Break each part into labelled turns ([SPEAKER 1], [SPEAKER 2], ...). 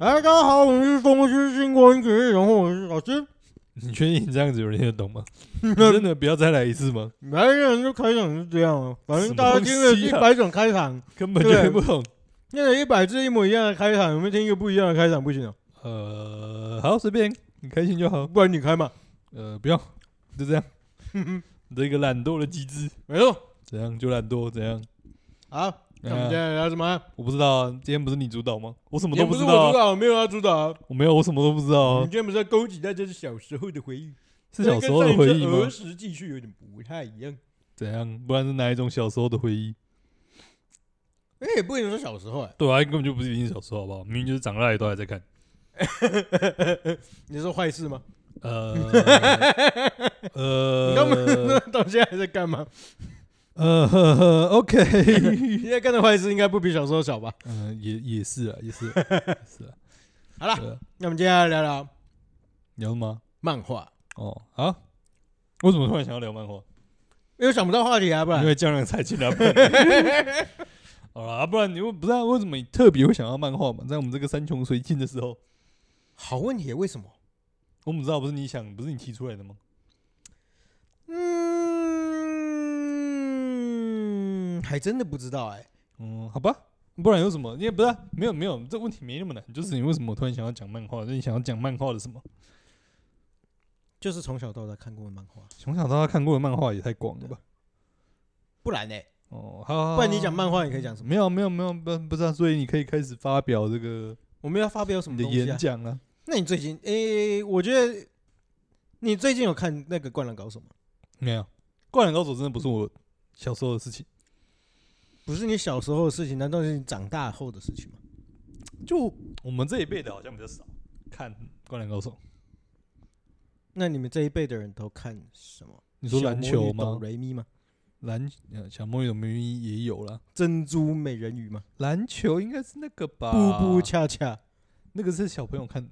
[SPEAKER 1] 哎
[SPEAKER 2] 你确定你这样子有人听得 懂吗？你真的不要再来一次吗？
[SPEAKER 1] 每个人就开场是这样啊，反
[SPEAKER 2] 什
[SPEAKER 1] 正
[SPEAKER 2] 么
[SPEAKER 1] 大家听了
[SPEAKER 2] 东西
[SPEAKER 1] 一
[SPEAKER 2] 啊
[SPEAKER 1] 百种开场，
[SPEAKER 2] 根本就
[SPEAKER 1] 啊
[SPEAKER 2] 听不懂。
[SPEAKER 1] 念了一百次一模一样的开场，有没有听一个不一样的开场不行啊？
[SPEAKER 2] 呃，好，随便你开心就好。
[SPEAKER 1] 不然你开嘛，
[SPEAKER 2] 呃，不用，就这样。你这个懒惰的机制，
[SPEAKER 1] 没错。
[SPEAKER 2] 怎样就懒惰，怎样？
[SPEAKER 1] 好，那我们
[SPEAKER 2] 嗯
[SPEAKER 1] 今天聊什么啊？
[SPEAKER 2] 我不知道啊，今天不是你主导吗？我什么
[SPEAKER 1] 也
[SPEAKER 2] 都
[SPEAKER 1] 不
[SPEAKER 2] 知
[SPEAKER 1] 是
[SPEAKER 2] 道
[SPEAKER 1] 我主
[SPEAKER 2] 啊，
[SPEAKER 1] 导，没有要主导啊。
[SPEAKER 2] 我没有，我什么都不知道
[SPEAKER 1] 我
[SPEAKER 2] 啊
[SPEAKER 1] 们。今天不是在勾起大家的小时候的回忆，
[SPEAKER 2] 是小时候的
[SPEAKER 1] 跟
[SPEAKER 2] 回忆
[SPEAKER 1] 上一次呃儿
[SPEAKER 2] 吗？
[SPEAKER 1] 时记叙有点不太一样。
[SPEAKER 2] 怎样？不然是哪一种小时候的回忆？
[SPEAKER 1] 哎，也不能说小时候哎，
[SPEAKER 2] 对啊，根本就不是一定小时候，好不好？明明就是长大也都还在看。
[SPEAKER 1] 你说坏事吗？
[SPEAKER 2] 呃
[SPEAKER 1] 你根本
[SPEAKER 2] 呃
[SPEAKER 1] 到现在还在干嘛？
[SPEAKER 2] 呃 呵呵，OK，
[SPEAKER 1] 你现在干的坏事应该不比小时候小吧？
[SPEAKER 2] 嗯，也也是啊，也是啊也是啊。
[SPEAKER 1] 好啦
[SPEAKER 2] 对啊，
[SPEAKER 1] 那我们接下来聊聊
[SPEAKER 2] 聊什么？
[SPEAKER 1] 漫画，
[SPEAKER 2] 哦啊，为什么突然想要聊漫画？
[SPEAKER 1] 因为想不到话题啊，不然
[SPEAKER 2] 因为江南才 进来。不然好啦，不然你又不知道为什么你特别会想要漫画嘛？在我们这个山穷水尽的时候，
[SPEAKER 1] 好问题，为什么？
[SPEAKER 2] 我们知道不是你想，不是你提出来的吗？
[SPEAKER 1] 嗯，还真的不知道哎、
[SPEAKER 2] 嗯，好吧，不然有什么？因为不是啊、没有没有，这问题没那么难，就是你为什么突然想要讲漫画？就是你想要讲漫画的什么？
[SPEAKER 1] 就是从小到大看过的漫画，
[SPEAKER 2] 从小到大看过的漫画也太广了吧？
[SPEAKER 1] 不然呢、
[SPEAKER 2] 哦，好好好
[SPEAKER 1] 不然你讲漫画你可以讲什么？
[SPEAKER 2] 没有没有没有，不不知道、所以你可以开始发表这个
[SPEAKER 1] 我们要发表什
[SPEAKER 2] 你
[SPEAKER 1] 么
[SPEAKER 2] 的
[SPEAKER 1] 东西、
[SPEAKER 2] 演
[SPEAKER 1] 啊？
[SPEAKER 2] 讲了、
[SPEAKER 1] 那你最近，诶、我觉得你最近有看那个《灌篮高手》吗？
[SPEAKER 2] 没有，《灌篮高手》真的不是我小时候的事情，
[SPEAKER 1] 不是你小时候的事情，难道是你长大后的事情吗？
[SPEAKER 2] 就我们这一辈的好像比较少看《灌篮高手》。
[SPEAKER 1] 那你们这一辈的人都看什么？
[SPEAKER 2] 你说篮球
[SPEAKER 1] 小魔女
[SPEAKER 2] 吗
[SPEAKER 1] 哆？雷咪吗？
[SPEAKER 2] 篮呃，小魔女的明明也有啦。
[SPEAKER 1] 珍珠美人鱼吗？
[SPEAKER 2] 篮球应该是那个吧？
[SPEAKER 1] 步步恰恰，
[SPEAKER 2] 那个是小朋友看的，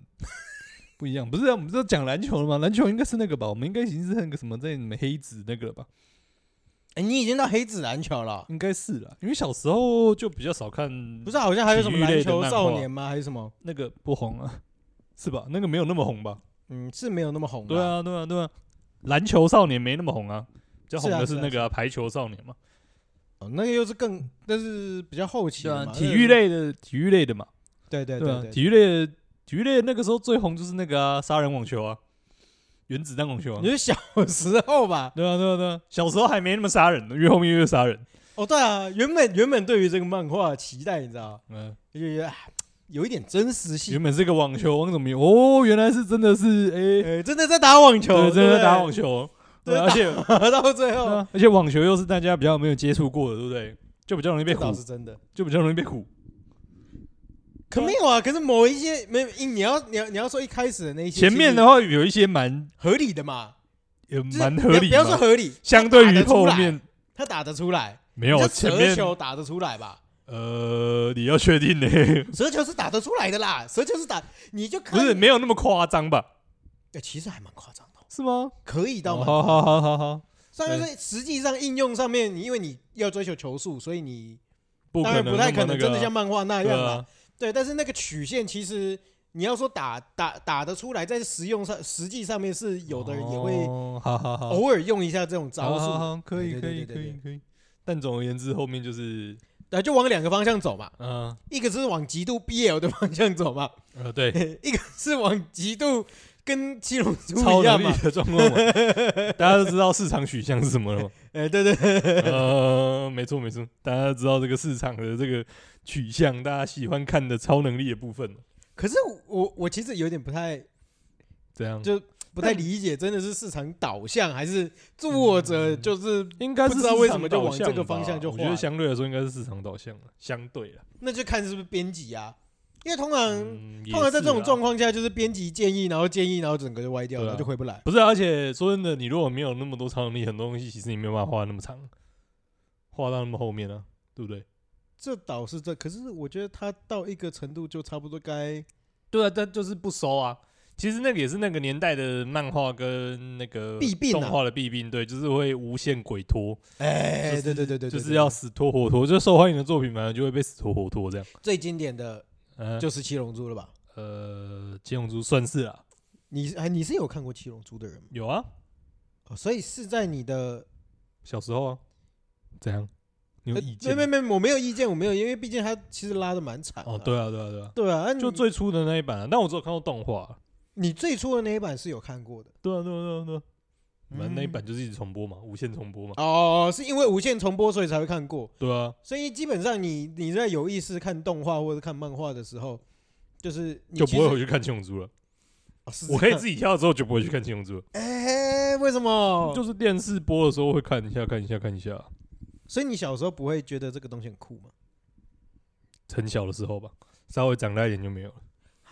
[SPEAKER 2] 不一样。不是、啊，我们都讲篮球了吗？篮球应该是那个吧？我们应该已经是那个什么在你们黑子那个了吧？
[SPEAKER 1] 哎、你已经到黑子篮球了哦，
[SPEAKER 2] 应该是啦，因为小时候就比较少看，
[SPEAKER 1] 不是好像还有什么
[SPEAKER 2] 体育类
[SPEAKER 1] 篮
[SPEAKER 2] 的
[SPEAKER 1] 球
[SPEAKER 2] 漫
[SPEAKER 1] 少
[SPEAKER 2] 画
[SPEAKER 1] 年吗？还是什么？
[SPEAKER 2] 那个不红啊，是吧？那个没有那么红吧？
[SPEAKER 1] 嗯，是没有那么红。
[SPEAKER 2] 对，啊，对啊，对啊，篮球少年没那么红啊，比较红
[SPEAKER 1] 是啊
[SPEAKER 2] 的
[SPEAKER 1] 是
[SPEAKER 2] 是
[SPEAKER 1] 啊
[SPEAKER 2] 那个啊、排球少年嘛，
[SPEAKER 1] 哦，那个又是更，但是比较后期
[SPEAKER 2] 对
[SPEAKER 1] 的
[SPEAKER 2] 啊，
[SPEAKER 1] 嘛
[SPEAKER 2] 体育，类的，体育类的嘛，
[SPEAKER 1] 那个对对
[SPEAKER 2] 对啊，
[SPEAKER 1] 对对，
[SPEAKER 2] 体育类的，体育类的那个时候最红就是那个啊，杀人网球啊，原子弹网球啊
[SPEAKER 1] 你，是小时候吧？
[SPEAKER 2] 对啊，对啊，对啊，小时候还没那么杀人，越后面越杀人，
[SPEAKER 1] 哦，对啊，原本原本对于这个漫画的期待，你知道吗，
[SPEAKER 2] 嗯，
[SPEAKER 1] 就觉得啊有一点真实性
[SPEAKER 2] 原，本是个网球王怎么有？哦，原来是真的是哎，
[SPEAKER 1] 呃，真的在打网球，
[SPEAKER 2] 对，真
[SPEAKER 1] 对不
[SPEAKER 2] 的
[SPEAKER 1] 对
[SPEAKER 2] 在打网，球，对，啊
[SPEAKER 1] 对
[SPEAKER 2] 而且
[SPEAKER 1] 到最
[SPEAKER 2] 对
[SPEAKER 1] 后
[SPEAKER 2] 啊而且网球又是大家比较没有接触过的，对不对？就比较容易被
[SPEAKER 1] 这
[SPEAKER 2] 唬啊
[SPEAKER 1] 倒，是真的。
[SPEAKER 2] 就比较容易被唬。
[SPEAKER 1] 可没有啊，可是某一些没有，一你要你要你要说一开始的那一些
[SPEAKER 2] 前面
[SPEAKER 1] 其
[SPEAKER 2] 的
[SPEAKER 1] 实
[SPEAKER 2] 话有一些蛮
[SPEAKER 1] 合理的嘛，
[SPEAKER 2] 也
[SPEAKER 1] 就是
[SPEAKER 2] 蛮
[SPEAKER 1] 不
[SPEAKER 2] 合
[SPEAKER 1] 要
[SPEAKER 2] 理
[SPEAKER 1] 不要说
[SPEAKER 2] 的，
[SPEAKER 1] 合理，
[SPEAKER 2] 相对
[SPEAKER 1] 他打
[SPEAKER 2] 于
[SPEAKER 1] 得出
[SPEAKER 2] 后
[SPEAKER 1] 来
[SPEAKER 2] 面
[SPEAKER 1] 他打得出来，
[SPEAKER 2] 没
[SPEAKER 1] 你
[SPEAKER 2] 有
[SPEAKER 1] 就
[SPEAKER 2] 前
[SPEAKER 1] 折
[SPEAKER 2] 面
[SPEAKER 1] 球打得出来吧？
[SPEAKER 2] 呃，你要确定呢，
[SPEAKER 1] 折球是打得出来的啦，折球是打你就
[SPEAKER 2] 不
[SPEAKER 1] 看
[SPEAKER 2] 是没有那么夸张吧？
[SPEAKER 1] 哎，其实还蛮夸张的哦，
[SPEAKER 2] 是吗？
[SPEAKER 1] 可以到
[SPEAKER 2] 好
[SPEAKER 1] 蛮
[SPEAKER 2] 好好好好好，
[SPEAKER 1] 上面是实际上应用上面，你因为你要追求球速，所以你
[SPEAKER 2] 不
[SPEAKER 1] 当
[SPEAKER 2] 可
[SPEAKER 1] 然
[SPEAKER 2] 能
[SPEAKER 1] 不太可
[SPEAKER 2] 那么那
[SPEAKER 1] 能
[SPEAKER 2] 个
[SPEAKER 1] 真的像漫画那样
[SPEAKER 2] 对
[SPEAKER 1] 啦
[SPEAKER 2] 啊。
[SPEAKER 1] 对，但是那个曲线其实你要说打打打得出来，在实用上实际上面是有的人也会
[SPEAKER 2] 哦好好好，
[SPEAKER 1] 偶尔用一下这种
[SPEAKER 2] 好
[SPEAKER 1] 招
[SPEAKER 2] 好
[SPEAKER 1] 数，
[SPEAKER 2] 好，可以
[SPEAKER 1] 对
[SPEAKER 2] 可
[SPEAKER 1] 对
[SPEAKER 2] 以
[SPEAKER 1] 对
[SPEAKER 2] 可
[SPEAKER 1] 对
[SPEAKER 2] 以可以。但总而言之，后面就是
[SPEAKER 1] 对，就往两个方向走嘛，
[SPEAKER 2] 嗯
[SPEAKER 1] 一个是往极度 BL 的方向走嘛，
[SPEAKER 2] 呃对
[SPEAKER 1] 一个是往极度跟七龙珠
[SPEAKER 2] 超
[SPEAKER 1] 一样
[SPEAKER 2] 能力
[SPEAKER 1] 嘛，
[SPEAKER 2] 的状况嘛，大家都知道市场取向是什么了嘛。
[SPEAKER 1] 哎，对对对，
[SPEAKER 2] 呃，没错没错，大家知道这个市场的这个取向，大家喜欢看的超能力的部分了
[SPEAKER 1] 可是我我其实有点不太
[SPEAKER 2] 这样
[SPEAKER 1] 就不太理解，真的是市场导向还是作者
[SPEAKER 2] 嗯
[SPEAKER 1] 就是
[SPEAKER 2] 应该是
[SPEAKER 1] 不知道为什么
[SPEAKER 2] 市场
[SPEAKER 1] 就往
[SPEAKER 2] 导向
[SPEAKER 1] 这个方向就
[SPEAKER 2] 吧我
[SPEAKER 1] 画
[SPEAKER 2] 觉得
[SPEAKER 1] 了
[SPEAKER 2] 相对来说应该是市场导向了，相对了。
[SPEAKER 1] 那就看是不是编辑啊，因为通常、
[SPEAKER 2] 嗯，也
[SPEAKER 1] 通常在这种
[SPEAKER 2] 是啊
[SPEAKER 1] 状况下，就是编辑建议，然后建议，然后整个就歪掉，
[SPEAKER 2] 对啊
[SPEAKER 1] 然后就回不来。
[SPEAKER 2] 不是啊，而且说真的，你如果没有那么多超能力，很多东西其实你没有办法画那么长，画到那么后面啊，对不对？
[SPEAKER 1] 这倒是这，可是我觉得他到一个程度就差不多该
[SPEAKER 2] 对啊，但就是不收啊。其实那个也是那个年代的漫画跟那个
[SPEAKER 1] 弊病啊
[SPEAKER 2] 动画的弊病，对，就是会无限鬼拖。
[SPEAKER 1] 哎、
[SPEAKER 2] 就是
[SPEAKER 1] 对对对对对，
[SPEAKER 2] 就是
[SPEAKER 1] 对
[SPEAKER 2] 要死拖活拖，就是受欢迎的作品嘛，就会被死拖活拖这样。
[SPEAKER 1] 最经典的
[SPEAKER 2] 嗯，
[SPEAKER 1] 就是七龙珠了吧？
[SPEAKER 2] 呃，七龙珠算是啦，
[SPEAKER 1] 你哎，你是有看过《七龙珠》的人吗？
[SPEAKER 2] 有啊，
[SPEAKER 1] 哦所以是在你的
[SPEAKER 2] 小时候啊，怎样？你有
[SPEAKER 1] 呃
[SPEAKER 2] 意见？
[SPEAKER 1] 没没没，我没有意见，我没有，因为毕竟他其实拉的蛮长的。
[SPEAKER 2] 哦，对啊，对啊，对啊，
[SPEAKER 1] 对啊，啊
[SPEAKER 2] 就
[SPEAKER 1] 你
[SPEAKER 2] 最初的那一版啊，但我只有看过动画。啊
[SPEAKER 1] 你最初的那一版是有看过的
[SPEAKER 2] 对啊，对啊，对啊，对啊。反正那一版
[SPEAKER 1] 嗯
[SPEAKER 2] 就是一直重播嘛，无限重播嘛。
[SPEAKER 1] 哦，是因为无限重播所以才会看过，
[SPEAKER 2] 对啊，
[SPEAKER 1] 所以基本上你你在有意识看动画或者看漫画的时候，就是你
[SPEAKER 2] 就
[SPEAKER 1] 其
[SPEAKER 2] 不会
[SPEAKER 1] 实
[SPEAKER 2] 回去看《七龙珠》了。
[SPEAKER 1] 哦是
[SPEAKER 2] 我可
[SPEAKER 1] 这
[SPEAKER 2] 以
[SPEAKER 1] 样
[SPEAKER 2] 自己跳的时候就不会去看《七龙珠》了，
[SPEAKER 1] 哎，为什么？
[SPEAKER 2] 就是电视播的时候会看一下，看一下，看一下。
[SPEAKER 1] 所以你小时候不会觉得这个东西很酷吗？
[SPEAKER 2] 很小的时候吧，稍微长大一点就没有了。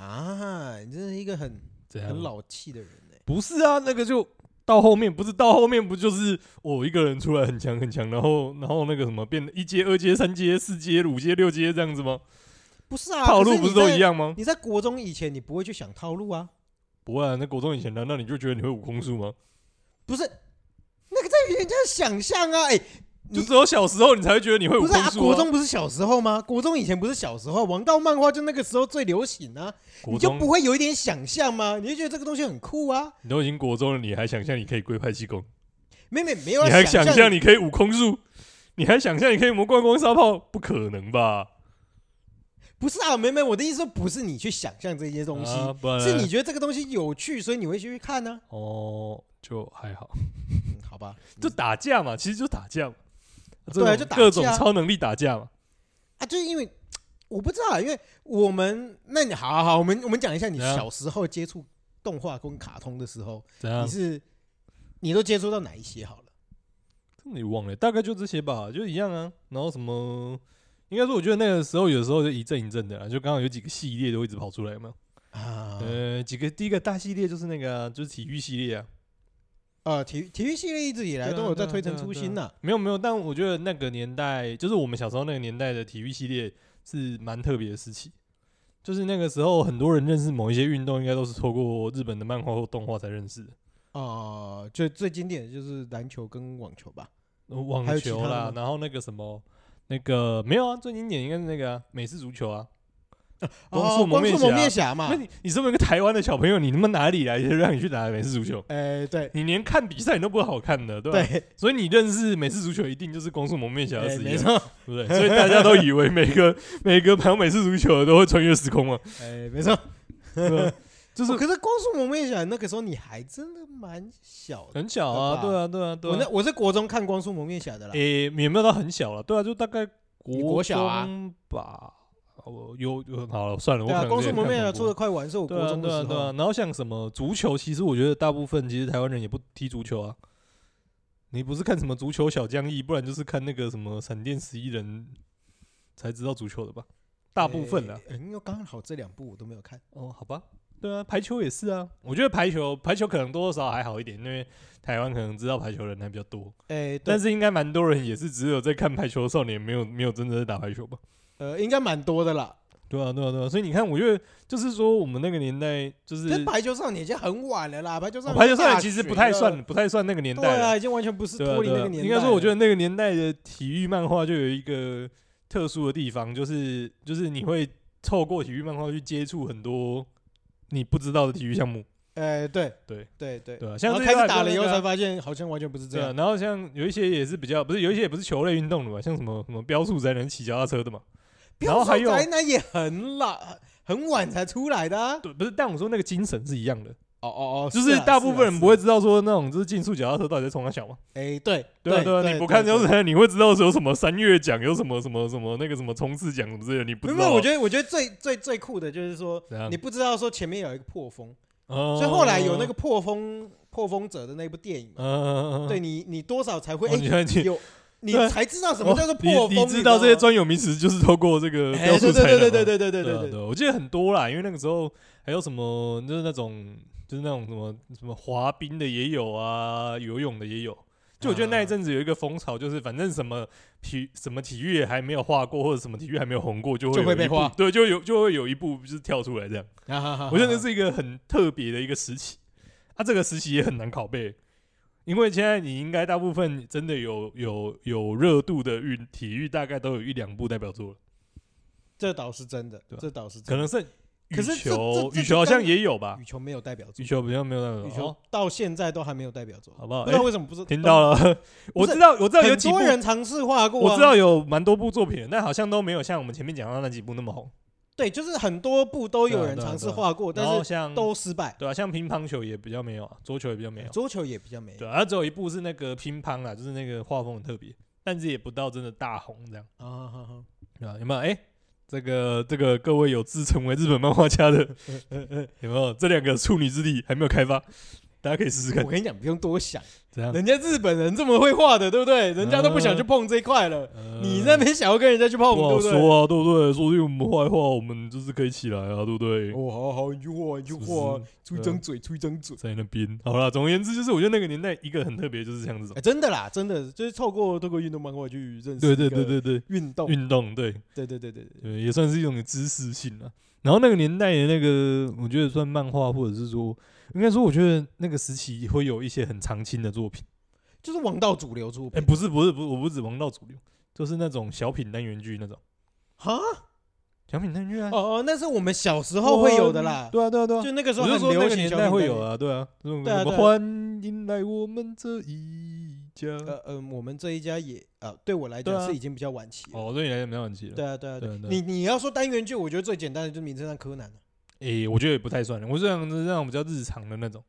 [SPEAKER 1] 啊，你真是一个很
[SPEAKER 2] 怎样？
[SPEAKER 1] 很老气的人哎、
[SPEAKER 2] 不是啊，那个就到后面，不是到后面不就是我一个人出来很强很强，然后然后那个什么变一阶、二阶、三阶、四阶、五阶、六阶这样子吗？
[SPEAKER 1] 不是啊，
[SPEAKER 2] 套
[SPEAKER 1] 可
[SPEAKER 2] 路
[SPEAKER 1] 你
[SPEAKER 2] 不是都
[SPEAKER 1] 在
[SPEAKER 2] 一？样吗？
[SPEAKER 1] 你在国中以前，你不会去想套路啊？
[SPEAKER 2] 不会啊，那国中以前难道你就觉得你会悟空术吗？
[SPEAKER 1] 不是，那个在于人家的想象啊！哎、你
[SPEAKER 2] 就只有小时候你才会觉得你会悟
[SPEAKER 1] 不是
[SPEAKER 2] 空
[SPEAKER 1] 啊，
[SPEAKER 2] 术
[SPEAKER 1] 国
[SPEAKER 2] 啊。
[SPEAKER 1] 中不是小时候吗？国中以前不是小时候，王道漫画就那个时候最流行啊，你
[SPEAKER 2] 国
[SPEAKER 1] 就
[SPEAKER 2] 中
[SPEAKER 1] 不会有一点想象吗？你就觉得这个东西很酷啊？
[SPEAKER 2] 你都已经国中了，你还想象你可以龟派气功，
[SPEAKER 1] 没没没有啊，
[SPEAKER 2] 你还想象
[SPEAKER 1] 你
[SPEAKER 2] 你可以悟空术，你还想象你可以魔贯光沙炮？不可能吧？
[SPEAKER 1] 不是啊？没没，我的意思说不是你去想象这些东西，
[SPEAKER 2] 啊不然
[SPEAKER 1] 是你觉得这个东西有趣，所以你会去看呢、
[SPEAKER 2] 哦，就还好。
[SPEAKER 1] 嗯好吧，
[SPEAKER 2] 就打架嘛，其实就打架嘛，
[SPEAKER 1] 对啊
[SPEAKER 2] 这种
[SPEAKER 1] 就打架
[SPEAKER 2] 各种超能力打架嘛。
[SPEAKER 1] 啊，就是因为我不知道啊，因为我们那你好好好，我们我们讲一下你
[SPEAKER 2] 怎样
[SPEAKER 1] 小时候接触动画跟卡通的时候，
[SPEAKER 2] 怎
[SPEAKER 1] 你是你都接触到哪一些好了？
[SPEAKER 2] 你忘了？大概就这些吧，就一样啊。然后什么，应该说，我觉得那个时候有时候就一阵一阵的啦，就刚好有几个系列都一直跑出来嘛。
[SPEAKER 1] 啊，
[SPEAKER 2] 呃，几个第一个大系列就是那个啊、就是体育系列啊，
[SPEAKER 1] 呃，体育体育系列一直以来
[SPEAKER 2] 对啊
[SPEAKER 1] 都有在
[SPEAKER 2] 对啊
[SPEAKER 1] 推陈
[SPEAKER 2] 对啊
[SPEAKER 1] 出
[SPEAKER 2] 对啊
[SPEAKER 1] 新呐、
[SPEAKER 2] 没有没有，但我觉得那个年代，就是我们小时候那个年代的体育系列是蛮特别的事情。就是那个时候，很多人认识某一些运动，应该都是透过日本的漫画或动画才认识的。
[SPEAKER 1] 哦，就最经典的就是篮球跟网球吧。
[SPEAKER 2] 呃网
[SPEAKER 1] 还有其
[SPEAKER 2] 球
[SPEAKER 1] 他的
[SPEAKER 2] 啦
[SPEAKER 1] 吗，
[SPEAKER 2] 然后那个什么，那个没有啊，最经典应该是那个、啊、美式足球啊。光
[SPEAKER 1] 哦，
[SPEAKER 2] 速蒙
[SPEAKER 1] 光
[SPEAKER 2] 面
[SPEAKER 1] 速
[SPEAKER 2] 侠
[SPEAKER 1] 蒙
[SPEAKER 2] 啊
[SPEAKER 1] 面侠嘛
[SPEAKER 2] 那。你你身为一个台湾的小朋友，你他妈哪里来的让你去打美式足球？
[SPEAKER 1] 哎，对
[SPEAKER 2] 你连看比赛你都不会好看的，对吧？
[SPEAKER 1] 对，
[SPEAKER 2] 所以你认识美式足球，一定就是光速蒙面侠的
[SPEAKER 1] 哎
[SPEAKER 2] 事
[SPEAKER 1] 没
[SPEAKER 2] 业，
[SPEAKER 1] 错，
[SPEAKER 2] 对不对？所以大家都以为每个 每个跑美式足球的都会穿越时空嘛，
[SPEAKER 1] 哎，没错。
[SPEAKER 2] 对吧就
[SPEAKER 1] 就是可是光速蒙面侠那个时候你还真的蛮小的。
[SPEAKER 2] 很小
[SPEAKER 1] 吧
[SPEAKER 2] 啊，对啊，对啊，哎对
[SPEAKER 1] 我
[SPEAKER 2] 啊。
[SPEAKER 1] 那我是国中看光速蒙面侠的啦。
[SPEAKER 2] 诶、也没有到很小了，对啊，就大概国
[SPEAKER 1] 你国小啊
[SPEAKER 2] 中吧。我有有好了，算了，我
[SPEAKER 1] 对
[SPEAKER 2] 可
[SPEAKER 1] 啊，
[SPEAKER 2] 能
[SPEAKER 1] 光速
[SPEAKER 2] 有点
[SPEAKER 1] 蒙
[SPEAKER 2] 看
[SPEAKER 1] 面
[SPEAKER 2] 不
[SPEAKER 1] 侠
[SPEAKER 2] 过
[SPEAKER 1] 出的快完是我
[SPEAKER 2] 对
[SPEAKER 1] 国
[SPEAKER 2] 啊，
[SPEAKER 1] 中的
[SPEAKER 2] 对啊，
[SPEAKER 1] 时
[SPEAKER 2] 对
[SPEAKER 1] 候
[SPEAKER 2] 啊。。然后像什么足球，其实我觉得大部分其实台湾人也不踢足球啊。你不是看什么足球小将翼，不然就是看那个什么闪电十一人才知道足球的吧？大部分啊。
[SPEAKER 1] 哎，因为刚好这两部我都没有看。
[SPEAKER 2] 哦，好吧。对啊，排球也是啊。我觉得排球，排球可能多多少少还好一点，因为台湾可能知道排球的人还比较多，
[SPEAKER 1] 哎，
[SPEAKER 2] 但
[SPEAKER 1] 对，
[SPEAKER 2] 是应该蛮多人也是只有在看排球少年，没有没有真的在打排球吧？
[SPEAKER 1] 呃，应该蛮多的啦。
[SPEAKER 2] 对啊，对啊，对啊。所以你看，我觉得就是说我们那个年代，就是
[SPEAKER 1] 跟排球少年已经很晚了啦，排球少
[SPEAKER 2] 哦
[SPEAKER 1] 年
[SPEAKER 2] 排球少
[SPEAKER 1] 大
[SPEAKER 2] 年其实不
[SPEAKER 1] 学
[SPEAKER 2] 太
[SPEAKER 1] 了
[SPEAKER 2] 算，不太算那个年代
[SPEAKER 1] 对
[SPEAKER 2] 了
[SPEAKER 1] 啊，已经完全不是
[SPEAKER 2] 对啊
[SPEAKER 1] 脱离
[SPEAKER 2] 对
[SPEAKER 1] 那
[SPEAKER 2] 啊
[SPEAKER 1] 个年代了。
[SPEAKER 2] 应该说，我觉得那个年代的体育漫画就有一个特殊的地方，就是就是你会透过体育漫画去接触很多你不知道的体育项目。
[SPEAKER 1] 哎，对
[SPEAKER 2] 对
[SPEAKER 1] 对对
[SPEAKER 2] 对啊像
[SPEAKER 1] 然后
[SPEAKER 2] 这
[SPEAKER 1] 开
[SPEAKER 2] 一
[SPEAKER 1] 始
[SPEAKER 2] 块
[SPEAKER 1] 打
[SPEAKER 2] 就
[SPEAKER 1] 了
[SPEAKER 2] 那
[SPEAKER 1] 以后
[SPEAKER 2] 个啊
[SPEAKER 1] 才发现，好像完全不是这
[SPEAKER 2] 对啊，
[SPEAKER 1] 样。
[SPEAKER 2] 然后像有一些也是比较不是有一些也不是球类运动的嘛，像什么什么标速才能骑脚踏车的嘛。然后还有
[SPEAKER 1] 宅男也很老，很晚才出来的啊。
[SPEAKER 2] 对，不是，但我说那个精神是一样的，
[SPEAKER 1] 哦哦哦，
[SPEAKER 2] 就是
[SPEAKER 1] 啊
[SPEAKER 2] 大部分人不。
[SPEAKER 1] 啊
[SPEAKER 2] 会知道说那种就是竞速脚踏车到底在冲哪小嘛。
[SPEAKER 1] 啊哎，对
[SPEAKER 2] 对
[SPEAKER 1] 对
[SPEAKER 2] 啊对啊，你不看
[SPEAKER 1] 对
[SPEAKER 2] 就是你会知道是有什么三月奖，有什么什么什么那个什么冲刺奖什么之类的，你不
[SPEAKER 1] 没有没
[SPEAKER 2] 知道啊。
[SPEAKER 1] 有，我觉得我觉得最最最酷的就是说
[SPEAKER 2] 怎样，
[SPEAKER 1] 你不知道说前面有一个破风，
[SPEAKER 2] 哦，
[SPEAKER 1] 所以后来有那个破风破风者的那部电影嘛，
[SPEAKER 2] 嗯，
[SPEAKER 1] 对你你多少才会
[SPEAKER 2] 哦你
[SPEAKER 1] 哎
[SPEAKER 2] 看你
[SPEAKER 1] 有你
[SPEAKER 2] 对
[SPEAKER 1] 才知道什么叫做
[SPEAKER 2] 你
[SPEAKER 1] 破风，
[SPEAKER 2] 你知道这些
[SPEAKER 1] 专
[SPEAKER 2] 专有名词就是透过这个标
[SPEAKER 1] 哎对
[SPEAKER 2] 注才
[SPEAKER 1] 对
[SPEAKER 2] 能
[SPEAKER 1] 对对
[SPEAKER 2] 吗
[SPEAKER 1] 对对对
[SPEAKER 2] 对啊
[SPEAKER 1] 对
[SPEAKER 2] 对啊，我记得很多啦，因为那个时候还有什么就是那种就是那种什么什么滑冰的也有啊，游泳的也有。就我觉得
[SPEAKER 1] 啊
[SPEAKER 2] 那一阵子有一个风潮，就是反正什么体什么体育还没有画过，或者什么体育还没有红过，就会
[SPEAKER 1] 就会
[SPEAKER 2] 有一
[SPEAKER 1] 被
[SPEAKER 2] 部
[SPEAKER 1] 画
[SPEAKER 2] 对，就有就会有一部就是跳出来这样。
[SPEAKER 1] 啊哈哈哈
[SPEAKER 2] 我觉得那是一个很特别的一个时期，啊，这个时期也很难拷贝，因为现在你应该大部分真的有有有热度的运体育，大概都有一两部代表作了，
[SPEAKER 1] 这倒是真的
[SPEAKER 2] 对，啊
[SPEAKER 1] 这倒是真的
[SPEAKER 2] 可能剩羽
[SPEAKER 1] 可是这
[SPEAKER 2] 球
[SPEAKER 1] 这，这
[SPEAKER 2] 羽球好像
[SPEAKER 1] 这
[SPEAKER 2] 也有吧
[SPEAKER 1] 羽？球没有代表
[SPEAKER 2] 羽
[SPEAKER 1] 作，
[SPEAKER 2] 球比较没有那
[SPEAKER 1] 羽
[SPEAKER 2] 种，
[SPEAKER 1] 球
[SPEAKER 2] 哦
[SPEAKER 1] 到现在都还没有代表作，
[SPEAKER 2] 好不好？
[SPEAKER 1] 不知道
[SPEAKER 2] 诶
[SPEAKER 1] 为什么不是
[SPEAKER 2] 听到
[SPEAKER 1] 了，
[SPEAKER 2] 了，我知道，我 知道有
[SPEAKER 1] 很
[SPEAKER 2] 几部
[SPEAKER 1] 多，人尝试画过啊，
[SPEAKER 2] 我知道有蛮多部作品，但好像都没有像我们前面讲到那几部那么红。
[SPEAKER 1] 对，就是很多部都有
[SPEAKER 2] 对啊
[SPEAKER 1] 人
[SPEAKER 2] 对啊
[SPEAKER 1] 尝试
[SPEAKER 2] 对啊
[SPEAKER 1] 画过，但
[SPEAKER 2] 然后
[SPEAKER 1] 是
[SPEAKER 2] 像
[SPEAKER 1] 都失败。
[SPEAKER 2] 对啊，像乒乓球也比较没有啊，桌球也比较没有。
[SPEAKER 1] 桌球也比较没
[SPEAKER 2] 对啊，它只有一部是那个乒乓啦，就是那个画风很特别，但是也不到真的大红这样，
[SPEAKER 1] 啊哈哈哈，
[SPEAKER 2] 对吧、有没有？哎、这个这个各位有志成为日本漫画家的， 有没有？这两个处女之地还没有开发，大家可以试试看
[SPEAKER 1] 我。跟你讲，不用多想，
[SPEAKER 2] 怎样？
[SPEAKER 1] 人家日本人这么会画的，对不
[SPEAKER 2] 嗯
[SPEAKER 1] 对？人家都不想去碰这一块了，
[SPEAKER 2] 呃
[SPEAKER 1] 你那边想要跟人家去碰，
[SPEAKER 2] 不
[SPEAKER 1] 对
[SPEAKER 2] 好
[SPEAKER 1] 不对？
[SPEAKER 2] 说啊，对不对？说因为我们坏话，我们就是可以起来啊，对不对？
[SPEAKER 1] 哦，好好，你去画，你去
[SPEAKER 2] 是不
[SPEAKER 1] 画啊
[SPEAKER 2] 是，
[SPEAKER 1] 出一张嘴，出一张嘴。
[SPEAKER 2] 在那边，好啦，总而言之，就是我觉得那个年代一个很特别，就是像这种
[SPEAKER 1] 哎，，真的啦，真的就是透过透过运动漫画去认识，
[SPEAKER 2] 嗯对对对，对对，
[SPEAKER 1] 运动，
[SPEAKER 2] 运动，对，
[SPEAKER 1] 对对对对对，
[SPEAKER 2] 对，也算是一种知识性了。然后那个年代的那个，我觉得算漫画，或者是说，应该说，我觉得那个时期会有一些很常青的作品。
[SPEAKER 1] 就是王道主流出
[SPEAKER 2] 哎、
[SPEAKER 1] 品。
[SPEAKER 2] 不是，不是，不是，我不是指王道主流，就是那种小品单元剧那种
[SPEAKER 1] 哈，
[SPEAKER 2] 小品单元剧啊。
[SPEAKER 1] 哦哦哦，那是我们小时候会有的啦，
[SPEAKER 2] 对啊，对啊，对啊。
[SPEAKER 1] 就那个时候
[SPEAKER 2] 我就
[SPEAKER 1] 很
[SPEAKER 2] 说那
[SPEAKER 1] 流
[SPEAKER 2] 个
[SPEAKER 1] 行
[SPEAKER 2] 年
[SPEAKER 1] 小
[SPEAKER 2] 代
[SPEAKER 1] 品
[SPEAKER 2] 会
[SPEAKER 1] 单
[SPEAKER 2] 有
[SPEAKER 1] 元。
[SPEAKER 2] 啊，对啊，这种
[SPEAKER 1] 对啊
[SPEAKER 2] 什么
[SPEAKER 1] 对啊
[SPEAKER 2] 欢迎来我们这一家。
[SPEAKER 1] 呃呃，我们这一家也呃，对我来
[SPEAKER 2] 嗯对
[SPEAKER 1] 讲
[SPEAKER 2] 啊
[SPEAKER 1] 是已经比较晚期了。
[SPEAKER 2] 哦，对你来讲没有问题了。
[SPEAKER 1] 对啊，对啊，对
[SPEAKER 2] 对
[SPEAKER 1] 啊，
[SPEAKER 2] 啊对啊
[SPEAKER 1] 你你要说单元剧，我觉得最简单的就是《名侦探柯南》了。
[SPEAKER 2] 诶、我觉得也不太算了，我是想这种比较日常的那种，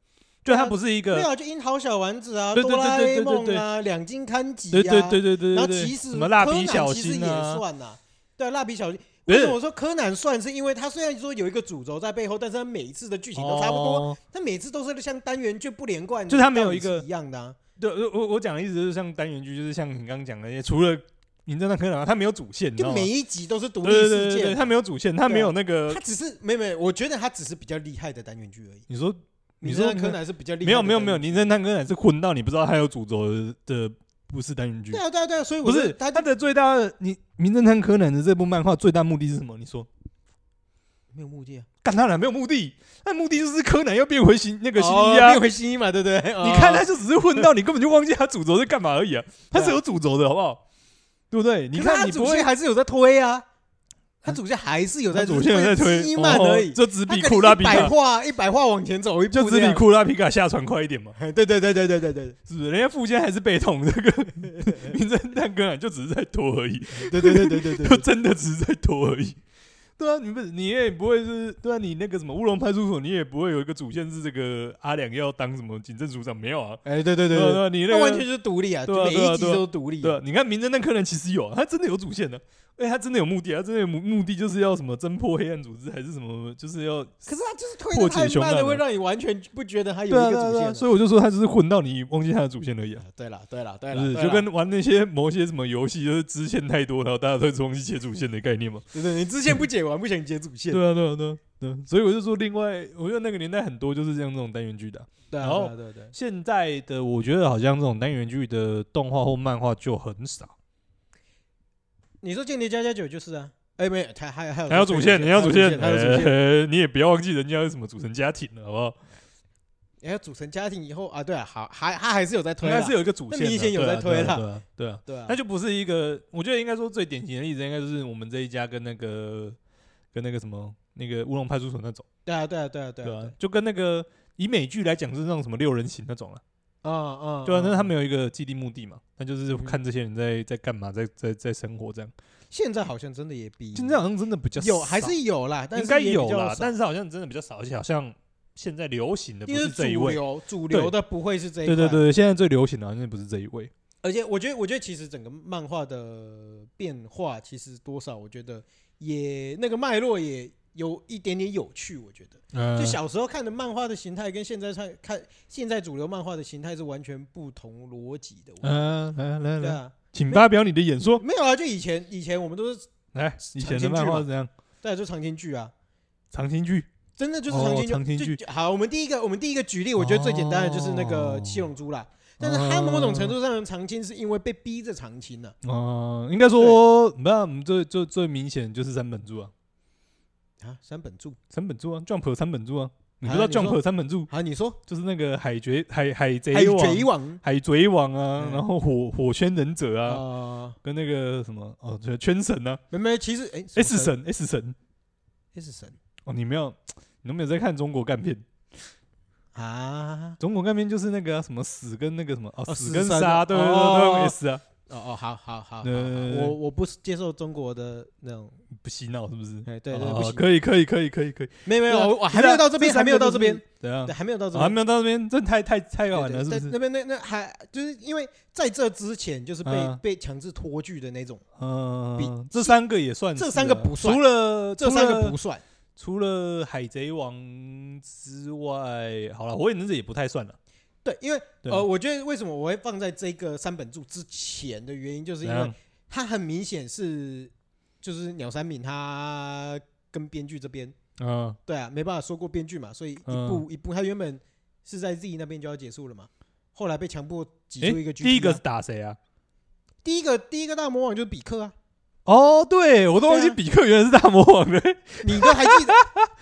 [SPEAKER 2] 就它不是一
[SPEAKER 1] 对
[SPEAKER 2] 个，
[SPEAKER 1] 啊，就樱桃小丸子啊，
[SPEAKER 2] 对对
[SPEAKER 1] 哆啦
[SPEAKER 2] 对
[SPEAKER 1] A
[SPEAKER 2] 对对
[SPEAKER 1] 梦
[SPEAKER 2] 对
[SPEAKER 1] 啊，两金刊集
[SPEAKER 2] 对
[SPEAKER 1] 啊，
[SPEAKER 2] 对对对对对
[SPEAKER 1] 然后
[SPEAKER 2] 对
[SPEAKER 1] 其实
[SPEAKER 2] 什么蜡
[SPEAKER 1] 柯
[SPEAKER 2] 笔
[SPEAKER 1] 南
[SPEAKER 2] 小
[SPEAKER 1] 其实
[SPEAKER 2] 新
[SPEAKER 1] 也
[SPEAKER 2] 啊，
[SPEAKER 1] 算呐，对啊，蜡笔小新。
[SPEAKER 2] 不
[SPEAKER 1] 为
[SPEAKER 2] 是
[SPEAKER 1] 什么我说柯南算？是因为它虽然说有一个主轴在背后，但是它每一次的剧情都差不多，
[SPEAKER 2] 哦、
[SPEAKER 1] 它每次都是像单元剧不连贯，
[SPEAKER 2] 就是它没有一个
[SPEAKER 1] 道理是一样的啊。
[SPEAKER 2] 对，我我我讲的意思就是像单元剧，就是像你刚刚讲的那些，除了《名侦探柯南》，它没有主线，你知道
[SPEAKER 1] 就
[SPEAKER 2] 吗
[SPEAKER 1] 每一集都是独立
[SPEAKER 2] 对对对
[SPEAKER 1] 事
[SPEAKER 2] 对对，
[SPEAKER 1] 件，
[SPEAKER 2] 它没有主线，它没有那个
[SPEAKER 1] 它，只是没有没有，我觉得它只是比较厉害的单元剧而已。
[SPEAKER 2] 你说你
[SPEAKER 1] 你
[SPEAKER 2] 说
[SPEAKER 1] 说柯南是比较厉害的
[SPEAKER 2] 没有
[SPEAKER 1] 单元剧？
[SPEAKER 2] 没有没有，《名侦探柯南》是混到你不知道它有主轴的的，不是单元剧
[SPEAKER 1] 对，啊对啊对啊，所以我
[SPEAKER 2] 不是
[SPEAKER 1] 就它
[SPEAKER 2] 它的最大的你《名侦探柯南》的这部漫画最大目的是什么？你说？
[SPEAKER 1] 没有目的啊，
[SPEAKER 2] 干他俩没有目的，那目的就是柯南要变回新那个新一
[SPEAKER 1] 哦
[SPEAKER 2] 啊
[SPEAKER 1] 变。回新一嘛，对不对？
[SPEAKER 2] 你看他就只是混到，你根本就忘记他主轴是干嘛而已啊，他是有主轴的好不好？对不对？你
[SPEAKER 1] 可是
[SPEAKER 2] 看
[SPEAKER 1] 他
[SPEAKER 2] 你
[SPEAKER 1] 主
[SPEAKER 2] 不
[SPEAKER 1] 线
[SPEAKER 2] 会，
[SPEAKER 1] 还是有在推啊，他主线还是有在
[SPEAKER 2] 他主
[SPEAKER 1] 推
[SPEAKER 2] 线有在推
[SPEAKER 1] 新一漫
[SPEAKER 2] 哦
[SPEAKER 1] 而已，
[SPEAKER 2] 就只
[SPEAKER 1] 他
[SPEAKER 2] 比
[SPEAKER 1] 可能
[SPEAKER 2] 库拉比
[SPEAKER 1] 一百
[SPEAKER 2] 卡，
[SPEAKER 1] 话一百话往前走一步这
[SPEAKER 2] 就
[SPEAKER 1] 样，
[SPEAKER 2] 只比库拉比卡下船快一点嘛，
[SPEAKER 1] 嘿。对对对对对对对
[SPEAKER 2] 是不是？人家附件还是被捅，这个 名侦探柯南就只是在拖而已，
[SPEAKER 1] 对对对对 对对
[SPEAKER 2] 就
[SPEAKER 1] 对，
[SPEAKER 2] 真的只是在拖而已。对啊，你不你也不会是对啊，你那个什么乌龙派出所，你也不会有一个主线是这个阿良要当什么警政署长，没有啊？
[SPEAKER 1] 哎对对对
[SPEAKER 2] 对啊，
[SPEAKER 1] 对，
[SPEAKER 2] 对啊你那
[SPEAKER 1] 那
[SPEAKER 2] 个
[SPEAKER 1] 完全就是独立啊，
[SPEAKER 2] 对啊
[SPEAKER 1] 每
[SPEAKER 2] 对啊
[SPEAKER 1] 一集
[SPEAKER 2] 对啊
[SPEAKER 1] 都独立
[SPEAKER 2] 对
[SPEAKER 1] 啊。
[SPEAKER 2] 啊，你看《名侦探柯南》其实有、啊，他真的有主线的、哎、他真的有目的啊，他真的有目目的就是要什么侦破黑暗组织，还是什么，就是要
[SPEAKER 1] 可是他就是推
[SPEAKER 2] 破
[SPEAKER 1] 的
[SPEAKER 2] 解
[SPEAKER 1] 太
[SPEAKER 2] 凶
[SPEAKER 1] 慢
[SPEAKER 2] 案
[SPEAKER 1] 了，
[SPEAKER 2] 啊
[SPEAKER 1] 会让你完全不觉得他有
[SPEAKER 2] 对啊
[SPEAKER 1] 一
[SPEAKER 2] 对
[SPEAKER 1] 个
[SPEAKER 2] 啊
[SPEAKER 1] 主
[SPEAKER 2] 对
[SPEAKER 1] 线
[SPEAKER 2] 啊，
[SPEAKER 1] 啊。
[SPEAKER 2] 所以我就说他就是混到你忘记他的主线而已啊，
[SPEAKER 1] 啊对了对了对
[SPEAKER 2] 就
[SPEAKER 1] 了，
[SPEAKER 2] 是
[SPEAKER 1] 对
[SPEAKER 2] 就
[SPEAKER 1] 啦
[SPEAKER 2] 跟玩那些某些什么游戏，就是支线太多，然后大家都会忘记写主线的概念嘛。
[SPEAKER 1] 对对，你支线不解完，不想解主线。
[SPEAKER 2] 对啊对啊对啊对啊，所以我就说，另外我觉得那个年代很多就是像这种单元剧的啊、
[SPEAKER 1] 对啊
[SPEAKER 2] 然后
[SPEAKER 1] 对啊对啊对啊，
[SPEAKER 2] 现在的我觉得好像这种单元剧的动画或漫画就很少，
[SPEAKER 1] 你说《间谍加加九》就是啊，哎没有，他还有还有
[SPEAKER 2] 还有主线，你要主线，
[SPEAKER 1] 还有主线。
[SPEAKER 2] 哎你也不要忘记人家有什么组成家庭了，好不好？
[SPEAKER 1] 哎，要组成家庭以后啊，对啊，好，还他还是有在推
[SPEAKER 2] 应
[SPEAKER 1] 啦，
[SPEAKER 2] 该是有一个主线的，
[SPEAKER 1] 那明显有在推啦
[SPEAKER 2] 对啊对啊，对啊，
[SPEAKER 1] 对啊，
[SPEAKER 2] 那就不是一个，我觉得应该说最典型的例子，应该就是我们这一家跟那个跟那个什么那个乌龙派出所那种，
[SPEAKER 1] 对啊，对啊，对啊，对
[SPEAKER 2] 对
[SPEAKER 1] 啊，对
[SPEAKER 2] 啊，就跟那个以美剧来讲是那种什么六人行那种了，
[SPEAKER 1] 啊啊，
[SPEAKER 2] 对啊，
[SPEAKER 1] 嗯
[SPEAKER 2] 那他们
[SPEAKER 1] 嗯
[SPEAKER 2] 有一个既定目的嘛，那就是看这些人在在干嘛，在在在生活这样。
[SPEAKER 1] 现在好像真的也比
[SPEAKER 2] 现在好像真的比较
[SPEAKER 1] 嗯有
[SPEAKER 2] 少
[SPEAKER 1] 还是有啦，但
[SPEAKER 2] 应
[SPEAKER 1] 是
[SPEAKER 2] 该
[SPEAKER 1] 也比
[SPEAKER 2] 有
[SPEAKER 1] 较
[SPEAKER 2] 啦，
[SPEAKER 1] 少
[SPEAKER 2] 但是好像真的比较少，而且好像现在流行的不
[SPEAKER 1] 因为
[SPEAKER 2] 是这一
[SPEAKER 1] 主
[SPEAKER 2] 位，
[SPEAKER 1] 流主
[SPEAKER 2] 对
[SPEAKER 1] 流的不会是这一
[SPEAKER 2] 对对
[SPEAKER 1] 块，
[SPEAKER 2] 对，现在最流行的好像不是这一位。
[SPEAKER 1] 而且我觉得我觉得其实整个漫画的变化其实多少我觉得也那个脉络也有一点点有趣，我觉得。
[SPEAKER 2] 嗯
[SPEAKER 1] 就小时候看的漫画的形态跟现在看看现在主流漫画的形态是完全不同逻辑的，我觉得
[SPEAKER 2] 嗯，来来
[SPEAKER 1] 对
[SPEAKER 2] 来，
[SPEAKER 1] 啊，
[SPEAKER 2] 请发表你的演说。
[SPEAKER 1] 没有啊，就以前以前我们都是
[SPEAKER 2] 来，以前
[SPEAKER 1] 长
[SPEAKER 2] 的
[SPEAKER 1] 青
[SPEAKER 2] 漫
[SPEAKER 1] 剧
[SPEAKER 2] 画
[SPEAKER 1] 嘛
[SPEAKER 2] 是怎样？
[SPEAKER 1] 对，就长篇剧啊，
[SPEAKER 2] 长青剧
[SPEAKER 1] 真的就是
[SPEAKER 2] 哦
[SPEAKER 1] 长青
[SPEAKER 2] 长青
[SPEAKER 1] 就
[SPEAKER 2] 剧
[SPEAKER 1] 就好，我们第一个我们第一个举例，我觉得最简单的就是那个
[SPEAKER 2] 哦
[SPEAKER 1] 七龙珠啦。但是它某种程度上的长青是因为被逼着长青啊呢、
[SPEAKER 2] 嗯，应该说，没有，我们最最最明显就是三本柱啊，
[SPEAKER 1] 啊。啊，三本柱，
[SPEAKER 2] 三本柱啊，Jump 三本柱啊，你不知
[SPEAKER 1] 啊
[SPEAKER 2] 道
[SPEAKER 1] 你说
[SPEAKER 2] Jump 三本柱
[SPEAKER 1] 好，你说
[SPEAKER 2] 就是那个海贼海海
[SPEAKER 1] 还
[SPEAKER 2] 贼
[SPEAKER 1] 有
[SPEAKER 2] 王
[SPEAKER 1] 贼王
[SPEAKER 2] 海贼王啊，
[SPEAKER 1] 嗯
[SPEAKER 2] 然后火火圈忍者
[SPEAKER 1] 啊、
[SPEAKER 2] 啊，
[SPEAKER 1] 呃
[SPEAKER 2] 跟那个什么哦，圈神啊
[SPEAKER 1] 没没，其实哎，
[SPEAKER 2] ，S
[SPEAKER 1] 神
[SPEAKER 2] 神 S 神
[SPEAKER 1] ，S 神，
[SPEAKER 2] 哦，你没有，你都没有在看中国干片？
[SPEAKER 1] 啊，
[SPEAKER 2] 中国干片就是那个啊、什么死跟那个什么哦，
[SPEAKER 1] 哦
[SPEAKER 2] 死
[SPEAKER 1] 死
[SPEAKER 2] 跟
[SPEAKER 1] 三
[SPEAKER 2] 杀，
[SPEAKER 1] 啊
[SPEAKER 2] 对对对，都用
[SPEAKER 1] 哦
[SPEAKER 2] S 啊，
[SPEAKER 1] 哦哦，好好好，好
[SPEAKER 2] 对对对
[SPEAKER 1] 我我不接受中国的那种，
[SPEAKER 2] 不洗脑是不是？
[SPEAKER 1] 哎，对对，
[SPEAKER 2] 哦
[SPEAKER 1] 不行，
[SPEAKER 2] 可以可以可以可以可以，
[SPEAKER 1] 没有没有，
[SPEAKER 2] 啊
[SPEAKER 1] 我我还没有到这边，还没有到这边，
[SPEAKER 2] 怎样
[SPEAKER 1] 对，？还没有到这
[SPEAKER 2] 啊还
[SPEAKER 1] 边，
[SPEAKER 2] 没有到这边，这太太太
[SPEAKER 1] 对
[SPEAKER 2] 晚
[SPEAKER 1] 对
[SPEAKER 2] 了，是不
[SPEAKER 1] 在那
[SPEAKER 2] 是？
[SPEAKER 1] 边那那还就是因为在这之前就是被
[SPEAKER 2] 嗯
[SPEAKER 1] 被强制脱剧的那种，
[SPEAKER 2] 嗯
[SPEAKER 1] 比，
[SPEAKER 2] 这三个也算是啊，
[SPEAKER 1] 这三个不算
[SPEAKER 2] 除了
[SPEAKER 1] 这三
[SPEAKER 2] 除
[SPEAKER 1] 个
[SPEAKER 2] 了
[SPEAKER 1] 不算，
[SPEAKER 2] 除了海贼王之外，好了，火影忍者也不太算了。
[SPEAKER 1] 对，因为
[SPEAKER 2] 对啊
[SPEAKER 1] 呃，我觉得为什么我会放在这个三本柱之前的原因，就是
[SPEAKER 2] 怎
[SPEAKER 1] 因为
[SPEAKER 2] 样？
[SPEAKER 1] 它很明显是就是鸟山明他跟编剧这边，
[SPEAKER 2] 嗯，
[SPEAKER 1] 对啊，没办法说过编剧嘛，所以一
[SPEAKER 2] 嗯
[SPEAKER 1] 步一步，他原本是在 Z 那边就要结束了嘛，后来被强迫挤
[SPEAKER 2] 诶
[SPEAKER 1] 出一个 GT 啊、
[SPEAKER 2] 第一个是打谁啊？
[SPEAKER 1] 第一个第一个大魔王就是比克啊，
[SPEAKER 2] 哦，对，我都忘记
[SPEAKER 1] 对啊
[SPEAKER 2] 比克原来是大魔王 了，
[SPEAKER 1] 你都还记得？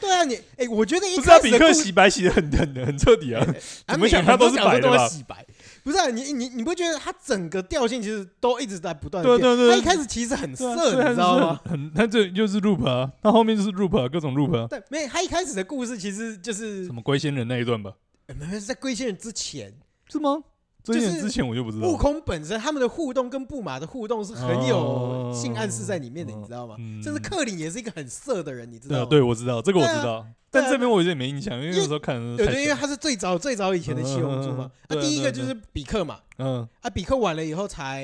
[SPEAKER 1] 对啊，你哎、我觉得一
[SPEAKER 2] 不是啊？
[SPEAKER 1] 开始
[SPEAKER 2] 比
[SPEAKER 1] 的
[SPEAKER 2] 克
[SPEAKER 1] 故
[SPEAKER 2] 洗白洗的很很很彻底啊。
[SPEAKER 1] 啊
[SPEAKER 2] 怎么
[SPEAKER 1] 每
[SPEAKER 2] 想
[SPEAKER 1] 很
[SPEAKER 2] 他
[SPEAKER 1] 多
[SPEAKER 2] 都是
[SPEAKER 1] 角色
[SPEAKER 2] 白的
[SPEAKER 1] 都
[SPEAKER 2] 吧
[SPEAKER 1] 会洗白，不是、啊、你你你不觉得他整个调性其实都一直在不断地
[SPEAKER 2] 对
[SPEAKER 1] 变？
[SPEAKER 2] 对对
[SPEAKER 1] 他一开始其实很
[SPEAKER 2] 对
[SPEAKER 1] 色，
[SPEAKER 2] 啊所以
[SPEAKER 1] 你
[SPEAKER 2] 他
[SPEAKER 1] 知道
[SPEAKER 2] 就是
[SPEAKER 1] 吗？
[SPEAKER 2] 很很，他这就是 loop 啊，他后面就是 loop，啊各种 loop，啊
[SPEAKER 1] 对，没有他一开始的故事其实就是
[SPEAKER 2] 什么龟仙人那一段吧？
[SPEAKER 1] 呃没有是在龟仙人之前，
[SPEAKER 2] 是吗？这一
[SPEAKER 1] 就是
[SPEAKER 2] 点之前我就不知道。
[SPEAKER 1] 悟空本身他们的互动跟布马的互动是很有
[SPEAKER 2] 哦
[SPEAKER 1] 性暗示在里面的，
[SPEAKER 2] 哦
[SPEAKER 1] 你知道吗？
[SPEAKER 2] 嗯
[SPEAKER 1] 甚至克林也是一个很色的人，你知
[SPEAKER 2] 对
[SPEAKER 1] 道
[SPEAKER 2] 啊，
[SPEAKER 1] 吗？
[SPEAKER 2] 对，我知道这个我
[SPEAKER 1] 对啊
[SPEAKER 2] 知道，
[SPEAKER 1] 对啊
[SPEAKER 2] 但这边我有点没印象，因为
[SPEAKER 1] 因为
[SPEAKER 2] 那时候看的
[SPEAKER 1] 对
[SPEAKER 2] 太
[SPEAKER 1] 对，因为
[SPEAKER 2] 小
[SPEAKER 1] 他是最早最早以前的七龙珠嘛。
[SPEAKER 2] 嗯嗯嗯
[SPEAKER 1] 啊，
[SPEAKER 2] 对啊
[SPEAKER 1] 第一
[SPEAKER 2] 对啊
[SPEAKER 1] 个就是比克嘛，
[SPEAKER 2] 嗯，
[SPEAKER 1] 啊，比克完了以后才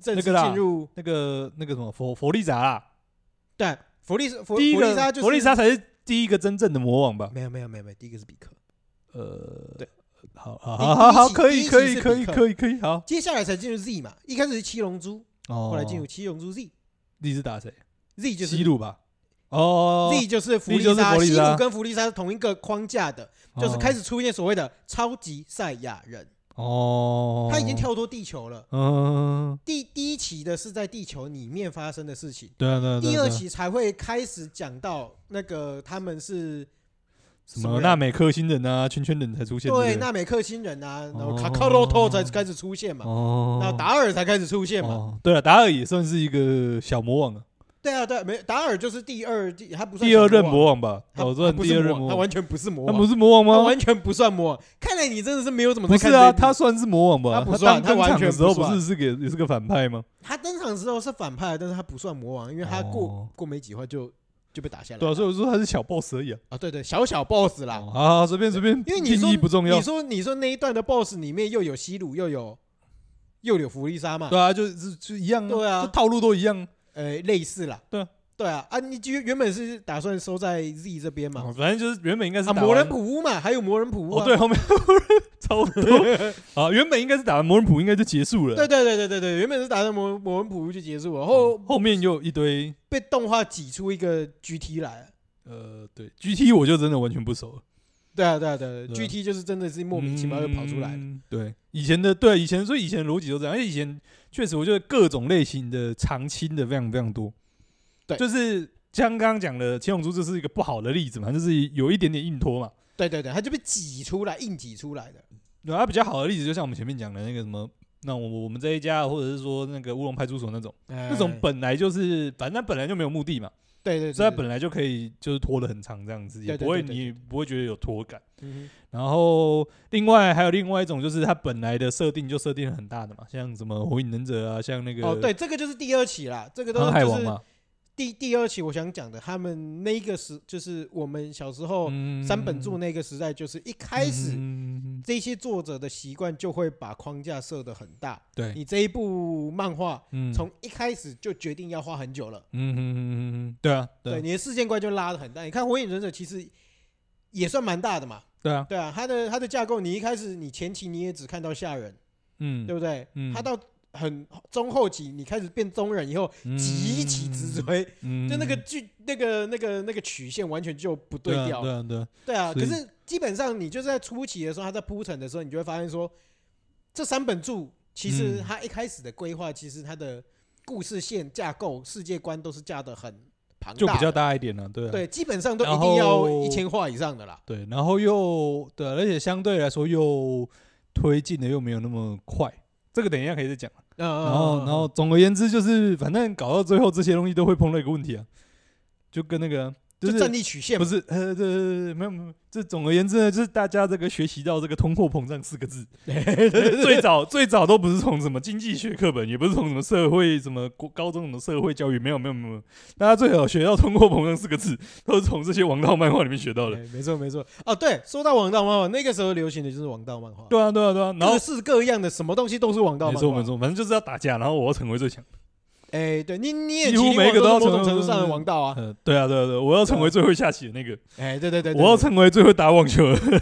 [SPEAKER 1] 正
[SPEAKER 2] 那
[SPEAKER 1] 式
[SPEAKER 2] 个啦
[SPEAKER 1] 进入
[SPEAKER 2] 那个那个什么佛佛利扎啦，
[SPEAKER 1] 对弗利弗弗
[SPEAKER 2] 第一
[SPEAKER 1] 利
[SPEAKER 2] 个
[SPEAKER 1] 莎就是
[SPEAKER 2] 佛利莎才是第一个真正的魔王吧？
[SPEAKER 1] 没有没有没有没有，第一个是比克，
[SPEAKER 2] 呃，
[SPEAKER 1] 对，
[SPEAKER 2] 好，好，好，好，好，
[SPEAKER 1] 第一期
[SPEAKER 2] 可以，
[SPEAKER 1] 第一期
[SPEAKER 2] 可以，
[SPEAKER 1] 是
[SPEAKER 2] 可以，
[SPEAKER 1] 比克
[SPEAKER 2] 可以，可以，好，
[SPEAKER 1] 接下来才进入 Z 嘛，一开始是七龙珠，
[SPEAKER 2] 哦
[SPEAKER 1] 后来进入七龙珠 Z，Z
[SPEAKER 2] 你是打谁？
[SPEAKER 1] 就
[SPEAKER 2] 西
[SPEAKER 1] 是
[SPEAKER 2] 鲁吧？哦，
[SPEAKER 1] Z 就是弗利
[SPEAKER 2] 就是
[SPEAKER 1] 莎，
[SPEAKER 2] 弗利
[SPEAKER 1] 西
[SPEAKER 2] 莎
[SPEAKER 1] 鲁跟弗利莎是同一个框架的，就是开始出现所谓的超级赛亚人，
[SPEAKER 2] 哦，
[SPEAKER 1] 他已经，跳脱地球了。
[SPEAKER 2] 嗯，
[SPEAKER 1] 第第一期的是在地球里面发生的事情，
[SPEAKER 2] 对啊，对啊，对啊
[SPEAKER 1] 第二
[SPEAKER 2] 对啊
[SPEAKER 1] 期才会开始讲到那个他们是
[SPEAKER 2] 什
[SPEAKER 1] 什么
[SPEAKER 2] 么
[SPEAKER 1] 人
[SPEAKER 2] 纳美克星人啊，圈圈人才出现，
[SPEAKER 1] 对
[SPEAKER 2] 不
[SPEAKER 1] 纳美克星人啊，然后
[SPEAKER 2] 哦
[SPEAKER 1] 卡卡洛托才开始出现嘛，
[SPEAKER 2] 哦，
[SPEAKER 1] 然后达尔才开始出现嘛。
[SPEAKER 2] 哦，对了，达尔也算是一个小魔王啊，
[SPEAKER 1] 对啊，对啊，没达尔就是第二第他不算
[SPEAKER 2] 第二任
[SPEAKER 1] 小
[SPEAKER 2] 魔王吧，
[SPEAKER 1] 他
[SPEAKER 2] 哦，算
[SPEAKER 1] 他不
[SPEAKER 2] 第
[SPEAKER 1] 是
[SPEAKER 2] 二任
[SPEAKER 1] 魔王
[SPEAKER 2] 魔
[SPEAKER 1] 他
[SPEAKER 2] 王，
[SPEAKER 1] 完全不是魔
[SPEAKER 2] 他
[SPEAKER 1] 王，
[SPEAKER 2] 不是魔王
[SPEAKER 1] 他
[SPEAKER 2] 吗？
[SPEAKER 1] 完全不算魔王。啊看来你真的是没有怎么
[SPEAKER 2] 不
[SPEAKER 1] 在
[SPEAKER 2] 是
[SPEAKER 1] 看
[SPEAKER 2] 啊，
[SPEAKER 1] 这一部
[SPEAKER 2] 他算是魔王吧？
[SPEAKER 1] 他不算
[SPEAKER 2] 当
[SPEAKER 1] 他
[SPEAKER 2] 登
[SPEAKER 1] 完
[SPEAKER 2] 场的
[SPEAKER 1] 全
[SPEAKER 2] 时候
[SPEAKER 1] 不
[SPEAKER 2] 不
[SPEAKER 1] 算
[SPEAKER 2] 是是个也是个反派吗？
[SPEAKER 1] 他登场之后是反派，但是他不算魔啊王，因为他过、
[SPEAKER 2] 哦
[SPEAKER 1] 过没几话就就被打下来
[SPEAKER 2] 对啊，
[SPEAKER 1] 了。
[SPEAKER 2] 所以我说他是小 boss 而已啊。
[SPEAKER 1] 啊，对对，小小 boss 啦。
[SPEAKER 2] 哦好，好随便随便，
[SPEAKER 1] 因为你
[SPEAKER 2] 定
[SPEAKER 1] 说
[SPEAKER 2] 义不重要
[SPEAKER 1] 你。说你说那一段的 boss 里面又有西鲁，又有又有弗利莎嘛？
[SPEAKER 2] 对啊，就是就一样啊，
[SPEAKER 1] 对啊
[SPEAKER 2] 就套路都一样。
[SPEAKER 1] 呃，类似啦。
[SPEAKER 2] 对啊
[SPEAKER 1] 对啊啊！你就原本是打算收在 Z 这边嘛？
[SPEAKER 2] 反正就是原本应该是
[SPEAKER 1] 啊，
[SPEAKER 2] 打
[SPEAKER 1] 魔
[SPEAKER 2] 完
[SPEAKER 1] 人普乌嘛，还有魔人普乌、
[SPEAKER 2] 哦，
[SPEAKER 1] 啊。
[SPEAKER 2] 对，后面 超 多啊，原本应该是打完魔人普应该就结束了。
[SPEAKER 1] 对对对对对对，原本是打算魔魔人普乌就结束了，后
[SPEAKER 2] 哦后面又一堆
[SPEAKER 1] 被动画挤出一个 GT 来。
[SPEAKER 2] 呃，对 GT 我就真的完全不熟了，
[SPEAKER 1] 对啊对啊对啊
[SPEAKER 2] 对啊
[SPEAKER 1] ，GT 就是真的是莫名其妙就跑出来了。
[SPEAKER 2] 嗯对，以前的对以前所以以前的逻辑都这样，而且以前确实我觉得各种类型的常青的非常非常多。
[SPEAKER 1] 对
[SPEAKER 2] 就是像刚刚讲的《七龙珠》，这是一个不好的例子嘛，就是有一点点硬拖嘛。
[SPEAKER 1] 对对对，他就被挤出来，硬挤出来的。
[SPEAKER 2] 对啊，比较好的例子，就像我们前面讲的那个什么，那我我们这一家，或者是说那个乌龙派出所那种，
[SPEAKER 1] 那
[SPEAKER 2] 那种本来就是，反正它本来就没有目的嘛，
[SPEAKER 1] 对对，
[SPEAKER 2] 所以它
[SPEAKER 1] 对
[SPEAKER 2] 本来就可以就是拖得很长这样子，也
[SPEAKER 1] 对对
[SPEAKER 2] 不会
[SPEAKER 1] 对对
[SPEAKER 2] 你也不会觉得有拖感。
[SPEAKER 1] 嗯
[SPEAKER 2] 然后另外还有另外一种就是它本来的设定就设定得很大的嘛，像什么火影忍者啊，像那
[SPEAKER 1] 哼
[SPEAKER 2] 个
[SPEAKER 1] 哦，对，这个就是第二期啦，这个都
[SPEAKER 2] 航
[SPEAKER 1] 是
[SPEAKER 2] 海
[SPEAKER 1] 就
[SPEAKER 2] 王
[SPEAKER 1] 是
[SPEAKER 2] 嘛，
[SPEAKER 1] 第第二期我想讲的，他们那个时就是我们小时候
[SPEAKER 2] 嗯
[SPEAKER 1] 哦三本柱那个时代，就是一开始
[SPEAKER 2] 嗯
[SPEAKER 1] 这些作者的习惯就会把框架设得很大。
[SPEAKER 2] 对，
[SPEAKER 1] 你这一部漫画
[SPEAKER 2] 嗯
[SPEAKER 1] 从一开始就决定要画很久了，
[SPEAKER 2] 嗯嗯嗯嗯嗯，对啊，对
[SPEAKER 1] 对，
[SPEAKER 2] 啊
[SPEAKER 1] 你的世界观就拉得很大。你看《火影忍者》其实也算蛮大的嘛，
[SPEAKER 2] 对啊，
[SPEAKER 1] 对啊，它的它的架构，你一开始你前期你也只看到下人，
[SPEAKER 2] 嗯
[SPEAKER 1] 对不对？
[SPEAKER 2] 嗯
[SPEAKER 1] 他到很中后期，你开始变中人以后，极其直追，
[SPEAKER 2] 嗯
[SPEAKER 1] 就那个剧、那个、那个、那个曲线完全就不对调。
[SPEAKER 2] 对啊对啊，
[SPEAKER 1] 对啊，
[SPEAKER 2] 所
[SPEAKER 1] 可
[SPEAKER 2] 以
[SPEAKER 1] 是基本上你就是在初期的时候，他在铺陈的时候，你就会发现说，这三本柱其实
[SPEAKER 2] 嗯
[SPEAKER 1] 他一开始的规划，其实他的故事线架构、世界观都是架得很庞大，
[SPEAKER 2] 就比较。大一点了，对啊
[SPEAKER 1] 对，基本上都
[SPEAKER 2] 然
[SPEAKER 1] 一定要
[SPEAKER 2] 后
[SPEAKER 1] 一千话以上的啦。
[SPEAKER 2] 对，然后又对啊，而且相对来说又推进的又没有那么快，这个等一下可以再讲。
[SPEAKER 1] 嗯嗯
[SPEAKER 2] 然后，
[SPEAKER 1] 嗯
[SPEAKER 2] 然后总而言之就是，反正搞到最后这些东西都会碰到一个问题啊，就跟那个就
[SPEAKER 1] 就是站立曲线
[SPEAKER 2] 不
[SPEAKER 1] 嘛，
[SPEAKER 2] 是，呃，对对对对，没有没有，这总而言之呢，就是大家这个学习到这个通货膨胀四 个字， 最早最早都不是从什么经济学课本，也不是从什么社会什么国高中什么社会教育，没有没有没有，大家最早学到通货膨胀四个字，都是从这些王道漫画里面学到的。
[SPEAKER 1] 哎没错没错。哦，对，说到王道漫画，那个时候流行的就是王道漫画，
[SPEAKER 2] 对啊对啊对啊，然后
[SPEAKER 1] 各式各样的什么东西都是王道
[SPEAKER 2] 没
[SPEAKER 1] 漫
[SPEAKER 2] 错
[SPEAKER 1] 画
[SPEAKER 2] 没。错，反正就是要打架，然后我要成为最强。
[SPEAKER 1] 哎，对你你也
[SPEAKER 2] 几乎
[SPEAKER 1] 麒麟
[SPEAKER 2] 每一个
[SPEAKER 1] 王
[SPEAKER 2] 都
[SPEAKER 1] 某
[SPEAKER 2] 要
[SPEAKER 1] 种
[SPEAKER 2] 成
[SPEAKER 1] 程度上的王道 啊。
[SPEAKER 2] 嗯、对啊对啊对啊，我要成为最会下棋的那个，
[SPEAKER 1] 哎，对对对，对
[SPEAKER 2] 我要成为最会打网球的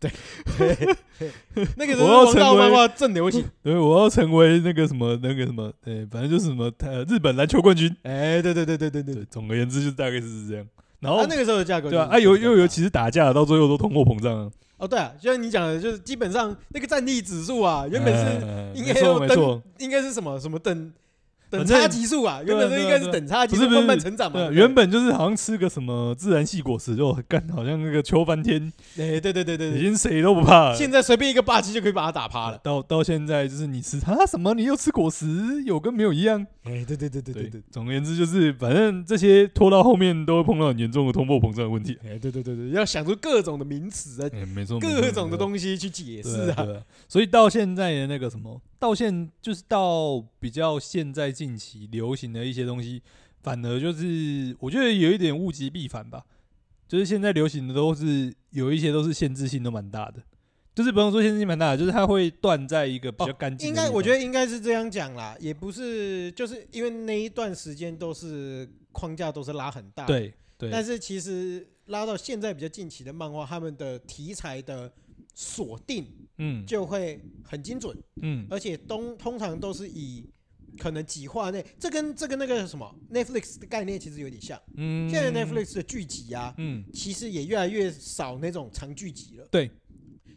[SPEAKER 1] 对对那个时候
[SPEAKER 2] 我要
[SPEAKER 1] 王道
[SPEAKER 2] 成为
[SPEAKER 1] 漫画正流行。
[SPEAKER 2] 对，我要成为那个什么那个什么，对，反正就是什么呃日本篮球冠军。
[SPEAKER 1] 哎，对对对对对对
[SPEAKER 2] 对，总而言之就是大概是这样。然后、
[SPEAKER 1] 他那个时候的价格
[SPEAKER 2] 对
[SPEAKER 1] 就
[SPEAKER 2] 啊，
[SPEAKER 1] 是
[SPEAKER 2] 啊
[SPEAKER 1] 这
[SPEAKER 2] 尤
[SPEAKER 1] 样
[SPEAKER 2] 尤尤其是打架，到最后都通货膨胀啊。
[SPEAKER 1] 哦，对啊，就像你讲的，就是基本上那个战力指数啊，原本是
[SPEAKER 2] 是
[SPEAKER 1] 应
[SPEAKER 2] 哎没
[SPEAKER 1] 该
[SPEAKER 2] 错啊
[SPEAKER 1] 要
[SPEAKER 2] 没
[SPEAKER 1] 等
[SPEAKER 2] 错，，
[SPEAKER 1] 应该是什么什么等等
[SPEAKER 2] 反正
[SPEAKER 1] 差级数啊，
[SPEAKER 2] 对
[SPEAKER 1] 原
[SPEAKER 2] 啊
[SPEAKER 1] 本是应该是等差级
[SPEAKER 2] 对
[SPEAKER 1] 数
[SPEAKER 2] 啊对啊
[SPEAKER 1] 慢慢成长嘛。
[SPEAKER 2] 对啊，
[SPEAKER 1] 对
[SPEAKER 2] 原本就是好像吃个什么自然系果实就干，好像那个邱翻天
[SPEAKER 1] 哎，对对对对
[SPEAKER 2] 已
[SPEAKER 1] 对，
[SPEAKER 2] 经谁都不怕了。
[SPEAKER 1] 现在随便一个霸气就可以把他打趴了。
[SPEAKER 2] 到到现在就是你吃它什么，你又吃果实，有跟没有一样。
[SPEAKER 1] 哎，对对对对对
[SPEAKER 2] 对
[SPEAKER 1] 对，，
[SPEAKER 2] 总而言之就是，反正这些拖到后面都会碰到很严重的通货膨胀的问题。
[SPEAKER 1] 哎，对对对对，要想出各种的名词啊，
[SPEAKER 2] 哎，没错，没错
[SPEAKER 1] 各种的
[SPEAKER 2] 没错
[SPEAKER 1] 东西去解
[SPEAKER 2] 对
[SPEAKER 1] 释
[SPEAKER 2] 啊，
[SPEAKER 1] 啊。
[SPEAKER 2] 对啊所以到现在的那个什么，到现就是到比较现在近期流行的一些东西，反而就是我觉得有一点物极必反吧。就是现在流行的都是有一些都是限制性都蛮大的，就是不用说限制性蛮大的，就是它会断在一个比较干
[SPEAKER 1] 哦
[SPEAKER 2] 净
[SPEAKER 1] 应
[SPEAKER 2] 的地方、
[SPEAKER 1] 该我觉
[SPEAKER 2] 得
[SPEAKER 1] 得应该是这样讲啦，也不是，就是因为那一段时间都是框架都是拉很大，。
[SPEAKER 2] 对对，
[SPEAKER 1] 但是其实拉到现在比较近期的漫画，他们的题材的锁定
[SPEAKER 2] 嗯
[SPEAKER 1] 就会很精准，
[SPEAKER 2] 嗯
[SPEAKER 1] 而且通通常都是以可能几话内，这跟这跟那个什么 Netflix 的概念其实有点像。
[SPEAKER 2] 嗯，
[SPEAKER 1] 现在 Netflix 的剧集啊，
[SPEAKER 2] 嗯
[SPEAKER 1] 其实也越来越少那种长剧集了，
[SPEAKER 2] 对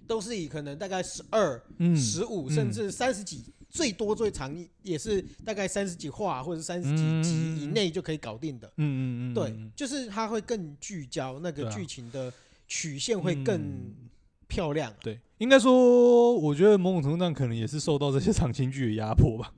[SPEAKER 1] 都是以可能大概十二、
[SPEAKER 2] 嗯
[SPEAKER 1] 十五
[SPEAKER 2] 嗯
[SPEAKER 1] 甚至三十几，最多最长也是大概三十几话或者三十几
[SPEAKER 2] 嗯
[SPEAKER 1] 集以内就可以搞定的。
[SPEAKER 2] 嗯嗯嗯，
[SPEAKER 1] 对
[SPEAKER 2] 嗯，
[SPEAKER 1] 就是它会更聚焦，那个
[SPEAKER 2] 对啊
[SPEAKER 1] 剧情的曲线会更
[SPEAKER 2] 嗯
[SPEAKER 1] 漂亮啊。
[SPEAKER 2] 对，应该说，我觉得某种程度上可能也是受到这些长青剧的压迫吧。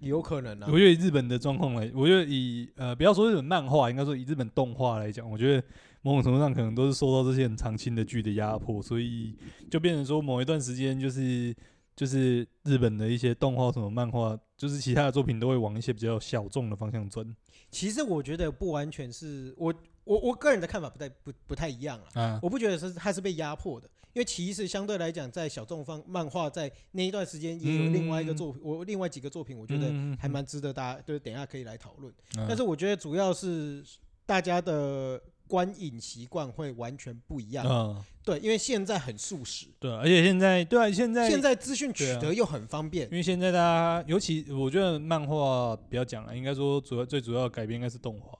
[SPEAKER 1] 有可能啊
[SPEAKER 2] 我。觉得以日本的状况来，我觉得以呃，不要说日本漫画，应该说以日本动画来讲，我觉得某种程度上可能都是受到这些很长青的剧的压迫，所以就变成说某一段时间就是就是日本的一些动画什么漫画，就是其他的作品都会往一些比较小众的方向钻
[SPEAKER 1] 其实我觉得不完全是我我我个人的看法不太不不太一样啊。
[SPEAKER 2] 啊。
[SPEAKER 1] 我不觉得是它是被压迫的，因为其实相对来讲，在小众方漫画在那一段时间也有另外一个作品，我另外几个作品，我觉得
[SPEAKER 2] 嗯
[SPEAKER 1] 还蛮值得大家就是等一下可以来讨论。
[SPEAKER 2] 嗯
[SPEAKER 1] 但是我觉得主要是大家的观影习惯会完全不一样，
[SPEAKER 2] 嗯，
[SPEAKER 1] 对，因为现在很速食，
[SPEAKER 2] 对啊，而且现在对啊，现在
[SPEAKER 1] 现在资讯取
[SPEAKER 2] 对啊
[SPEAKER 1] 得又很方便
[SPEAKER 2] 因，为现在大家，尤其我觉得漫画不要讲了，应该说主要最主要的改变应该是动画。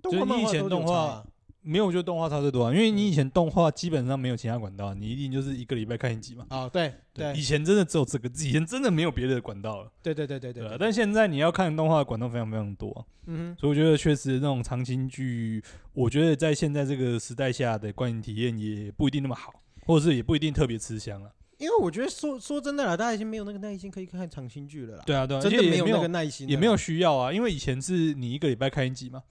[SPEAKER 1] 动画
[SPEAKER 2] 就是
[SPEAKER 1] 漫
[SPEAKER 2] 以
[SPEAKER 1] 画
[SPEAKER 2] 前
[SPEAKER 1] 都有
[SPEAKER 2] 动
[SPEAKER 1] 差
[SPEAKER 2] 画
[SPEAKER 1] 啊
[SPEAKER 2] 没有，我觉得动画差最多啊，因为
[SPEAKER 1] 嗯
[SPEAKER 2] 你以前动画基本上没有其他管道，啊你一定就是一个礼拜看一集嘛。
[SPEAKER 1] 啊，对
[SPEAKER 2] 以
[SPEAKER 1] 对
[SPEAKER 2] 前真的只有这个，以前真的没有别的管道了，
[SPEAKER 1] 对对对对
[SPEAKER 2] 对啊
[SPEAKER 1] 对，
[SPEAKER 2] 但现在你要看动画的管道非常非常多啊、
[SPEAKER 1] 嗯
[SPEAKER 2] 所以我觉得确实那种长青剧，我觉得在现在这个时代下的观影体验也不一定那么好，或者是也不一定特别吃香了。
[SPEAKER 1] 哼，因为我觉得说说真的啦，大家已经没有那个耐心可以看长新剧了啦，
[SPEAKER 2] 对啊，对啊，
[SPEAKER 1] 真
[SPEAKER 2] 而
[SPEAKER 1] 的
[SPEAKER 2] 且也
[SPEAKER 1] 没
[SPEAKER 2] 没
[SPEAKER 1] 有那个耐心了啦，
[SPEAKER 2] 也没有需要啊，因为以前是你一个礼拜看一集嘛。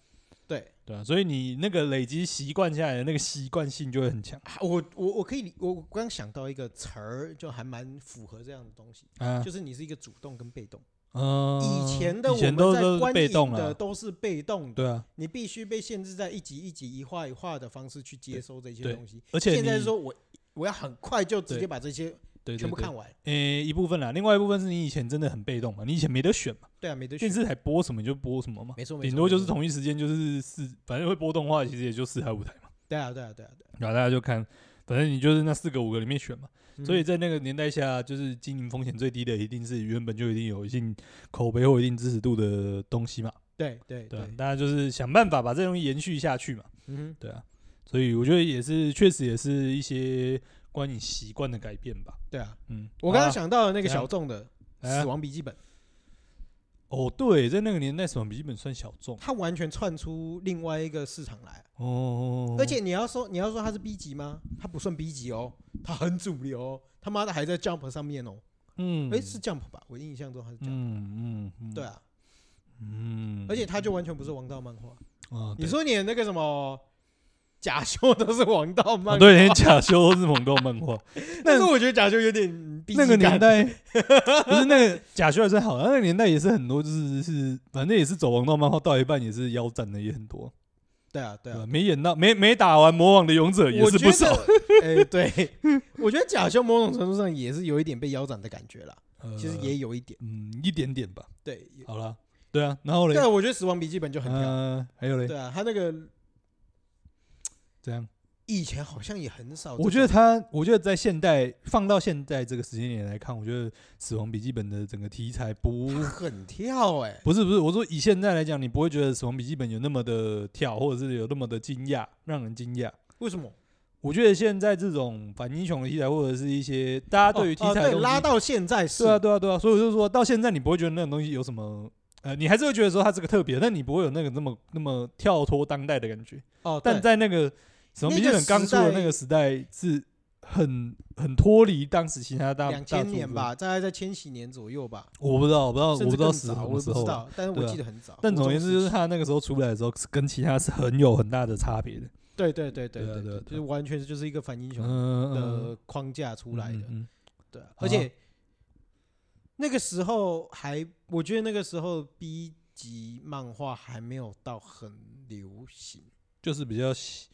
[SPEAKER 1] 对。
[SPEAKER 2] 对啊，所以你那个累积习惯下来的那个习惯性就会很强
[SPEAKER 1] 啊我我我可以理，我我刚想到一个词儿，就还蛮符合这样的东西，
[SPEAKER 2] 啊。
[SPEAKER 1] 就是你是一个主动跟被动。
[SPEAKER 2] 嗯，
[SPEAKER 1] 以前的
[SPEAKER 2] 以
[SPEAKER 1] 我
[SPEAKER 2] 前都
[SPEAKER 1] 们在
[SPEAKER 2] 都是
[SPEAKER 1] 观
[SPEAKER 2] 被动啊
[SPEAKER 1] 影的
[SPEAKER 2] 了，
[SPEAKER 1] 都是被动的，
[SPEAKER 2] 对啊，
[SPEAKER 1] 你必须被限制在一集一集、一话一话的方式去接收这些
[SPEAKER 2] 对
[SPEAKER 1] 东西。
[SPEAKER 2] 而且
[SPEAKER 1] 现在
[SPEAKER 2] 你
[SPEAKER 1] 是说我我要很快就直接
[SPEAKER 2] 对
[SPEAKER 1] 把这些
[SPEAKER 2] 对对
[SPEAKER 1] 全部
[SPEAKER 2] 对
[SPEAKER 1] 看完，
[SPEAKER 2] 诶一部分啦，另外一部分是你以前真的很被动嘛，你以前没得选嘛，
[SPEAKER 1] 对啊，没得选
[SPEAKER 2] 电，视台播什么你就播什么嘛，
[SPEAKER 1] 没错没错，
[SPEAKER 2] 顶多就是
[SPEAKER 1] 没错
[SPEAKER 2] 同一时间就是四，反正会播动画其实也就四台五台嘛，
[SPEAKER 1] 对啊对啊对啊对啊
[SPEAKER 2] 然后大家就看，反正你就是那四个五个里面选嘛，，
[SPEAKER 1] 嗯
[SPEAKER 2] 所以在那个年代下，就是经营风险最低的一定是原本就一定有一定口碑或一定支持度的东西嘛，
[SPEAKER 1] 对对
[SPEAKER 2] 对
[SPEAKER 1] 对
[SPEAKER 2] 啊，，大家就是想办法把这东西延续下去嘛。
[SPEAKER 1] 嗯哼，
[SPEAKER 2] 对啊，所以我觉得也是，确实也是一些观影习惯的改变吧。
[SPEAKER 1] 对啊。
[SPEAKER 2] 嗯，
[SPEAKER 1] 我刚刚
[SPEAKER 2] 好啦，
[SPEAKER 1] 想到的那个
[SPEAKER 2] 怎样
[SPEAKER 1] 小众的
[SPEAKER 2] 来啊
[SPEAKER 1] 《死亡笔记本》，
[SPEAKER 2] 哦，对，在那个年代，死亡笔记本算小众
[SPEAKER 1] 它完全窜出另外一个市场来，
[SPEAKER 2] 哦，
[SPEAKER 1] 而且你要说你要说它是 B 级吗？它不算 B 级哦，它很主流哦，他妈的还在 Jump 上面哦。
[SPEAKER 2] 嗯，
[SPEAKER 1] 哎，是 Jump 吧？我印象中它是 Jump。
[SPEAKER 2] 嗯嗯嗯，
[SPEAKER 1] 对啊，
[SPEAKER 2] 嗯，
[SPEAKER 1] 而且它就完全不是王道漫画，
[SPEAKER 2] 啊，
[SPEAKER 1] 你
[SPEAKER 2] 对
[SPEAKER 1] 说你的那个什么假修都是王道漫画，
[SPEAKER 2] 啊对，连假修日本动漫画，
[SPEAKER 1] 但是我觉得假修有点逼
[SPEAKER 2] 那个
[SPEAKER 1] 近感
[SPEAKER 2] 年，代不是那个假修还是好，那个年代也是很多，就是是反正也是走王道漫画到一半也是腰斩的也很多，
[SPEAKER 1] 对啊对
[SPEAKER 2] 对吧？
[SPEAKER 1] 啊，
[SPEAKER 2] 没演到没没打完魔王的勇者呃也
[SPEAKER 1] 我
[SPEAKER 2] 是
[SPEAKER 1] 觉得
[SPEAKER 2] 不少，。
[SPEAKER 1] 哎，对，我觉得假修某种程度上也是有一点被腰斩的感觉啦，其实
[SPEAKER 2] 呃
[SPEAKER 1] 也有一点，
[SPEAKER 2] 嗯一点点吧，
[SPEAKER 1] 对，也
[SPEAKER 2] 好啦，对啊，然后嘞，
[SPEAKER 1] 但我觉得《死亡笔记本》就很屌，
[SPEAKER 2] 嗯，还有嘞
[SPEAKER 1] 对，啊，他那个
[SPEAKER 2] 这样。
[SPEAKER 1] 以前好像也很哦少这种，
[SPEAKER 2] 我觉得他，我觉得在现代放到现在这个时间点来看，我觉得《死亡笔记本》的整个题材 不
[SPEAKER 1] 他很跳哎、
[SPEAKER 2] 不是不是，我说以现在来讲，你不会觉得《死亡笔记本》有那么的跳，或者是有那么的惊讶，让人惊讶。
[SPEAKER 1] 为什么？
[SPEAKER 2] 我觉得现在这种反英雄的题材，或者是一些大家对于题
[SPEAKER 1] 哦
[SPEAKER 2] 材
[SPEAKER 1] 哦
[SPEAKER 2] 的
[SPEAKER 1] 对
[SPEAKER 2] 东西
[SPEAKER 1] 拉到现在是
[SPEAKER 2] 对啊，对啊，对啊，所以我就说到现在，你不会觉得那种东西有什么，呃，你还是会觉得说它这个特别，但你不会有那个那么那么跳脱当代的感觉。
[SPEAKER 1] 哦，
[SPEAKER 2] 但
[SPEAKER 1] 对
[SPEAKER 2] 在那个《死亡笔记本》刚出的那个时代，是很很脱离当时其他大
[SPEAKER 1] 两千年，吧，大概在千禧年左右吧，
[SPEAKER 2] 大作品我不知道，我不知道，
[SPEAKER 1] 甚
[SPEAKER 2] 我
[SPEAKER 1] 至
[SPEAKER 2] 不知道
[SPEAKER 1] 更
[SPEAKER 2] 是什
[SPEAKER 1] 早，我也
[SPEAKER 2] 么时
[SPEAKER 1] 不知
[SPEAKER 2] 候啊。
[SPEAKER 1] 道，但是我
[SPEAKER 2] 对啊
[SPEAKER 1] 记得很早。
[SPEAKER 2] 但总而言之，就是
[SPEAKER 1] 他，
[SPEAKER 2] 他那个时候出来的时候，是跟其他是很有很大的差别的。
[SPEAKER 1] 对对对对
[SPEAKER 2] 对啊对啊
[SPEAKER 1] 对，
[SPEAKER 2] 对啊
[SPEAKER 1] 就是完全就是一个反英雄
[SPEAKER 2] 嗯，
[SPEAKER 1] 的框架出来的，
[SPEAKER 2] 嗯
[SPEAKER 1] 对啊，而且那个时候还，我觉得那个时候 B 级漫画还没有到很流行。
[SPEAKER 2] 就是比较喜。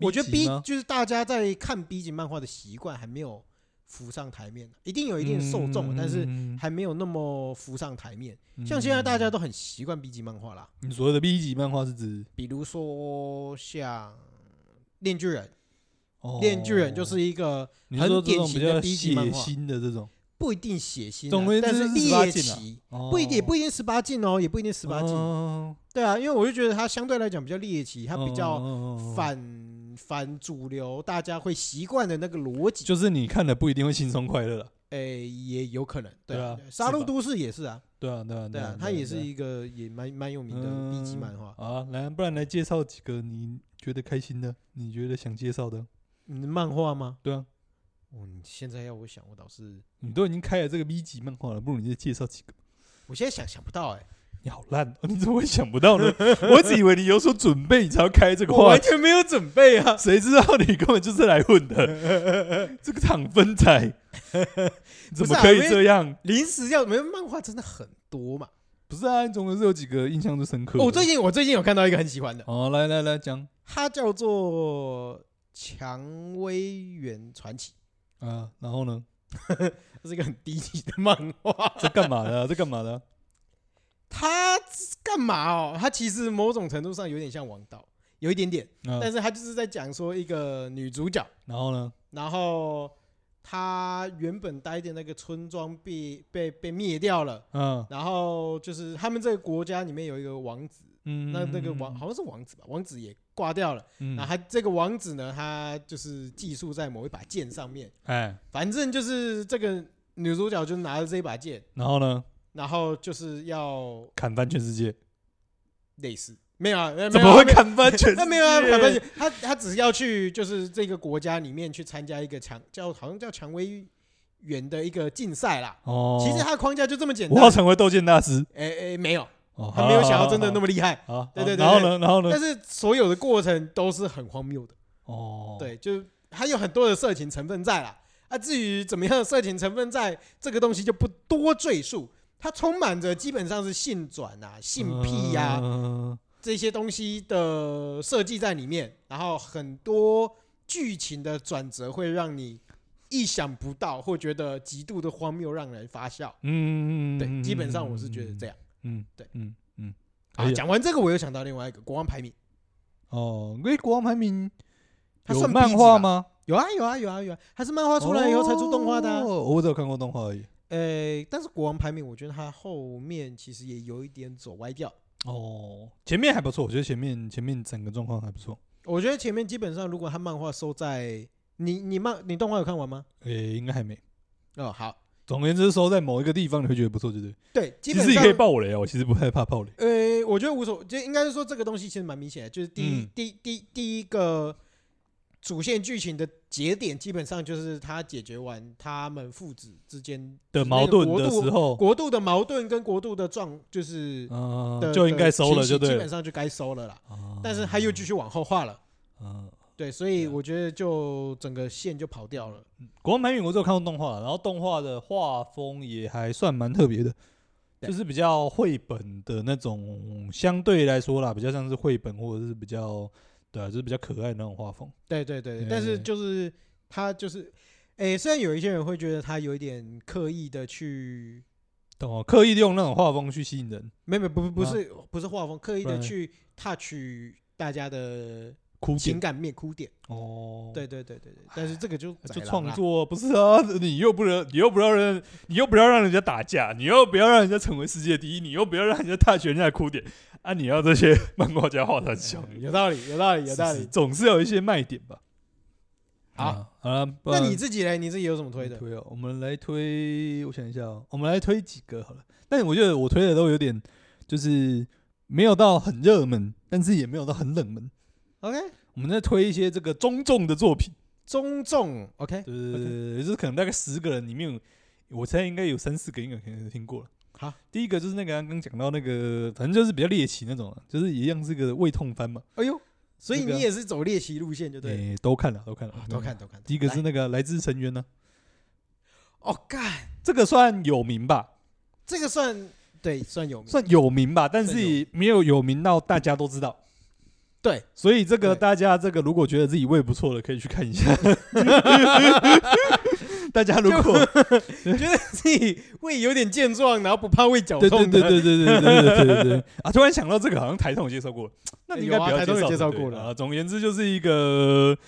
[SPEAKER 1] 我觉得 B
[SPEAKER 2] 级吗
[SPEAKER 1] 就是大家在看 B 级漫画的习惯还没有浮上台面，啊一定有一定的受众，但是
[SPEAKER 2] 嗯
[SPEAKER 1] 还没有那么浮上台面。像现在大家都很习惯 B 级漫画啦，
[SPEAKER 2] 嗯你所谓的 B 级漫画是指
[SPEAKER 1] 比如说像《链锯人》，
[SPEAKER 2] 哦
[SPEAKER 1] 《链锯人》就是一个
[SPEAKER 2] 你是说这种
[SPEAKER 1] 很典型
[SPEAKER 2] 比较
[SPEAKER 1] 的
[SPEAKER 2] 血
[SPEAKER 1] B 级漫画
[SPEAKER 2] 腥的这种，
[SPEAKER 1] 不一定血腥
[SPEAKER 2] 总
[SPEAKER 1] 啊、
[SPEAKER 2] 而言之
[SPEAKER 1] 但是
[SPEAKER 2] 是18
[SPEAKER 1] 猎
[SPEAKER 2] 禁啊
[SPEAKER 1] 奇，
[SPEAKER 2] 哦
[SPEAKER 1] 不一定也不一定十八禁哦，也不一定十八禁。
[SPEAKER 2] 哦
[SPEAKER 1] 对啊，因为我就觉得它相对来讲比较猎奇，它比较
[SPEAKER 2] 嗯嗯嗯嗯
[SPEAKER 1] 反反主流，大家会习惯的那个逻辑。
[SPEAKER 2] 就是你看了不一定会轻松快乐了。
[SPEAKER 1] 诶、也有可能，对啊
[SPEAKER 2] 对啊，
[SPEAKER 1] 杀
[SPEAKER 2] 是
[SPEAKER 1] 戮
[SPEAKER 2] 吧
[SPEAKER 1] 都市》也是啊，
[SPEAKER 2] 对啊，对啊，嗯
[SPEAKER 1] 对啊，它也是一个也蛮蛮有名的 B 级漫画。
[SPEAKER 2] 好啊，来，不然来介绍几个你觉得开心的，你觉得想介绍的。
[SPEAKER 1] 你的嗯漫画吗？
[SPEAKER 2] 对啊，
[SPEAKER 1] 哦，你现在要我想，我倒是，
[SPEAKER 2] 你都已经开了这个 B 级漫画了，不如你就介绍几个。
[SPEAKER 1] 我现在想想不到哎、
[SPEAKER 2] 你好烂、哦，你怎么会想不到呢？ 我一直以为你有所准备，你才要开这个话题，
[SPEAKER 1] 全没有准备啊。
[SPEAKER 2] 谁知道你根本就是来混的， 这个躺分 仔，你怎么可以这样？
[SPEAKER 1] 临时要没有漫画真的很多嘛。
[SPEAKER 2] 不是啊，你总是有几个印象最深刻的。
[SPEAKER 1] 哦，我最近我最近有看到一个很喜欢的，
[SPEAKER 2] 哦，来来来讲
[SPEAKER 1] 它叫做《蔷薇园传奇
[SPEAKER 2] 啊，然后呢，》，
[SPEAKER 1] 这是一个很低级的漫 画。
[SPEAKER 2] 在干嘛的啊、在干嘛 的啊、
[SPEAKER 1] 它干嘛哦？它其实某种程度上有点像王道，有一点点，
[SPEAKER 2] 啊
[SPEAKER 1] 但是它就是在讲说一个女主角，
[SPEAKER 2] 然后呢？
[SPEAKER 1] 然后她原本待的那个村庄被被被灭掉了。
[SPEAKER 2] 嗯
[SPEAKER 1] 然后就是他们这个国家里面有一个王子，
[SPEAKER 2] 嗯，
[SPEAKER 1] 那那个王好像是王子吧，王子也挂掉了。
[SPEAKER 2] 嗯，
[SPEAKER 1] 然后他这个王子呢，他就是寄宿在某一把剑上面，
[SPEAKER 2] 哎，
[SPEAKER 1] 反正就是这个女主角就拿着这一把剑，
[SPEAKER 2] 然后呢？
[SPEAKER 1] 然后就是要
[SPEAKER 2] 砍翻全世界？
[SPEAKER 1] 类似没有啊，没有
[SPEAKER 2] 怎么会？
[SPEAKER 1] 没有
[SPEAKER 2] 砍翻全世界？
[SPEAKER 1] 他没有啊，反正他他只是要去就是这个国家里面去参加一个蔷叫好像叫蔷薇园的一个竞赛啦。
[SPEAKER 2] 哦，
[SPEAKER 1] 其实他的框架就这么简
[SPEAKER 2] 我要
[SPEAKER 1] 单，
[SPEAKER 2] 成为斗剑大师。
[SPEAKER 1] 哎哎没有，
[SPEAKER 2] 哦，
[SPEAKER 1] 他没有想要真的那
[SPEAKER 2] 么
[SPEAKER 1] 么厉害，
[SPEAKER 2] 好。好
[SPEAKER 1] 对对对
[SPEAKER 2] 然后呢？然后呢
[SPEAKER 1] 但？是所有的过程都是很荒谬的。
[SPEAKER 2] 哦，，
[SPEAKER 1] 对，就是还有很多的色情成分在啦。啊，至于怎么样的色情成分在，这个东西就不多赘述。它充满着基本上是性转啊、性癖呀、
[SPEAKER 2] 嗯
[SPEAKER 1] 这些东西的设计在里面，然后很多剧情的转折会让你意想不到，或觉得极度的荒谬，让人发笑。
[SPEAKER 2] 嗯，
[SPEAKER 1] 对，基本上我是觉得这
[SPEAKER 2] 样。
[SPEAKER 1] 样。
[SPEAKER 2] 嗯，
[SPEAKER 1] 对
[SPEAKER 2] 嗯嗯，可
[SPEAKER 1] 啊，
[SPEAKER 2] 以啊
[SPEAKER 1] 讲完这个，我又想到另外一个国王排名，
[SPEAKER 2] 哦，因为国王排名
[SPEAKER 1] 它
[SPEAKER 2] 有
[SPEAKER 1] 算 B
[SPEAKER 2] 漫
[SPEAKER 1] 级
[SPEAKER 2] 画
[SPEAKER 1] 吧？
[SPEAKER 2] 吗？
[SPEAKER 1] 有啊，有啊，有啊，有啊，它是漫画出来以后才出动画的啊、
[SPEAKER 2] 哦我只有看过动画而已。
[SPEAKER 1] 呃，但是国王排名，我觉得他后面其实也有一点走歪掉。
[SPEAKER 2] 哦，前面还不错，我觉得前面前面整个状况还不错。
[SPEAKER 1] 我觉得前面基本上，如果他漫画收在你你漫你动画有看完吗？
[SPEAKER 2] 诶，应该还没。
[SPEAKER 1] 哦，好，
[SPEAKER 2] 总而言之，收在某一个地方你会觉得不错，对不对？
[SPEAKER 1] 对，基
[SPEAKER 2] 其
[SPEAKER 1] 本
[SPEAKER 2] 实也可以
[SPEAKER 1] 上
[SPEAKER 2] 爆雷啊，我其实不太怕爆雷。
[SPEAKER 1] 呃，我觉得无所，就应该是说这个东西其实蛮明显的，就是第一、
[SPEAKER 2] 嗯
[SPEAKER 1] 第第第一个主线剧情的节点基本上就是他解决完他们父子之间
[SPEAKER 2] 的
[SPEAKER 1] 那
[SPEAKER 2] 矛盾
[SPEAKER 1] 个
[SPEAKER 2] 的
[SPEAKER 1] 国度
[SPEAKER 2] 时候，
[SPEAKER 1] 国度的矛盾跟国度的状就是
[SPEAKER 2] 嗯
[SPEAKER 1] 的，
[SPEAKER 2] 就应该
[SPEAKER 1] 的
[SPEAKER 2] 收
[SPEAKER 1] 情
[SPEAKER 2] 了，就
[SPEAKER 1] 形
[SPEAKER 2] 对
[SPEAKER 1] 基
[SPEAKER 2] 了
[SPEAKER 1] 本。上就该收了啦。
[SPEAKER 2] 哦
[SPEAKER 1] 但是他又继续往后画了，
[SPEAKER 2] 嗯，
[SPEAKER 1] 对，所以
[SPEAKER 2] 对啊
[SPEAKER 1] 我觉得就整个线就跑掉了。
[SPEAKER 2] 国王蛮远，我只有看过动画，然后动画的画风也还算蛮特别的，
[SPEAKER 1] 对
[SPEAKER 2] 就是比较绘本的那种，相对来说啦，比较像是绘本或者是比较，对啊，就是比较可爱的那种画风。
[SPEAKER 1] 对对对，对
[SPEAKER 2] 对
[SPEAKER 1] 但是
[SPEAKER 2] 对
[SPEAKER 1] 就是他就是，诶，虽然有一些人会觉得他有一点刻意的去，
[SPEAKER 2] 懂哦，刻意用那种画风去吸引人，
[SPEAKER 1] 没没不不
[SPEAKER 2] 啊
[SPEAKER 1] 是不是画风，刻意的
[SPEAKER 2] 不然
[SPEAKER 1] 去 touch 大家的
[SPEAKER 2] 哭
[SPEAKER 1] 情
[SPEAKER 2] 点
[SPEAKER 1] 感面哭点。
[SPEAKER 2] 哦，
[SPEAKER 1] 对对对对对，但是这个就
[SPEAKER 2] 就
[SPEAKER 1] 宰狼
[SPEAKER 2] 创
[SPEAKER 1] 啦。
[SPEAKER 2] 作不是啊，你又不能，你又不要让，你又不要让人家打架，你又不要让人家成为世界第一，你又不要让人家大学人家的哭点啊！你要这些 漫画家画成小，
[SPEAKER 1] 嗯有道理，有道理，有道
[SPEAKER 2] 是是
[SPEAKER 1] 理。
[SPEAKER 2] 总是要有一些卖点吧。
[SPEAKER 1] 好
[SPEAKER 2] 啊，好了，不
[SPEAKER 1] 那
[SPEAKER 2] 然
[SPEAKER 1] 你自己嘞？你自己有什么推的？
[SPEAKER 2] 推哦，我们来推，我想一下哦，我们来推几个好了。但我觉得我推的都有点，就是没有到很热门，但是也没有到很冷门。
[SPEAKER 1] OK，
[SPEAKER 2] 我们在推一些这个中重的作品。
[SPEAKER 1] 中重 OK，
[SPEAKER 2] 对对对对，对就是可能大概十个人里面，我猜应该有三四个应该可能听过了。
[SPEAKER 1] 好，
[SPEAKER 2] 第一个就是那个刚刚讲到那个，反正就是比较猎奇那种啊，就是一样是个胃痛番嘛。
[SPEAKER 1] 哎呦，所以
[SPEAKER 2] 这个
[SPEAKER 1] 你也是走猎奇路线就对了，
[SPEAKER 2] 诶都看了，都看了
[SPEAKER 1] 啊，都看。都看。
[SPEAKER 2] 第一个
[SPEAKER 1] 来
[SPEAKER 2] 是那个来自深渊呢，
[SPEAKER 1] 哦，干，
[SPEAKER 2] 这个算有名吧，
[SPEAKER 1] 这个算对算有名，
[SPEAKER 2] 算有名吧，但
[SPEAKER 1] 嗯算有
[SPEAKER 2] 是
[SPEAKER 1] 名
[SPEAKER 2] 也没有有名到大家都知道。
[SPEAKER 1] 对，
[SPEAKER 2] 所以这个
[SPEAKER 1] 对
[SPEAKER 2] 大家这个如果觉得自己胃不错的，可以去看一 下。大家如果
[SPEAKER 1] 觉得自己胃有点健壮，然后不怕胃
[SPEAKER 2] 对对对对对对对
[SPEAKER 1] 绞痛的。
[SPEAKER 2] 对对对对对啊！突然想到这个，好像台通有介绍过了，那你应该
[SPEAKER 1] 有啊
[SPEAKER 2] 不要
[SPEAKER 1] 台通有介绍
[SPEAKER 2] 对
[SPEAKER 1] 过了
[SPEAKER 2] 啊。总而言之，就是一个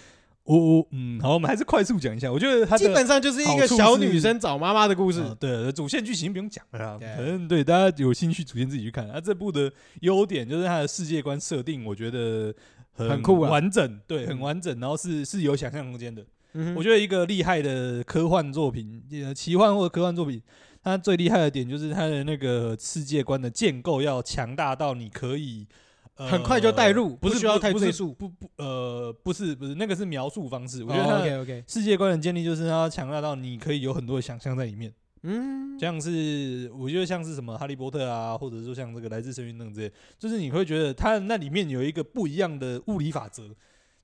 [SPEAKER 2] 我我嗯，好，我们还是快速讲一下。我觉得它的
[SPEAKER 1] 基本上就是一个小女生找妈妈的故事。
[SPEAKER 2] 啊对主线剧情不用讲了啦，
[SPEAKER 1] 对
[SPEAKER 2] 反正对大家有兴趣，主线自己去看。啊，这部的优点就是它的世界观设定，我觉得很
[SPEAKER 1] 很酷啊
[SPEAKER 2] 完整，对，很
[SPEAKER 1] 嗯
[SPEAKER 2] 完整，然后是是有想象空间的。
[SPEAKER 1] 嗯
[SPEAKER 2] 我
[SPEAKER 1] 哼
[SPEAKER 2] 觉得一个厉害的科幻作品，呃，奇幻或者科幻作品，它最厉害的点就是它的那个世界观的建构要强大到你可以。呃
[SPEAKER 1] 很快就带入
[SPEAKER 2] 不是
[SPEAKER 1] 不需要太
[SPEAKER 2] 不是
[SPEAKER 1] 赘述
[SPEAKER 2] 不不呃，不是不是，那个是描述方式。我觉得
[SPEAKER 1] 哦
[SPEAKER 2] 它
[SPEAKER 1] OK
[SPEAKER 2] 的
[SPEAKER 1] OK，
[SPEAKER 2] 世界观的建立就是它要强大到你可以有很多的想象在里面，
[SPEAKER 1] 嗯，
[SPEAKER 2] 像是我觉得像是什么《哈利波特》啊，或者说像这个《来自深渊》等之类，就是你会觉得它那里面有一个不一样的物理法则，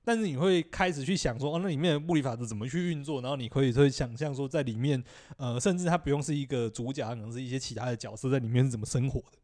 [SPEAKER 2] 但是你会开始去想说，哦，那里面的物理法则怎么去运作，然后你可以会想象说，在里面，呃，甚至它不用是一个主角，可能是一些其他的角色在里面是怎么生活的。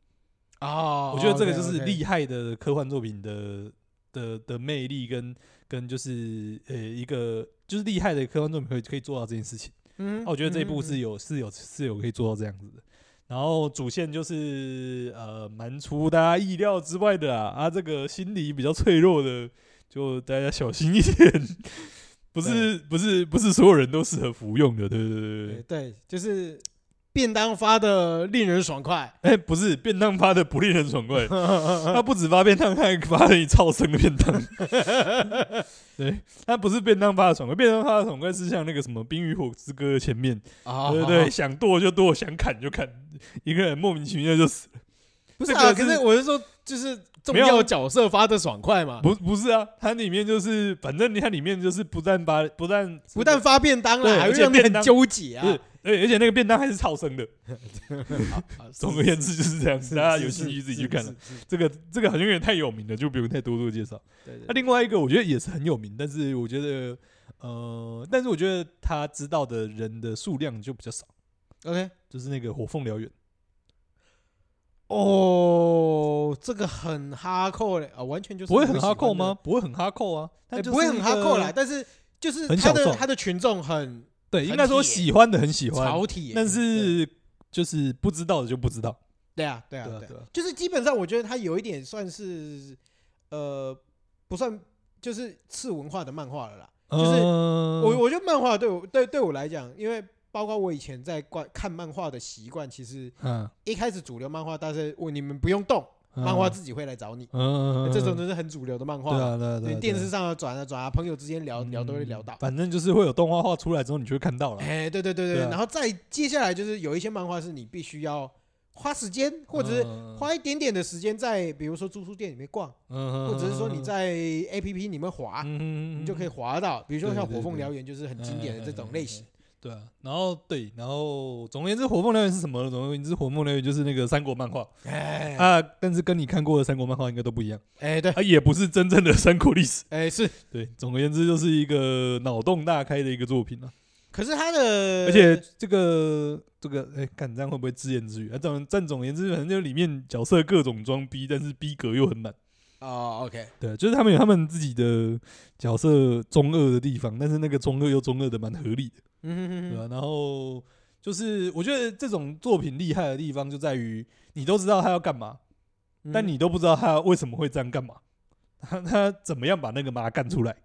[SPEAKER 1] 哦，
[SPEAKER 2] 我觉得这个就是厉
[SPEAKER 1] 害。
[SPEAKER 2] 害的科幻作品的的的魅力跟跟就是呃一个就是厉害的科幻作品可以可以做到这件事情。
[SPEAKER 1] 嗯
[SPEAKER 2] 啊，我觉得这一部是
[SPEAKER 1] 有
[SPEAKER 2] 有是有是有可以做到这样子的。然后主线就是呃，蛮出大家意料之外的啊啊，这个心理比较脆弱的，就大家小心一点。不是不是不是所有人都适合服用的，对对对对对。
[SPEAKER 1] 对，就是便当发的令人爽 快。哦
[SPEAKER 2] 哎、不是便当发的不令人爽快，他不止发便当，他还发了你超生的便当。对，他不是便当发的爽快，便当发的爽快是像那个什么《冰与火之歌》的前面，
[SPEAKER 1] 哦
[SPEAKER 2] 对对对，，想剁就剁，想砍就砍，一个人莫名其妙就死了。
[SPEAKER 1] 不是
[SPEAKER 2] 这
[SPEAKER 1] 啊，
[SPEAKER 2] 个
[SPEAKER 1] 可是我是说，就是重
[SPEAKER 2] 没有
[SPEAKER 1] 要
[SPEAKER 2] 啊
[SPEAKER 1] 角色发的爽快嘛，
[SPEAKER 2] 不不是啊，它里面就是，反正它里面就是不但把不但
[SPEAKER 1] 不但发便当啊
[SPEAKER 2] 对
[SPEAKER 1] 了，还
[SPEAKER 2] 而
[SPEAKER 1] 会
[SPEAKER 2] 且
[SPEAKER 1] 让你
[SPEAKER 2] 便
[SPEAKER 1] 很
[SPEAKER 2] 当
[SPEAKER 1] 纠结
[SPEAKER 2] 不 是
[SPEAKER 1] 啊。，
[SPEAKER 2] 对，而且那个便当还是超生的。
[SPEAKER 1] 啊
[SPEAKER 2] 总而言之就是这样子，大家有兴趣自己去看。啊
[SPEAKER 1] 是
[SPEAKER 2] 了。
[SPEAKER 1] 是是是是
[SPEAKER 2] 这个这个好像有点太有名了，就不用太多做介绍。
[SPEAKER 1] 对对
[SPEAKER 2] 那、另外一个我觉得也是很有名，但是我觉得呃，但是我觉得他知道的人的数量就比较少，
[SPEAKER 1] 对 OK，
[SPEAKER 2] 就是那个《火凤燎原》。
[SPEAKER 1] 哦，这个很哈扣嘞啊，完全就是
[SPEAKER 2] 不会
[SPEAKER 1] 我
[SPEAKER 2] 很
[SPEAKER 1] 喜
[SPEAKER 2] 哈
[SPEAKER 1] 欢
[SPEAKER 2] 扣
[SPEAKER 1] 的
[SPEAKER 2] 吗？？不会很哈扣啊，它
[SPEAKER 1] 哎
[SPEAKER 2] 就是
[SPEAKER 1] 不会很
[SPEAKER 2] 一
[SPEAKER 1] 哈
[SPEAKER 2] 个
[SPEAKER 1] 扣啦，但是就是
[SPEAKER 2] 很
[SPEAKER 1] 他
[SPEAKER 2] 小
[SPEAKER 1] 的
[SPEAKER 2] 众
[SPEAKER 1] 他的群众很
[SPEAKER 2] 对，
[SPEAKER 1] 很
[SPEAKER 2] 应该说
[SPEAKER 1] 铁
[SPEAKER 2] 喜欢的很喜欢，
[SPEAKER 1] 潮体，
[SPEAKER 2] 但
[SPEAKER 1] 对
[SPEAKER 2] 是就是不知道的就不知道。
[SPEAKER 1] 对啊对啊
[SPEAKER 2] 对啊
[SPEAKER 1] 对
[SPEAKER 2] 对
[SPEAKER 1] 啊
[SPEAKER 2] 啊，
[SPEAKER 1] 就是基本上我觉得他有一点算是呃不算就是次文化的漫画了啦。就是我
[SPEAKER 2] 我
[SPEAKER 1] 我觉得漫画对我对对我来讲，因为包括我以前在观看漫画的习惯，其实
[SPEAKER 2] 嗯，
[SPEAKER 1] 一开始主流漫画，但是我哦你们不用动，漫画自己会来找你，
[SPEAKER 2] 嗯
[SPEAKER 1] 这种都是很主流的漫
[SPEAKER 2] 对
[SPEAKER 1] 画嘛。
[SPEAKER 2] 啊对啊对嗯
[SPEAKER 1] 对，
[SPEAKER 2] 啊，
[SPEAKER 1] 电视上啊转啊转啊，朋友之间聊聊都会聊到。哎
[SPEAKER 2] 反正就是会有动画画出来之后，你就会看到了。
[SPEAKER 1] 哎，对对对对，
[SPEAKER 2] 嗯对啊
[SPEAKER 1] 然后再接下来就是有一些漫画是你必须要花时间，或者是
[SPEAKER 2] 是
[SPEAKER 1] 花一点点的时间在比如说租书店里面逛，
[SPEAKER 2] 或
[SPEAKER 1] 或者是说你在 A P P 里面滑，
[SPEAKER 2] 嗯
[SPEAKER 1] 你就可以滑到，比如说像
[SPEAKER 2] 对对
[SPEAKER 1] 火凤
[SPEAKER 2] 对
[SPEAKER 1] 燎原就是很经典的这种类型。
[SPEAKER 2] 对啊，然后对，然后总而言之，火凤燎原是什么呢？总而言之，火凤燎原就是那个三国漫画
[SPEAKER 1] 哎
[SPEAKER 2] 啊，但是跟你看过的三国漫画应该都不一样，
[SPEAKER 1] 哎对，
[SPEAKER 2] 它也不是真正的三国历史。
[SPEAKER 1] 哎是，
[SPEAKER 2] 对，总而言之，就是一个脑洞大开的一个作品啊。
[SPEAKER 1] 可是它的
[SPEAKER 2] 而且这个这个，哎，看这样会不会自言自语？啊，总但总而言之，反正就里面角色各种装逼，但是逼格又很满。
[SPEAKER 1] 哦 OK，
[SPEAKER 2] 对，啊就是他们有他们自己的角色中二的地方，但是那个中二又中二的蛮合理的。
[SPEAKER 1] 嗯哼哼
[SPEAKER 2] 对
[SPEAKER 1] 哼
[SPEAKER 2] 吧、然后就是我觉得这种作品厉害的地方就在于，你都知道他要干嘛，
[SPEAKER 1] 嗯
[SPEAKER 2] 但你都不知道他为什么会这样干嘛， 他他怎么样把那个嘛干出来，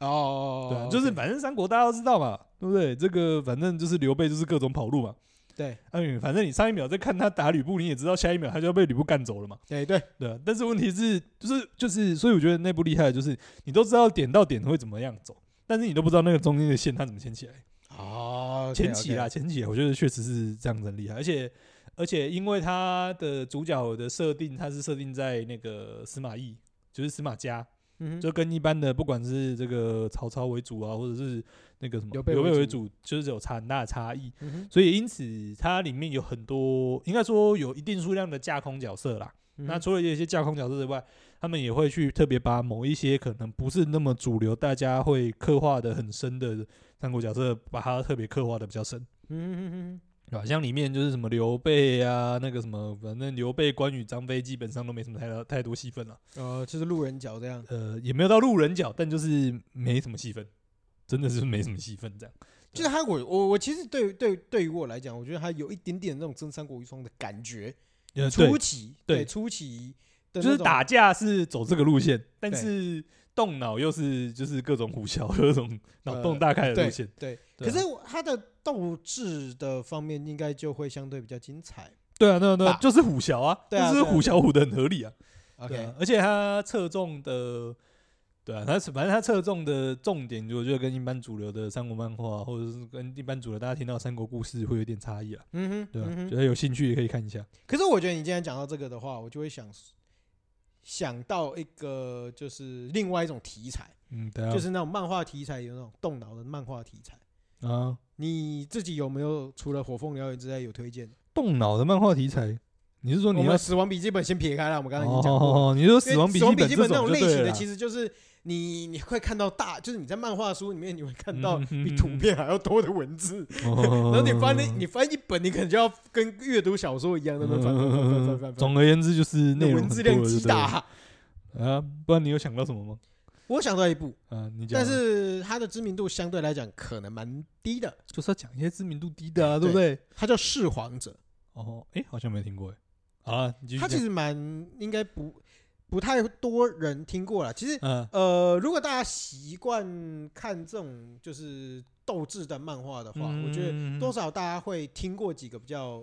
[SPEAKER 1] 哦，
[SPEAKER 2] 对、啊，就是
[SPEAKER 1] OK
[SPEAKER 2] 反正三国大家都知道嘛，对不对？这个反正就是刘备就是各种跑路嘛，
[SPEAKER 1] 对，
[SPEAKER 2] 嗯，反正你上一秒在看他打吕布，你也知道下一秒他就要被吕布干走了嘛，
[SPEAKER 1] 对对，
[SPEAKER 2] 对、啊。但是问题是，就是就是，所以我觉得那部厉害的就是你都知道点到点会怎么样走，但是你都不知道那个中间的线他怎么牵起来。
[SPEAKER 1] 哦，OK，OK，
[SPEAKER 2] 前期啦，前期我觉得确实是这样子很厉害，而且而且因为他的主角的设定，他是设定在那个司马懿，就是司马家，
[SPEAKER 1] 嗯哼，
[SPEAKER 2] 就跟一般的不管是这个曹操为主啊，或者是那个什么
[SPEAKER 1] 刘备
[SPEAKER 2] 备
[SPEAKER 1] 为
[SPEAKER 2] 为
[SPEAKER 1] 主
[SPEAKER 2] 主，就是有差很大的差异。
[SPEAKER 1] 嗯哼
[SPEAKER 2] 所以因此它里面有很多，应该说有一定数量的架空角色啦。
[SPEAKER 1] 嗯
[SPEAKER 2] 那
[SPEAKER 1] 哼
[SPEAKER 2] 除了有一些架空角色之外，他们也会去特别把某一些可能不是那么主流，大家会刻画的很深的三国角色，把它特别刻画的比较深，
[SPEAKER 1] 嗯哼哼
[SPEAKER 2] 对吧？像里面就是什么刘备啊，那个什么，反正刘备、关羽、张飞基本上都没什么太大太多戏份了，
[SPEAKER 1] 哼，呃，就是路人角这样，
[SPEAKER 2] 呃，也没有到路人角，但就是没什么戏份，真的是没什么戏份这样。
[SPEAKER 1] 就是他我我我其实对于对于对于我来讲，我觉得他有一点点那种真三国无双的感觉，
[SPEAKER 2] 呃，
[SPEAKER 1] 嗯初
[SPEAKER 2] 对，
[SPEAKER 1] 期
[SPEAKER 2] 对
[SPEAKER 1] 初期的
[SPEAKER 2] 就是
[SPEAKER 1] 那种
[SPEAKER 2] 打架是走这个路线，但
[SPEAKER 1] 对
[SPEAKER 2] 是动脑又是就是各种 胡笑，各种脑洞
[SPEAKER 1] 呃
[SPEAKER 2] 大开的
[SPEAKER 1] 对
[SPEAKER 2] 路线。
[SPEAKER 1] 对，
[SPEAKER 2] 对
[SPEAKER 1] 可
[SPEAKER 2] 啊
[SPEAKER 1] 是我他的斗志的方面应该就会相对比较精彩。
[SPEAKER 2] 对啊，对啊，对啊
[SPEAKER 1] 吧，
[SPEAKER 2] 就是虎啸啊，
[SPEAKER 1] 对啊
[SPEAKER 2] 就是
[SPEAKER 1] 对啊
[SPEAKER 2] 虎啸虎的很合理啊。对
[SPEAKER 1] OK，
[SPEAKER 2] 啊，而且他侧重的，对啊，他反正他侧重的重点，我觉得跟一般主流的三国漫画，或者是跟一般主流大家听到三国故事会有点差异啊。
[SPEAKER 1] 嗯哼，
[SPEAKER 2] 对啊，
[SPEAKER 1] 嗯
[SPEAKER 2] 觉
[SPEAKER 1] 哼。
[SPEAKER 2] 得有兴趣也可以看一下。
[SPEAKER 1] 可是我觉得你今天讲到这个的话，我就会想想到一个就是另外一种题材，
[SPEAKER 2] 嗯，对啊，
[SPEAKER 1] 就是那种漫画题材，有那种动脑的漫画题材。
[SPEAKER 2] 啊，
[SPEAKER 1] 你自己有没有除了《火凤燎原》之外有推荐的？
[SPEAKER 2] 动脑的漫画题材，你是说
[SPEAKER 1] 我
[SPEAKER 2] 你
[SPEAKER 1] 们
[SPEAKER 2] 要
[SPEAKER 1] 《死亡笔记本》先撇开了，我们刚刚已经讲过了。
[SPEAKER 2] 哦，你说
[SPEAKER 1] 因为
[SPEAKER 2] 死亡笔
[SPEAKER 1] 死亡
[SPEAKER 2] 本
[SPEAKER 1] 笔记
[SPEAKER 2] 这
[SPEAKER 1] 本那种
[SPEAKER 2] 就
[SPEAKER 1] 类
[SPEAKER 2] 对
[SPEAKER 1] 型
[SPEAKER 2] 了
[SPEAKER 1] 的，
[SPEAKER 2] 啦
[SPEAKER 1] 其实就是你你会看到大，就是你在漫画书里面你会看到
[SPEAKER 2] 嗯嗯嗯
[SPEAKER 1] 比图片还要多的文字，
[SPEAKER 2] 然
[SPEAKER 1] 然后你翻那你翻一本，你可能就要跟阅读小说一样在那边翻翻翻翻翻翻翻，
[SPEAKER 2] 总而言之就是
[SPEAKER 1] 那
[SPEAKER 2] 内容
[SPEAKER 1] 文
[SPEAKER 2] 很
[SPEAKER 1] 字
[SPEAKER 2] 多
[SPEAKER 1] 量
[SPEAKER 2] 了就
[SPEAKER 1] 极
[SPEAKER 2] 对了
[SPEAKER 1] 大。
[SPEAKER 2] 啊！不然你有想到什么吗？
[SPEAKER 1] 我想到一部，
[SPEAKER 2] 啊，你讲啊，
[SPEAKER 1] 但是它的知名度相对来讲可能蛮低的，
[SPEAKER 2] 就是要讲一些知名度低的啊，
[SPEAKER 1] 对
[SPEAKER 2] 对不对？
[SPEAKER 1] 它叫《弑皇者
[SPEAKER 2] 哦，哎，好像没听过哎。好啊，你继》，续
[SPEAKER 1] 它
[SPEAKER 2] 讲。
[SPEAKER 1] 其实蛮应该不不太多人听过了。其实
[SPEAKER 2] 嗯
[SPEAKER 1] 呃，如果大家习惯看这种就是斗志的漫画的话，
[SPEAKER 2] 嗯
[SPEAKER 1] 我觉得多少大家会听过几个比较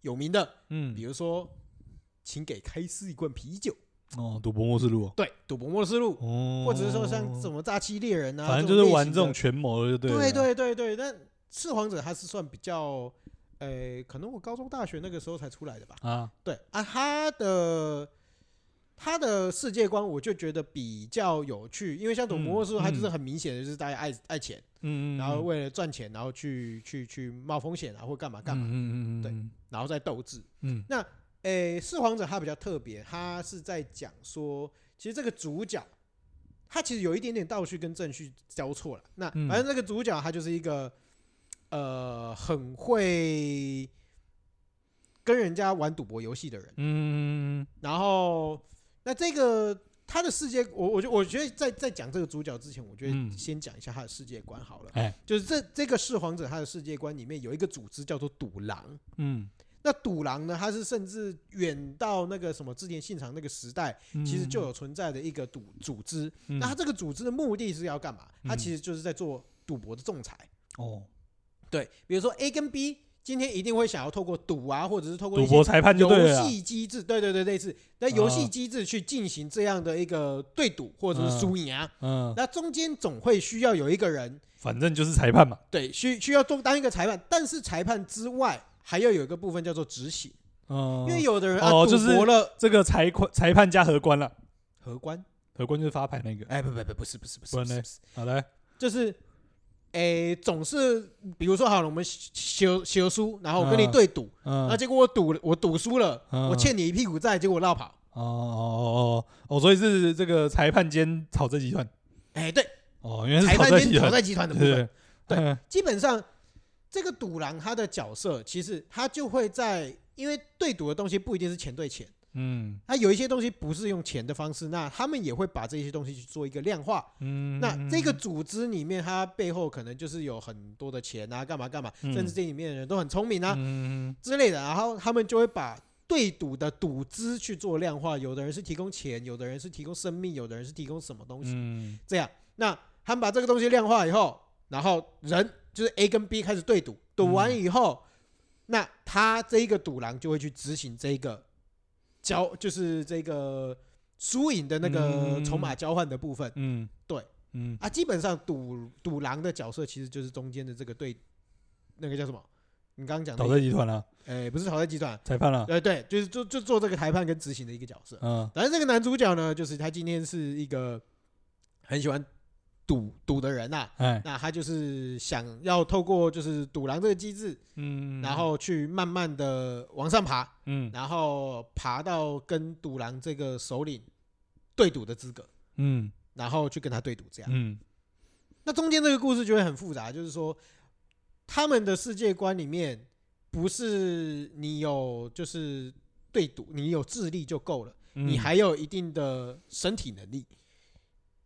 [SPEAKER 1] 有名的，比
[SPEAKER 2] 嗯，
[SPEAKER 1] 如说，请给开司一罐啤酒，
[SPEAKER 2] 哦，赌博末世录哦，
[SPEAKER 1] 对，赌博默示录，
[SPEAKER 2] 哦，
[SPEAKER 1] 或者是说像什么诈欺猎人啊，
[SPEAKER 2] 反正就是玩这种
[SPEAKER 1] 种
[SPEAKER 2] 权谋的，就对
[SPEAKER 1] 类
[SPEAKER 2] 了。
[SPEAKER 1] 型的，对对对对。但赤皇者他是算比较，呃，可能我高中大学那个时候才出来的吧。
[SPEAKER 2] 啊，
[SPEAKER 1] 对啊，他的他的世界观我就觉得比较有趣，因为像赌博默示录，
[SPEAKER 2] 嗯
[SPEAKER 1] 它就是
[SPEAKER 2] 嗯
[SPEAKER 1] 很明显的就是大家爱爱钱。
[SPEAKER 2] 嗯嗯，
[SPEAKER 1] 然后为了赚钱，然后去去去冒风险啊，或干嘛干嘛，
[SPEAKER 2] 嗯嗯嗯，
[SPEAKER 1] 对然后再斗智。
[SPEAKER 2] 嗯，嗯
[SPEAKER 1] 诶，四皇者他比较特别，他是在讲说，其实这个主角他其实有一点点倒叙跟正叙交错了。那
[SPEAKER 2] 嗯
[SPEAKER 1] 反正那个主角他就是一个呃很会跟人家玩赌博游戏的人，
[SPEAKER 2] 嗯
[SPEAKER 1] 然后那这个。他的世界，我我觉我觉得在在讲这个主角之前，我觉
[SPEAKER 2] 嗯
[SPEAKER 1] 得先讲一下他的世界观好了。
[SPEAKER 2] 哎
[SPEAKER 1] 就是这这个弑皇者他的世界观里面有一个组织叫做赌狼，
[SPEAKER 2] 嗯，
[SPEAKER 1] 那赌狼呢，它是甚至远到那个什么织田信长那个时代，
[SPEAKER 2] 嗯
[SPEAKER 1] 其实就有存在的一个赌组织。
[SPEAKER 2] 嗯
[SPEAKER 1] 那它这个组织的目的是要干嘛？它
[SPEAKER 2] 嗯
[SPEAKER 1] 其实就是在做赌博的仲裁。
[SPEAKER 2] 哦，
[SPEAKER 1] 对，比如说 A 跟 B 今天一定会想要透过赌啊，或者是透过
[SPEAKER 2] 赌
[SPEAKER 1] 一些
[SPEAKER 2] 博裁判就对了
[SPEAKER 1] 游
[SPEAKER 2] 啦。
[SPEAKER 1] 戏机制，对对对，类似那游戏
[SPEAKER 2] 啊
[SPEAKER 1] 机制去进行这样的一个对赌或者是
[SPEAKER 2] 嗯
[SPEAKER 1] 输赢啊。
[SPEAKER 2] 嗯，
[SPEAKER 1] 那中间总会需要有一个人
[SPEAKER 2] 反正就是裁判嘛。
[SPEAKER 1] 对，需需要做当一个裁判，但是裁判之外还要有一个部分叫做执行。
[SPEAKER 2] 嗯，
[SPEAKER 1] 因为有的人啊
[SPEAKER 2] 哦
[SPEAKER 1] 赌
[SPEAKER 2] 就是
[SPEAKER 1] 博了
[SPEAKER 2] 这个裁判裁判加荷官了，
[SPEAKER 1] 荷官，
[SPEAKER 2] 荷官就是发牌那个。
[SPEAKER 1] 哎，不不不，不是不是不是，
[SPEAKER 2] 不
[SPEAKER 1] 不
[SPEAKER 2] 然
[SPEAKER 1] 是
[SPEAKER 2] 呢
[SPEAKER 1] 不是
[SPEAKER 2] 好的，
[SPEAKER 1] 就是，哎，总是比如说好了，我们写写书，然后我跟你
[SPEAKER 2] 嗯
[SPEAKER 1] 对赌，啊
[SPEAKER 2] 嗯，
[SPEAKER 1] 那结果我赌了，我赌输了，
[SPEAKER 2] 嗯
[SPEAKER 1] 我欠你一屁股债，结果我落跑。
[SPEAKER 2] 哦哦哦哦，所以是这个裁判兼讨债集团。
[SPEAKER 1] 哎，对，
[SPEAKER 2] 哦，原来
[SPEAKER 1] 裁
[SPEAKER 2] 是
[SPEAKER 1] 判
[SPEAKER 2] 债
[SPEAKER 1] 跟
[SPEAKER 2] 集
[SPEAKER 1] 讨
[SPEAKER 2] 团，
[SPEAKER 1] 债集团的部分，
[SPEAKER 2] 对对，
[SPEAKER 1] 基本上这个赌狼他的角色，其实他就会在，因为对赌的东西不一定是钱对钱，
[SPEAKER 2] 嗯
[SPEAKER 1] 他有一些东西不是用钱的方式，那他们也会把这些东西去做一个量化。
[SPEAKER 2] 嗯，
[SPEAKER 1] 那这个组织里面，它背后可能就是有很多的钱啊，干嘛干嘛，
[SPEAKER 2] 嗯
[SPEAKER 1] 甚至这里面的人都很聪明啊，
[SPEAKER 2] 嗯
[SPEAKER 1] 之类的，然后他们就会把对赌的赌资去做量化，有的人是提供钱，有的人是提供生命，有的人是提供什么东西，
[SPEAKER 2] 嗯
[SPEAKER 1] 这样，那他们把这个东西量化以后，然后人就是 A 跟 B 开始对赌，赌完以后，那他这一个赌狼就会去执行这一个交，就是这个输赢的那个
[SPEAKER 2] 嗯
[SPEAKER 1] 筹码交换的部分。
[SPEAKER 2] 嗯，
[SPEAKER 1] 对，
[SPEAKER 2] 嗯
[SPEAKER 1] 啊，基本上赌赌狼的角色其实就是中间的这个对，那个叫什么？你刚刚讲
[SPEAKER 2] 讨
[SPEAKER 1] 的，
[SPEAKER 2] 债集团啦，
[SPEAKER 1] 哎，不是讨债集团，
[SPEAKER 2] 裁判啦，
[SPEAKER 1] 呃，对，就是就就做这个裁判跟执行的一个角色。
[SPEAKER 2] 嗯
[SPEAKER 1] 反正这个男主角呢，就是他今天是一个很喜欢赌赌的人呐、
[SPEAKER 2] 哎
[SPEAKER 1] 那他就是想要透过就是赌狼这个机制，
[SPEAKER 2] 嗯，
[SPEAKER 1] 然后去慢慢的往上爬，
[SPEAKER 2] 嗯
[SPEAKER 1] 然后爬到跟赌狼这个首领对赌的资格，
[SPEAKER 2] 嗯
[SPEAKER 1] 然后去跟他对赌这样。
[SPEAKER 2] 嗯
[SPEAKER 1] 那中间这个故事就会很复杂，就是说他们的世界观里面不是你有就是对赌，你有智力就够了，
[SPEAKER 2] 嗯，
[SPEAKER 1] 你还有一定的身体能力，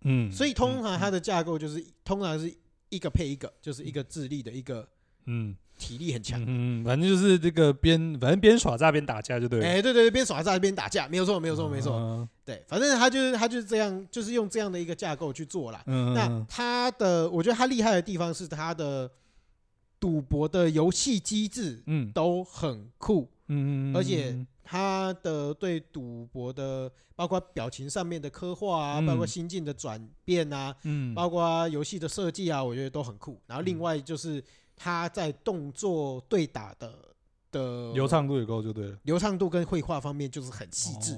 [SPEAKER 2] 嗯，
[SPEAKER 1] 所以通常它
[SPEAKER 2] 的
[SPEAKER 1] 的架构就是通常是一个配一个，就是一个智力的一个
[SPEAKER 2] 嗯
[SPEAKER 1] 体力很强。
[SPEAKER 2] 嗯，反正就是这个边反正边耍诈边打架就对了，嗯
[SPEAKER 1] 哎，对对对，边耍诈边打架，没有错，没有错，没错。
[SPEAKER 2] 错，
[SPEAKER 1] 对，反正他就是他就是这样，就是用这样的一个架构去做啦。
[SPEAKER 2] 嗯，
[SPEAKER 1] 那他的，我觉得他厉害的地方是他的赌博的游戏机制
[SPEAKER 2] 嗯
[SPEAKER 1] 都很酷，
[SPEAKER 2] 嗯，
[SPEAKER 1] 而且他的对赌博的，包括表情上面的刻画啊，
[SPEAKER 2] 嗯
[SPEAKER 1] 包括心境的转变啊，
[SPEAKER 2] 嗯
[SPEAKER 1] 包括游戏的设计啊，我觉得都很酷。然后另外就是他在动作对打的的
[SPEAKER 2] 流畅度也够就对了，
[SPEAKER 1] 流畅度跟绘画方面就是很细致，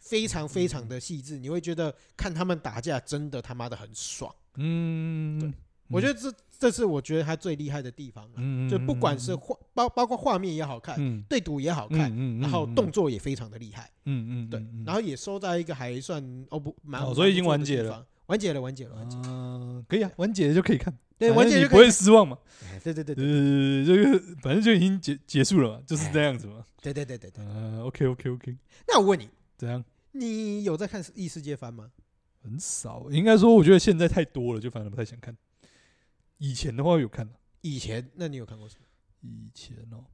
[SPEAKER 1] 非常非常的细致，你会觉得看他们打架真的他妈的很爽。
[SPEAKER 2] 嗯，
[SPEAKER 1] 我觉得这这是我觉得他最厉害的地方啊，
[SPEAKER 2] 嗯
[SPEAKER 1] 就不管是画包包括画面也好看，
[SPEAKER 2] 嗯
[SPEAKER 1] 对赌也好看，
[SPEAKER 2] 嗯，
[SPEAKER 1] 然后动作也非常的厉害。
[SPEAKER 2] 嗯嗯
[SPEAKER 1] 对，然后也收到一个还算哦不蛮
[SPEAKER 2] 哦
[SPEAKER 1] 蛮
[SPEAKER 2] 所以
[SPEAKER 1] 不
[SPEAKER 2] 已经
[SPEAKER 1] 错的
[SPEAKER 2] 完结
[SPEAKER 1] 地
[SPEAKER 2] 了
[SPEAKER 1] 方，完结了，完结了，完结了。
[SPEAKER 2] 嗯，可以啊，完结就可以看，
[SPEAKER 1] 对，完结就
[SPEAKER 2] 不
[SPEAKER 1] 可以
[SPEAKER 2] 会。失望嘛。
[SPEAKER 1] 哎对对对对
[SPEAKER 2] 呃，这个反正就已经结结束了嘛，就是这样子嘛。
[SPEAKER 1] 对对对对对。
[SPEAKER 2] 嗯，OK OK OK，
[SPEAKER 1] 那我问你，
[SPEAKER 2] 怎样？
[SPEAKER 1] 你有在看异世界番吗？
[SPEAKER 2] 很少，应该说我觉得现在太多了，就反而不太想看。以前的话有看，
[SPEAKER 1] 以前，那你有看过什么？
[SPEAKER 2] 以前哦，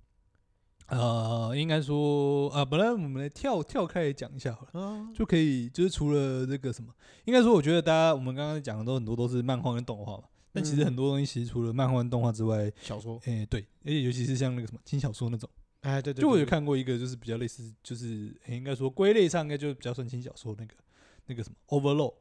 [SPEAKER 2] 呃，应该说啊，本来我们来跳跳开来讲一下好了。
[SPEAKER 1] 啊，
[SPEAKER 2] 就可以，就是除了这个什么，应该说，我觉得大家我们刚刚讲的都很多都是漫画跟动画嘛。但其实
[SPEAKER 1] 嗯
[SPEAKER 2] 很多东西，其实除了漫画跟动画之外，
[SPEAKER 1] 小说。
[SPEAKER 2] 诶、对，而且尤其是像那个什么轻小说那种，
[SPEAKER 1] 哎，对对，
[SPEAKER 2] 就我有
[SPEAKER 1] 对，
[SPEAKER 2] 看过一个，就是比较类似，就是、诶应该说归类上应该就比较算轻小说那个那个什么 Overload，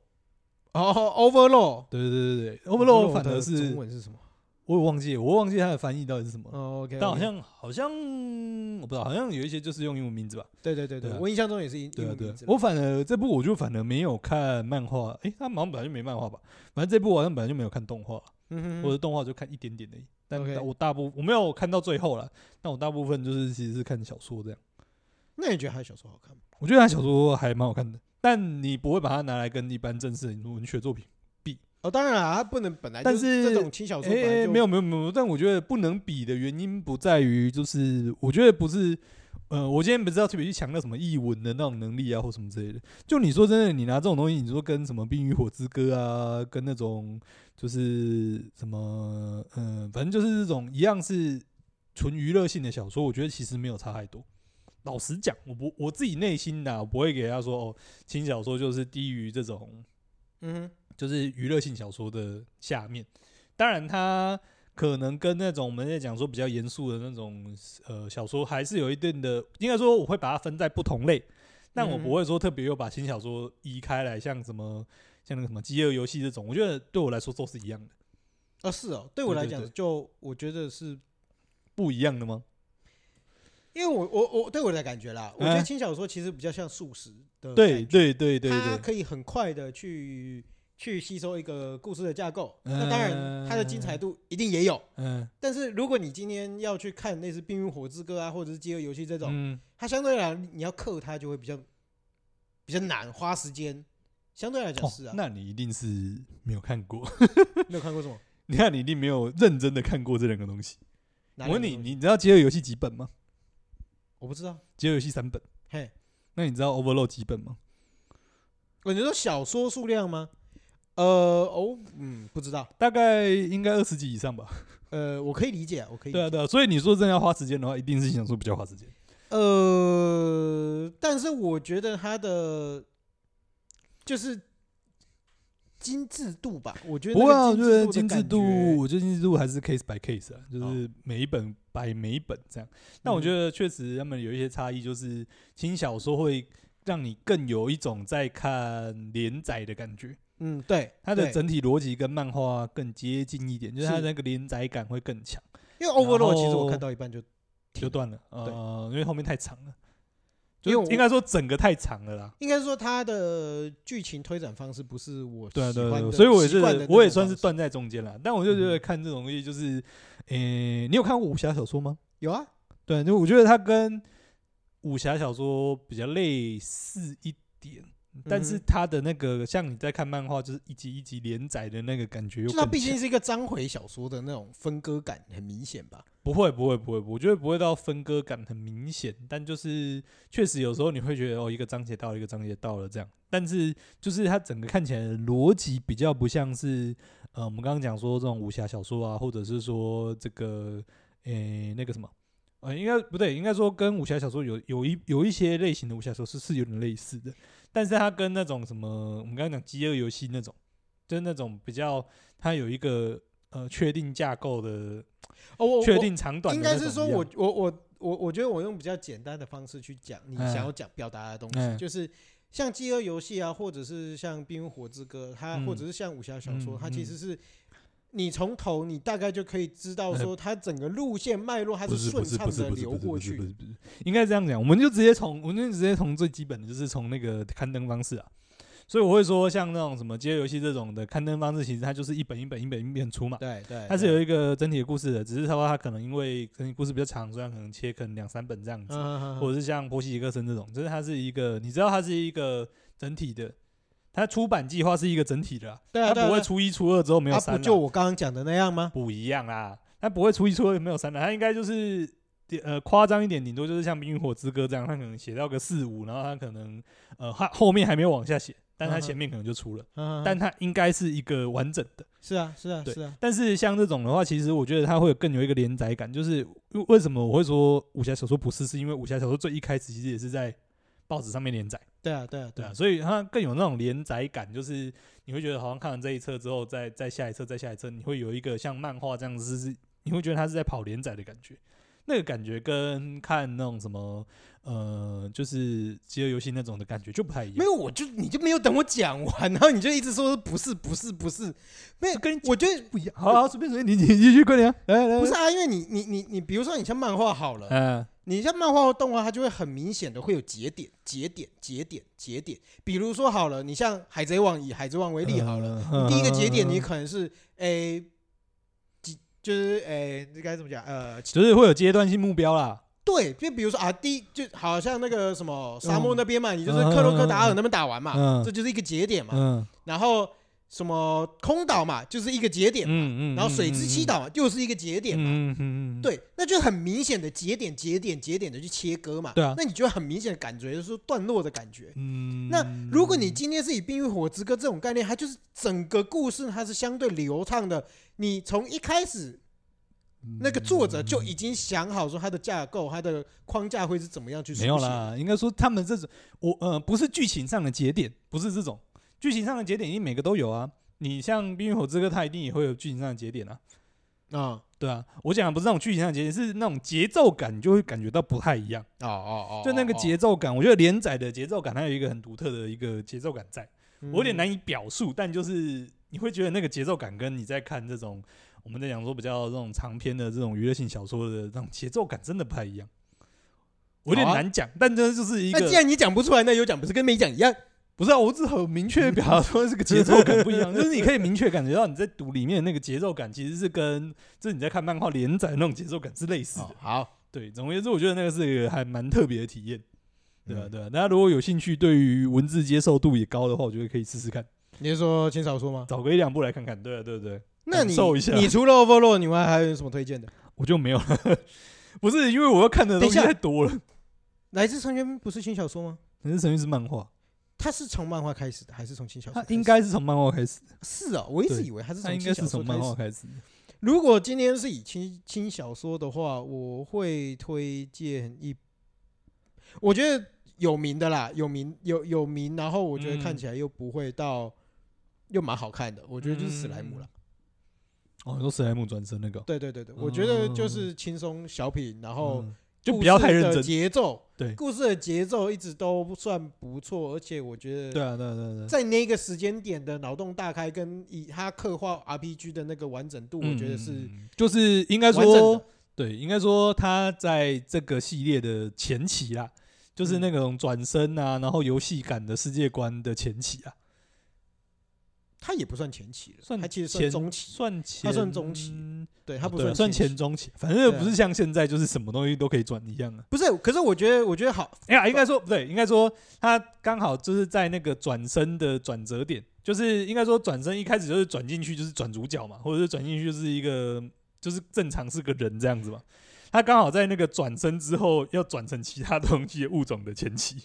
[SPEAKER 1] 对哦，Overlord。
[SPEAKER 2] 对对对对对
[SPEAKER 1] Overlord
[SPEAKER 2] ，Overload 反
[SPEAKER 1] 的
[SPEAKER 2] 而
[SPEAKER 1] 中
[SPEAKER 2] 是
[SPEAKER 1] 文是什么？
[SPEAKER 2] 我也忘记，我忘记它的翻译到底是什么了，
[SPEAKER 1] 哦，OK，
[SPEAKER 2] 但好像好像我不知道，好像有一些就是用英文名字吧，
[SPEAKER 1] 对对对对
[SPEAKER 2] 对，啊
[SPEAKER 1] 我印象中也是英
[SPEAKER 2] 对
[SPEAKER 1] 英
[SPEAKER 2] 啊
[SPEAKER 1] 文
[SPEAKER 2] 对啊
[SPEAKER 1] 名字，
[SPEAKER 2] 我反而这部我就反而没有看漫画，诶，他好像本来就没漫画吧，反正这部我好像本来就没有看动画，
[SPEAKER 1] 嗯哼
[SPEAKER 2] 我的
[SPEAKER 1] 哼
[SPEAKER 2] 动画就看一点点而已。但
[SPEAKER 1] OK
[SPEAKER 2] 我大部我没有看到最后了，但我大部分就是其实是看小说这样。
[SPEAKER 1] 那你觉得他的小说好看吗？
[SPEAKER 2] 我觉得他小说还蛮好看的，但你不会把它拿来跟一般正式的文学作品。
[SPEAKER 1] 哦，当然了，他不能本来就
[SPEAKER 2] 但是
[SPEAKER 1] 这种轻小说，本来
[SPEAKER 2] 诶，
[SPEAKER 1] 就
[SPEAKER 2] 没有没有没有，但我觉得不能比的原因不在于就是，我觉得不是，呃，我今天不是要特别去强调什么译文的那种能力啊或什么之类的。就你说真的，你拿这种东西，你说跟什么《冰与火之歌》啊，跟那种就是什么，呃，反正就是这种一样是纯娱乐性的小说，我觉得其实没有差太多。老实讲，我不我自己内心呐、我不会给他说哦，轻小说就是低于这种
[SPEAKER 1] 嗯
[SPEAKER 2] 就是娱乐性小说的下面。当然，它可能跟那种我们在讲说比较严肃的那种呃小说，还是有一定的，应该说我会把它分在不同类，但我
[SPEAKER 1] 嗯
[SPEAKER 2] 不会说特别又把新小说移开来，像什么像那个什么《饥饿游戏》这种，我觉得对我来说都是一样的，
[SPEAKER 1] 哼，哦是哦，对我
[SPEAKER 2] 对
[SPEAKER 1] 来
[SPEAKER 2] 对
[SPEAKER 1] 讲
[SPEAKER 2] 对
[SPEAKER 1] 就我觉得是
[SPEAKER 2] 不一样的吗？
[SPEAKER 1] 因为我我我对我的感觉啦，我觉得
[SPEAKER 2] 嗯
[SPEAKER 1] 轻小说其实比较像素食的
[SPEAKER 2] 对
[SPEAKER 1] 感觉，
[SPEAKER 2] 对对对
[SPEAKER 1] 它
[SPEAKER 2] 对，
[SPEAKER 1] 可以很快的去去吸收一个故事的架构。
[SPEAKER 2] 嗯
[SPEAKER 1] 那当然，它的精彩度一定也有。
[SPEAKER 2] 嗯
[SPEAKER 1] 但是如果你今天要去看类似《冰与火之歌》啊，或者是《饥饿游戏》这种，
[SPEAKER 2] 嗯
[SPEAKER 1] 它相对来讲你要克它就会比较比较难，花时间。相对来讲
[SPEAKER 2] 哦
[SPEAKER 1] 是啊，
[SPEAKER 2] 那你一定是没有看过，
[SPEAKER 1] 没有看过什么？
[SPEAKER 2] 你看你一定没有认真的看过这两个东西。
[SPEAKER 1] 哪
[SPEAKER 2] 我
[SPEAKER 1] 里
[SPEAKER 2] 问你，
[SPEAKER 1] 有
[SPEAKER 2] 你知道《饥饿游戏》几本吗？
[SPEAKER 1] 我不知道。
[SPEAKER 2] 《饥饿游戏》三本。
[SPEAKER 1] 嘿，
[SPEAKER 2] 那你知道《Overload》几本吗？
[SPEAKER 1] 哦你说小说数量吗？呃，哦，嗯，不知道。
[SPEAKER 2] 大概应该二十集以上吧。
[SPEAKER 1] 呃，我可以理解，我可以理
[SPEAKER 2] 对
[SPEAKER 1] 解。
[SPEAKER 2] 啊，对啊。所以你说真的要花时间的话，一定是想说比较花时间。
[SPEAKER 1] 呃，但是我觉得它的就是精致度吧，我觉得
[SPEAKER 2] 不过、啊、
[SPEAKER 1] 那
[SPEAKER 2] 我
[SPEAKER 1] 个
[SPEAKER 2] 觉得
[SPEAKER 1] 精
[SPEAKER 2] 精
[SPEAKER 1] 致
[SPEAKER 2] 致
[SPEAKER 1] 度的感
[SPEAKER 2] 度，
[SPEAKER 1] 觉
[SPEAKER 2] 我觉得精致度还是 case by case 啊，就
[SPEAKER 1] 哦
[SPEAKER 2] 是每一本摆每一本这样。但
[SPEAKER 1] 嗯
[SPEAKER 2] 我觉得确实他们有一些差异，就是轻小说会让你更有一种在看连载的感觉，
[SPEAKER 1] 嗯，对，
[SPEAKER 2] 它的
[SPEAKER 1] 对
[SPEAKER 2] 整体逻辑跟漫画更接近一点，就是它
[SPEAKER 1] 是
[SPEAKER 2] 那个连载感会更强。
[SPEAKER 1] 因为 overload 其实
[SPEAKER 2] 后
[SPEAKER 1] 我看到一半就
[SPEAKER 2] 就断了，呃，因为后面太长了，
[SPEAKER 1] 因为
[SPEAKER 2] 就
[SPEAKER 1] 我
[SPEAKER 2] 应该说整个太长了啦。
[SPEAKER 1] 应该说它的剧情推展方式不是我
[SPEAKER 2] 对啊，
[SPEAKER 1] 喜
[SPEAKER 2] 对啊
[SPEAKER 1] 欢
[SPEAKER 2] 对啊，
[SPEAKER 1] 的
[SPEAKER 2] 所以我也
[SPEAKER 1] 习惯的
[SPEAKER 2] 是
[SPEAKER 1] 那，
[SPEAKER 2] 我也
[SPEAKER 1] 种
[SPEAKER 2] 算
[SPEAKER 1] 方
[SPEAKER 2] 是
[SPEAKER 1] 式嗯
[SPEAKER 2] 断在中间了。但我就觉得看这种东西，就是，诶，你有看过武侠小说吗？
[SPEAKER 1] 有啊，
[SPEAKER 2] 对，就我觉得它跟武侠小说比较类似一点，但
[SPEAKER 1] 嗯
[SPEAKER 2] 是
[SPEAKER 1] 哼
[SPEAKER 2] 它的那个像你在看漫画，就是一集一集连载的那个感觉又
[SPEAKER 1] 就
[SPEAKER 2] 更
[SPEAKER 1] 它毕竟
[SPEAKER 2] 强
[SPEAKER 1] 是一个章回小说的那种分割感很明显吧。
[SPEAKER 2] 不会不会不会，我觉得不会到分割感很明显，但就是确实有时候你会觉得哦，一个章节到了，一个章节到了这样，但是就是它整个看起来的逻辑比较不像是呃，我们刚刚讲说这种武侠小说啊，或者是说这个诶、那个什么。呃，应该不对，应该说跟武侠小说有有一有一些类型的武侠小说是是有点类似的，但是它跟那种什么我们刚刚讲饥饿游戏那种，就是那种比较它有一个呃确定架构的
[SPEAKER 1] 哦，我
[SPEAKER 2] 确
[SPEAKER 1] 我
[SPEAKER 2] 定长短
[SPEAKER 1] 应
[SPEAKER 2] 的
[SPEAKER 1] 该
[SPEAKER 2] 那
[SPEAKER 1] 是
[SPEAKER 2] 种
[SPEAKER 1] 说
[SPEAKER 2] 一样
[SPEAKER 1] 我我我我我觉得我用比较简单的方式去讲你
[SPEAKER 2] 嗯
[SPEAKER 1] 想要讲表达的东西，
[SPEAKER 2] 嗯
[SPEAKER 1] 就是像饥饿游戏啊，或者是像冰与火之歌，它、
[SPEAKER 2] 嗯
[SPEAKER 1] 或者是像武侠小说，
[SPEAKER 2] 嗯
[SPEAKER 1] 它
[SPEAKER 2] 嗯
[SPEAKER 1] 其实是。你从头，你大概就可以知道
[SPEAKER 2] 呃
[SPEAKER 1] 说它整个路线脉络，它
[SPEAKER 2] 不是
[SPEAKER 1] 顺
[SPEAKER 2] 不是
[SPEAKER 1] 畅
[SPEAKER 2] 不是
[SPEAKER 1] 的
[SPEAKER 2] 不是
[SPEAKER 1] 流
[SPEAKER 2] 不是
[SPEAKER 1] 过
[SPEAKER 2] 不是不
[SPEAKER 1] 去。
[SPEAKER 2] 是不是，应该这样讲，我们就直接从我们就直接从最基本的就是从那个刊登方式啊，所以我会说像那种什么街游戏这种的刊登方式，其实它就是一本一本一本一本出嘛，
[SPEAKER 1] 对对，
[SPEAKER 2] 它是
[SPEAKER 1] 对
[SPEAKER 2] 有一个整体的故事的，只是说它可能因为整体故事比较长，所以它可能切可能两三本这样
[SPEAKER 1] 嗯
[SPEAKER 2] 子，
[SPEAKER 1] 嗯嗯
[SPEAKER 2] 或者是像波西尼克森这种，就是它是一个你知道它是一个整体的，它出版计划是一个整体的啊、
[SPEAKER 1] 对啊，
[SPEAKER 2] 它不会初一初二之后没
[SPEAKER 1] 没
[SPEAKER 2] 有啊
[SPEAKER 1] 不
[SPEAKER 2] 删、
[SPEAKER 1] 就我刚刚讲的那样吗？
[SPEAKER 2] 不一样啦，他不会初一初二没有删的，他应该就是呃夸张一点，顶多就是像《冰与火之歌》这样，他可能写到个四五，然后他可能呃他后面还没有往下写，但他前面可能就出了，
[SPEAKER 1] 嗯嗯嗯
[SPEAKER 2] 但他应该是一个完整的。
[SPEAKER 1] 是啊是啊
[SPEAKER 2] 对
[SPEAKER 1] 是啊，
[SPEAKER 2] 但是像这种的话，其实我觉得它会有更有一个连载感，就是为为什么我会说武侠小说不是，是因为武侠小说最一开始其实也是在报纸上面连载。
[SPEAKER 1] 对啊对啊
[SPEAKER 2] 对啊，
[SPEAKER 1] 啊，
[SPEAKER 2] 所以它更有那种连载感，就是你会觉得好像看完这一册之后，再再下一册，再下一册，你会有一个像漫画这样子，是你会觉得它是在跑连载的感觉。那个感觉跟看那种什么呃，就是饥饿游戏那种的感觉就不太一
[SPEAKER 1] 没
[SPEAKER 2] 样。
[SPEAKER 1] 有我就你就没有等我讲完，然后你就一直说不是不是不是，没有
[SPEAKER 2] 跟你
[SPEAKER 1] 我觉得
[SPEAKER 2] 不一样。好好，随便随便，你你你继续快点啊，来来，
[SPEAKER 1] 不是啊，因为你你你你，比如说你像漫画好了，
[SPEAKER 2] 嗯，
[SPEAKER 1] 你像漫画或动画，它就会很明显的会有节点、节点、节点、节点。比如说好了，你像《海贼王》以《海贼
[SPEAKER 2] 嗯
[SPEAKER 1] 王》为例好了，
[SPEAKER 2] 了
[SPEAKER 1] 第一个节点
[SPEAKER 2] 嗯
[SPEAKER 1] 你可能是诶，几就是诶，这该怎么讲？呃，
[SPEAKER 2] 就是会有阶段性目标啦。
[SPEAKER 1] 对，就比如说啊，第一就好像那个什么沙漠
[SPEAKER 2] 嗯
[SPEAKER 1] 那边嘛，你就是
[SPEAKER 2] 嗯
[SPEAKER 1] 克洛克达尔那边打完嘛
[SPEAKER 2] 嗯，
[SPEAKER 1] 这就是一个节点嘛。
[SPEAKER 2] 嗯
[SPEAKER 1] 然后什么空岛嘛，就是一个节点。
[SPEAKER 2] 嗯嗯，
[SPEAKER 1] 然后水之七岛嘛又是一个节点嘛，
[SPEAKER 2] 嗯嗯嗯，
[SPEAKER 1] 对，那就很明显的节点、节点、节点的去切割嘛。
[SPEAKER 2] 对啊
[SPEAKER 1] 那你就会很明显的感觉就是段落的感觉。
[SPEAKER 2] 嗯，
[SPEAKER 1] 那如果你今天是以《冰与火之歌》这种概念，它就是整个故事它是相对流畅的。你从一开始，
[SPEAKER 2] 嗯
[SPEAKER 1] 那个作者就已经想好说它的架构、它的框架会是怎么样去书
[SPEAKER 2] 没有
[SPEAKER 1] 写。
[SPEAKER 2] 啦，应该说他们这种，我呃不是剧情上的节点，不是这种剧情上的节点，一定每个都有啊。你像《冰与火之歌》，它一定也会有剧情上的节点啊，
[SPEAKER 1] 啊、
[SPEAKER 2] 对啊。我讲的不是那种剧情上的节点，是那种节奏感，你就会感觉到不太一样。
[SPEAKER 1] 哦哦哦，
[SPEAKER 2] 就那个节奏感，我觉得连载的节奏感，它有一个很独特的一个节奏感在，
[SPEAKER 1] 嗯，
[SPEAKER 2] 我有点难以表述，但就是你会觉得那个节奏感跟你在看这种我们在讲说比较这种长篇的这种娱乐性小说的那种节奏感真的不太一样。我有点
[SPEAKER 1] 好啊
[SPEAKER 2] 难讲，但这就是一
[SPEAKER 1] 那既
[SPEAKER 2] 个
[SPEAKER 1] 然你讲不出来，那有讲不是跟没讲一样？
[SPEAKER 2] 不是啊，我只很明确地表达说这个节奏感不一 样，就是你可以明确感觉到你在读里面的那个节奏感其实是跟就是你在看漫画连载的那种节奏感是类似的
[SPEAKER 1] 哦。好，
[SPEAKER 2] 对，总而言之，我觉得那个是一个还蛮特别的体验。对啊，
[SPEAKER 1] 嗯
[SPEAKER 2] 对啊，大家如果有兴趣，对于文字接受度也高的话，我觉得可以试试看，
[SPEAKER 1] 你是说先少说吗？
[SPEAKER 2] 找个一两部来看看。对啊，对不对？
[SPEAKER 1] 那你
[SPEAKER 2] 感受一下
[SPEAKER 1] 你除了 Overlord 以外，还有什么推荐的？
[SPEAKER 2] 我就没有了， 不是因为我要看的东西
[SPEAKER 1] 等一下
[SPEAKER 2] 太多了。
[SPEAKER 1] 来自深渊不是轻小说吗？
[SPEAKER 2] 可是神韵是漫画，
[SPEAKER 1] 它是从漫画开始的，还是从轻小说
[SPEAKER 2] 它
[SPEAKER 1] 开始？
[SPEAKER 2] 应该是从漫画开始的，
[SPEAKER 1] 是哦，我一直
[SPEAKER 2] 对
[SPEAKER 1] 以为它是
[SPEAKER 2] 它
[SPEAKER 1] 从
[SPEAKER 2] 应
[SPEAKER 1] 轻
[SPEAKER 2] 该
[SPEAKER 1] 小
[SPEAKER 2] 是
[SPEAKER 1] 说
[SPEAKER 2] 从
[SPEAKER 1] 开
[SPEAKER 2] 漫
[SPEAKER 1] 始
[SPEAKER 2] 画
[SPEAKER 1] 的。
[SPEAKER 2] 开始的。
[SPEAKER 1] 如果今天是以轻轻小说的话，我会推荐一，我觉得有名的啦，有名有有名，然后我觉
[SPEAKER 2] 嗯
[SPEAKER 1] 得看起来又不会到，又蛮好看的，我觉得就是史莱姆了。
[SPEAKER 2] 嗯哦，你说史莱姆转身那个哦，
[SPEAKER 1] 对对对对，我觉得就是轻松小品，然后
[SPEAKER 2] 嗯就
[SPEAKER 1] 故
[SPEAKER 2] 不要太
[SPEAKER 1] 事
[SPEAKER 2] 认
[SPEAKER 1] 的
[SPEAKER 2] 真。
[SPEAKER 1] 节奏
[SPEAKER 2] 对
[SPEAKER 1] 故事的节奏一直都算不错，而且我觉
[SPEAKER 2] 对
[SPEAKER 1] 得
[SPEAKER 2] 啊，对啊，对啊对啊，
[SPEAKER 1] 在那个时间点的脑洞大开，跟以他刻画 RPG 的那个完整度，我觉得是
[SPEAKER 2] 嗯就是应该
[SPEAKER 1] 完整
[SPEAKER 2] 说
[SPEAKER 1] 的。
[SPEAKER 2] 对，应该说他在这个系列的前期啦，就是
[SPEAKER 1] 嗯
[SPEAKER 2] 那种转身啊，然后游戏感的世界观的前期啊，
[SPEAKER 1] 它也不算前期了，
[SPEAKER 2] 算
[SPEAKER 1] 它其实算
[SPEAKER 2] 前
[SPEAKER 1] 中期，
[SPEAKER 2] 算前，
[SPEAKER 1] 算中期对，它不
[SPEAKER 2] 对啊
[SPEAKER 1] 算
[SPEAKER 2] 算前
[SPEAKER 1] 期，
[SPEAKER 2] 中期，反正
[SPEAKER 1] 对啊
[SPEAKER 2] 不是像现在就是什么东西都可以转一样啊。
[SPEAKER 1] 不是。可是我觉得，我觉得好，
[SPEAKER 2] 哎呀，应该说不对，应该说他刚好就是在那个转身的转折点，就是应该说转身一开始就是转进去就是转主角嘛，或者是转进去就是一个就是正常是个人这样子嘛。他刚好在那个转身之后要转成其他东西的物种的前期。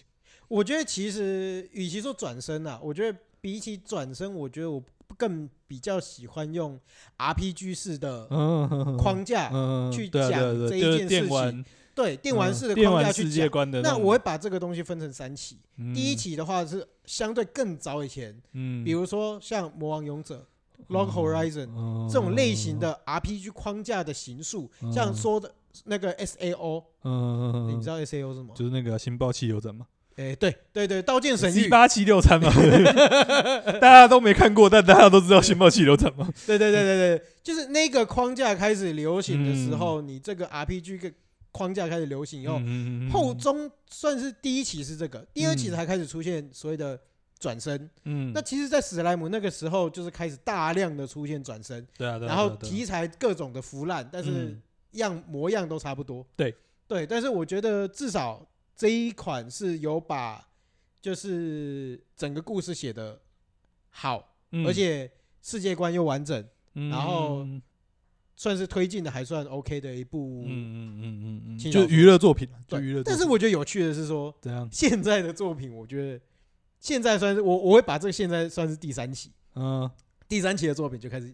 [SPEAKER 1] 我觉得其实与其说转身啊，我觉得比起转身，我觉得我更比较喜欢用 RPG 式的
[SPEAKER 2] 嗯，
[SPEAKER 1] 框架，
[SPEAKER 2] 嗯
[SPEAKER 1] 去
[SPEAKER 2] 对啊对啊
[SPEAKER 1] 讲
[SPEAKER 2] 对啊
[SPEAKER 1] 这一
[SPEAKER 2] 就是
[SPEAKER 1] 件
[SPEAKER 2] 电
[SPEAKER 1] 事
[SPEAKER 2] 玩
[SPEAKER 1] 对电玩式的
[SPEAKER 2] 嗯电
[SPEAKER 1] 框架
[SPEAKER 2] 玩
[SPEAKER 1] 去
[SPEAKER 2] 世
[SPEAKER 1] 讲
[SPEAKER 2] 界。观的
[SPEAKER 1] 那
[SPEAKER 2] 种
[SPEAKER 1] 我会把这个东西分成三期，
[SPEAKER 2] 嗯
[SPEAKER 1] 第一期的话是相对更早以前，
[SPEAKER 2] 嗯，
[SPEAKER 1] 比如说像《魔王勇者》《Long Horizon》
[SPEAKER 2] 嗯
[SPEAKER 1] 这种类型
[SPEAKER 2] 哦
[SPEAKER 1] 的 RPG 框架的形式，像说的那个 SAO，
[SPEAKER 2] 嗯，嗯
[SPEAKER 1] 你
[SPEAKER 2] 嗯
[SPEAKER 1] 知道 SAO 是什么？
[SPEAKER 2] 就是那个新爆汽油站嘛。
[SPEAKER 1] 哎，对对对，《刀剑神域
[SPEAKER 2] 七》八七六餐嘛， 大家都没看过，但大家都知道新爆七六餐嘛。
[SPEAKER 1] 对对对对对，就是那个框架开始流行的时候，你这个 RPG 个框架开始流行以后，
[SPEAKER 2] 嗯
[SPEAKER 1] 后中算是第一期是这个，第二期才开始出现所谓的转身。
[SPEAKER 2] 嗯
[SPEAKER 1] 那其实，在史莱姆那个时候，就是开始大量的出现转身，
[SPEAKER 2] 对啊，对啊
[SPEAKER 1] 然后
[SPEAKER 2] 对啊对啊
[SPEAKER 1] 题材各种的腐烂，但是
[SPEAKER 2] 嗯
[SPEAKER 1] 样模样都差不多。
[SPEAKER 2] 对
[SPEAKER 1] 对，但是我觉得至少这一款是有把就是整个故事写的好，
[SPEAKER 2] 嗯
[SPEAKER 1] 而且世界观又完整。
[SPEAKER 2] 嗯
[SPEAKER 1] 然后
[SPEAKER 2] 嗯
[SPEAKER 1] 算是推进的还算 OK 的一部。
[SPEAKER 2] 嗯嗯嗯嗯，
[SPEAKER 1] 轻
[SPEAKER 2] 就
[SPEAKER 1] 小说
[SPEAKER 2] 娱乐作品啊，就娱乐
[SPEAKER 1] 对，
[SPEAKER 2] 作品。
[SPEAKER 1] 但是我觉得有趣的是说，
[SPEAKER 2] 怎样？
[SPEAKER 1] 现在的作品，我觉得现在算是我我会把这个现在算是第三期，
[SPEAKER 2] 嗯，
[SPEAKER 1] 第三期的作品就开始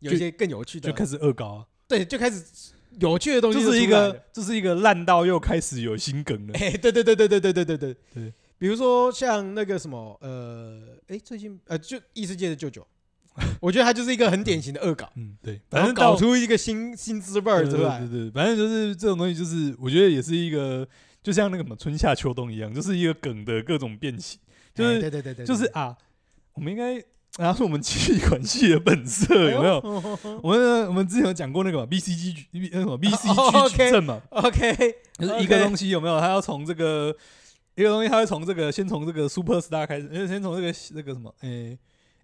[SPEAKER 1] 有一些更有趣的，
[SPEAKER 2] 就开始恶搞啊，
[SPEAKER 1] 对，就开始有趣的东西
[SPEAKER 2] 这
[SPEAKER 1] 就是
[SPEAKER 2] 一
[SPEAKER 1] 出来了
[SPEAKER 2] 个，这是一个烂到又开始有新梗 了。
[SPEAKER 1] 哎、对对对对对对对对对
[SPEAKER 2] 对
[SPEAKER 1] 比如说像那个什么，呃，哎、最近呃，就异世界的舅舅，我觉得他就是一个很典型的 恶搞，
[SPEAKER 2] 嗯，对，
[SPEAKER 1] 然
[SPEAKER 2] 反
[SPEAKER 1] 后
[SPEAKER 2] 正到
[SPEAKER 1] 搞出一个新新滋味儿
[SPEAKER 2] 对
[SPEAKER 1] 出
[SPEAKER 2] 对
[SPEAKER 1] 来
[SPEAKER 2] 对，对，反正就是这种东西，就是我觉得也是一个，就像那个什么春夏秋冬一样，就是一个梗的各种变形，就
[SPEAKER 1] 哎
[SPEAKER 2] 是
[SPEAKER 1] 对对对对，
[SPEAKER 2] 就是
[SPEAKER 1] 对
[SPEAKER 2] 啊，我们应该拿出我们气管系的本色，有没有？？
[SPEAKER 1] 哎呦
[SPEAKER 2] 我们我们之前有讲过那个嘛，BCG 矩那什么 BCG
[SPEAKER 1] 哦 OK
[SPEAKER 2] 矩阵嘛，
[SPEAKER 1] OK，
[SPEAKER 2] 就是一个
[SPEAKER 1] OK
[SPEAKER 2] 东西有没有？它要从这个一个东西，它会从这个先从这个 Super Star 开始，呃先从这个那个什么，
[SPEAKER 1] 啊
[SPEAKER 2] 诶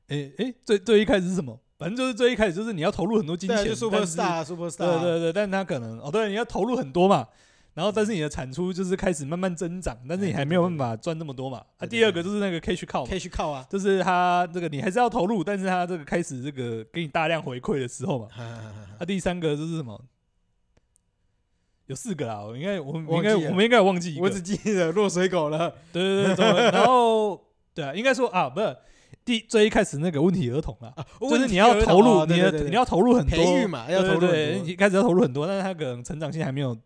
[SPEAKER 2] 诶诶，最最一开始是什么？反正就是最一开始就是你要投入很多金
[SPEAKER 1] 对啊，
[SPEAKER 2] 钱
[SPEAKER 1] 就 Super
[SPEAKER 2] 但是
[SPEAKER 1] Star Super Star，
[SPEAKER 2] 对对对，但他可能哦，对，你要投入很多嘛，然后但是你的产出就是开始慢慢增长，但是你还没有办法赚那么多嘛。啊，
[SPEAKER 1] 对对对
[SPEAKER 2] 第二个就是那个 cash cow 嘛
[SPEAKER 1] 可以去靠啊。
[SPEAKER 2] 就是他这个你还是要投入，但是他这个开始这个给你大量回馈的时候 嘛。啊，第三个就是什么？有四个啦，我应该我们
[SPEAKER 1] 忘记
[SPEAKER 2] 应该
[SPEAKER 1] 了
[SPEAKER 2] 我们应该有忘记一
[SPEAKER 1] 我
[SPEAKER 2] 个，
[SPEAKER 1] 只
[SPEAKER 2] 对
[SPEAKER 1] 记得落水狗了。
[SPEAKER 2] 对对，怎么 然后对啊，应该说啊，不是第最一开始那个问题儿童
[SPEAKER 1] 啊
[SPEAKER 2] 啦， 就是你要投
[SPEAKER 1] 哦
[SPEAKER 2] 入你的你
[SPEAKER 1] 要
[SPEAKER 2] 要投入很多
[SPEAKER 1] 培育嘛，要投入
[SPEAKER 2] 对对对
[SPEAKER 1] 很
[SPEAKER 2] 你
[SPEAKER 1] 多，
[SPEAKER 2] 一开始要投入很多，但是他可能成长性还没有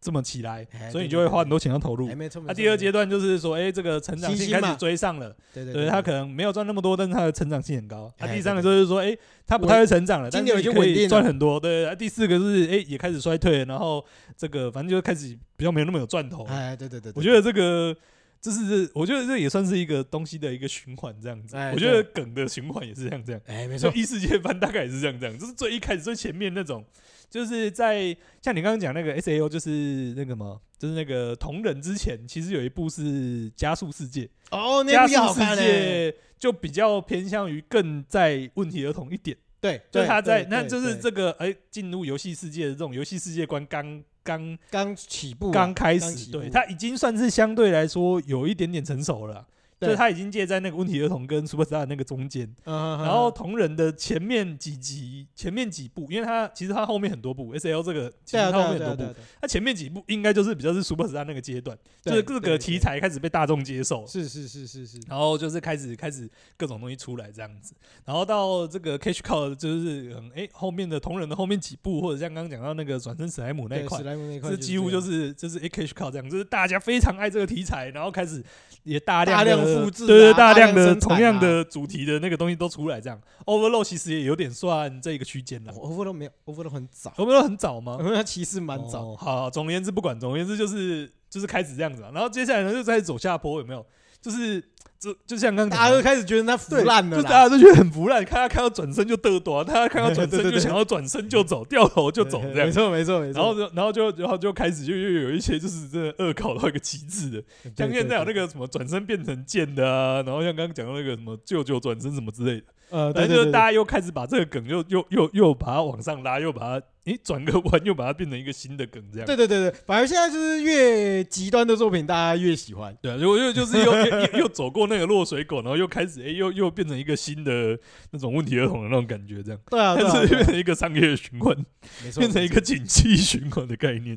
[SPEAKER 2] 这么起来
[SPEAKER 1] 哎，
[SPEAKER 2] 所以
[SPEAKER 1] 对对
[SPEAKER 2] 你就会
[SPEAKER 1] 对
[SPEAKER 2] 花很多钱要投入
[SPEAKER 1] 哎。没错没
[SPEAKER 2] 那
[SPEAKER 1] 错。
[SPEAKER 2] 第二阶，段就是说，哎，这个成长
[SPEAKER 1] 新
[SPEAKER 2] 性
[SPEAKER 1] 兴
[SPEAKER 2] 开始
[SPEAKER 1] 嘛
[SPEAKER 2] 追上了，
[SPEAKER 1] 对对
[SPEAKER 2] 对
[SPEAKER 1] 对，
[SPEAKER 2] 他可能没有赚那么多，但是他的成长性很高。那
[SPEAKER 1] 哎
[SPEAKER 2] 第
[SPEAKER 1] 对
[SPEAKER 2] 三个
[SPEAKER 1] 对
[SPEAKER 2] 就是说，哎，他不太会成长了，
[SPEAKER 1] 金
[SPEAKER 2] 但
[SPEAKER 1] 流
[SPEAKER 2] 是
[SPEAKER 1] 已
[SPEAKER 2] 你
[SPEAKER 1] 经
[SPEAKER 2] 可
[SPEAKER 1] 稳定啊
[SPEAKER 2] 以
[SPEAKER 1] 了
[SPEAKER 2] 赚很多。对，那第四个就是，哎，也开始衰退，然后这个反正就开始比较没有那么有赚头。
[SPEAKER 1] 哎对对对，对
[SPEAKER 2] 我觉得这个。这是我觉得这也算是一个东西的一个循环，这样子
[SPEAKER 1] 哎。
[SPEAKER 2] 我觉
[SPEAKER 1] 对
[SPEAKER 2] 得梗的循环也是像这样。
[SPEAKER 1] 哎没
[SPEAKER 2] 所
[SPEAKER 1] 错
[SPEAKER 2] 以，异世界番大概也是这样这样，就是最一开始最前面那种，就是在像你刚刚讲那个 S A O，就是那个嘛，就是那个同人之前，其实有一部是《加速世界》，
[SPEAKER 1] 哦，那
[SPEAKER 2] 加
[SPEAKER 1] 部也好
[SPEAKER 2] 速世
[SPEAKER 1] 看嘞。
[SPEAKER 2] 界就比较偏向于更在问题儿童一点，
[SPEAKER 1] 对，
[SPEAKER 2] 就是
[SPEAKER 1] 对
[SPEAKER 2] 他在
[SPEAKER 1] 对
[SPEAKER 2] 那
[SPEAKER 1] 对
[SPEAKER 2] 就是
[SPEAKER 1] 对
[SPEAKER 2] 这个哎进入游戏世界的这种游戏世界观刚刚
[SPEAKER 1] 刚起步啊，
[SPEAKER 2] 刚开
[SPEAKER 1] 刚
[SPEAKER 2] 始，
[SPEAKER 1] 起
[SPEAKER 2] 对
[SPEAKER 1] 步
[SPEAKER 2] 他已经算是相对来说有一点点成熟了啦，
[SPEAKER 1] 对
[SPEAKER 2] 就是他已经介在那个问题儿童跟 Superstar 的那个中间，
[SPEAKER 1] 然
[SPEAKER 2] 然后同人的前面几集前面几部，因为他其实他后面很多部 S L 这个其
[SPEAKER 1] 对
[SPEAKER 2] 实
[SPEAKER 1] 啊，
[SPEAKER 2] 他
[SPEAKER 1] 对
[SPEAKER 2] 后
[SPEAKER 1] 啊，
[SPEAKER 2] 面
[SPEAKER 1] 对啊
[SPEAKER 2] 很多
[SPEAKER 1] 对啊
[SPEAKER 2] 部，他前面几部应该就是比较是 Superstar 那个阶段，就
[SPEAKER 1] 对
[SPEAKER 2] 是各个
[SPEAKER 1] 对
[SPEAKER 2] 题
[SPEAKER 1] 对
[SPEAKER 2] 材开始被大众接受，
[SPEAKER 1] 是是是是是，
[SPEAKER 2] 然后就是开始开始各种东西出来这样子，然后到这个 Catch Call 就是嗯哎、后面的同人的后面几部，或者像刚刚讲到那个转身史莱姆那一
[SPEAKER 1] 对
[SPEAKER 2] 块
[SPEAKER 1] 史。莱姆那一块
[SPEAKER 2] 这几乎
[SPEAKER 1] 这
[SPEAKER 2] 就
[SPEAKER 1] 样
[SPEAKER 2] 是就是 A Catch Call 这样，就是大家非常爱这个题材，然后开始也大量
[SPEAKER 1] 大量
[SPEAKER 2] 的
[SPEAKER 1] 复制啊
[SPEAKER 2] 对对，
[SPEAKER 1] 大量
[SPEAKER 2] 量的
[SPEAKER 1] 生产
[SPEAKER 2] 同样
[SPEAKER 1] 啊
[SPEAKER 2] 的主题的那个东西都出来这样。Overload 其实也有点算这个区间了，
[SPEAKER 1] Overload 哦没有，Overload 很早，
[SPEAKER 2] 我们都很早吗？
[SPEAKER 1] 它其实 蛮早。
[SPEAKER 2] 哦好，总而言之不管，总而言之就是就是开始这样子嘛，啊然后接下来呢就开始走下坡，有没有？就是就就像刚刚
[SPEAKER 1] 大家
[SPEAKER 2] 讲的
[SPEAKER 1] 都开始觉得它腐
[SPEAKER 2] 对
[SPEAKER 1] 烂了
[SPEAKER 2] 就
[SPEAKER 1] 啦，
[SPEAKER 2] 大家都觉得很腐烂，看他看到转身就嘚多，大家看到转
[SPEAKER 1] 对对
[SPEAKER 2] 身就
[SPEAKER 1] 对
[SPEAKER 2] 想要转身就走，掉头就
[SPEAKER 1] 对
[SPEAKER 2] 走
[SPEAKER 1] 对
[SPEAKER 2] 这样
[SPEAKER 1] 没。错没错没错。
[SPEAKER 2] 然后就然后就然后就开始就又有一些就是真的恶搞到一个极致的，
[SPEAKER 1] 对
[SPEAKER 2] 像现在有那
[SPEAKER 1] 对对
[SPEAKER 2] 个什么转身变成剑的啊，然后像刚刚讲到那个什么舅舅转身什么之类的，
[SPEAKER 1] 呃，
[SPEAKER 2] 反
[SPEAKER 1] 对
[SPEAKER 2] 正就
[SPEAKER 1] 对
[SPEAKER 2] 是
[SPEAKER 1] 对
[SPEAKER 2] 大家又开始把这个梗又又又又把它往上拉，又把它诶转个弯，又把它变成一个新的梗这样。
[SPEAKER 1] 对对对对，反而现在就是越极端的作品，大家越喜欢。
[SPEAKER 2] 对啊，又又就是又又又又走过那个落水狗，然后又开始诶又又变成一个新的那种问题儿童的那种感觉这样，
[SPEAKER 1] 对 啊，对
[SPEAKER 2] 但
[SPEAKER 1] 啊对啊，
[SPEAKER 2] 是变成一个商业循环。
[SPEAKER 1] 没错，
[SPEAKER 2] 变成一个景气循环的概念，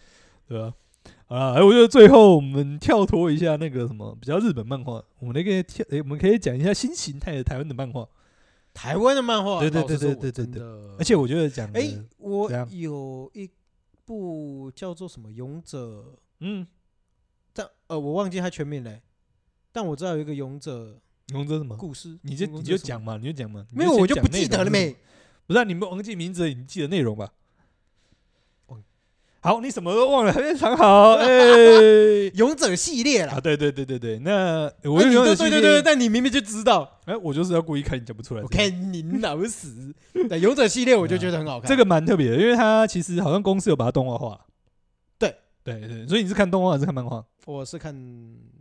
[SPEAKER 2] 对吧、啊？好啦哎我觉得最后我们跳脱一下那个什么比较日本漫画，我们那个跳，哎诶我们可以讲一下新形态的台湾的漫
[SPEAKER 1] 呃
[SPEAKER 2] 画，
[SPEAKER 1] 台湾的漫画。
[SPEAKER 2] 对对对
[SPEAKER 1] 老实说
[SPEAKER 2] 对
[SPEAKER 1] 我
[SPEAKER 2] 对对
[SPEAKER 1] 真
[SPEAKER 2] 对
[SPEAKER 1] 的
[SPEAKER 2] 而且我觉得讲的，
[SPEAKER 1] 哎、我
[SPEAKER 2] 怎样
[SPEAKER 1] 有一部叫做什么《勇者》，
[SPEAKER 2] 嗯，
[SPEAKER 1] 但呃，我忘记它全名嘞、但我知道有一个勇者
[SPEAKER 2] 龙泽什么？
[SPEAKER 1] 故事，
[SPEAKER 2] 哦你就
[SPEAKER 1] 勇
[SPEAKER 2] 你
[SPEAKER 1] 者
[SPEAKER 2] 就
[SPEAKER 1] 什么
[SPEAKER 2] 讲，嘛，你就讲嘛，你
[SPEAKER 1] 没有我
[SPEAKER 2] 先
[SPEAKER 1] 就
[SPEAKER 2] 讲
[SPEAKER 1] 不记
[SPEAKER 2] 内容
[SPEAKER 1] 得了
[SPEAKER 2] 是什
[SPEAKER 1] 没
[SPEAKER 2] 么。不是、啊、你们忘记名字，你记得内容吧
[SPEAKER 1] 忘。
[SPEAKER 2] 好，你什么都忘了，非 常好，哎、
[SPEAKER 1] 勇者系列啦
[SPEAKER 2] 啊，。对对对对对，那我
[SPEAKER 1] 啊
[SPEAKER 2] 就
[SPEAKER 1] 你
[SPEAKER 2] 永
[SPEAKER 1] 都对
[SPEAKER 2] 远系
[SPEAKER 1] 对
[SPEAKER 2] 列
[SPEAKER 1] 对，，但你明明就知 道，
[SPEAKER 2] 哎、我就是要故意看你讲不出来
[SPEAKER 1] 我
[SPEAKER 2] 这样。
[SPEAKER 1] 看你老死。对，勇者系列我就觉得很好看。
[SPEAKER 2] 这个蛮特别的，因为它其实好像公司有把它动画化。
[SPEAKER 1] 对
[SPEAKER 2] 对对，所以你是看动画还是看漫画？
[SPEAKER 1] 我是看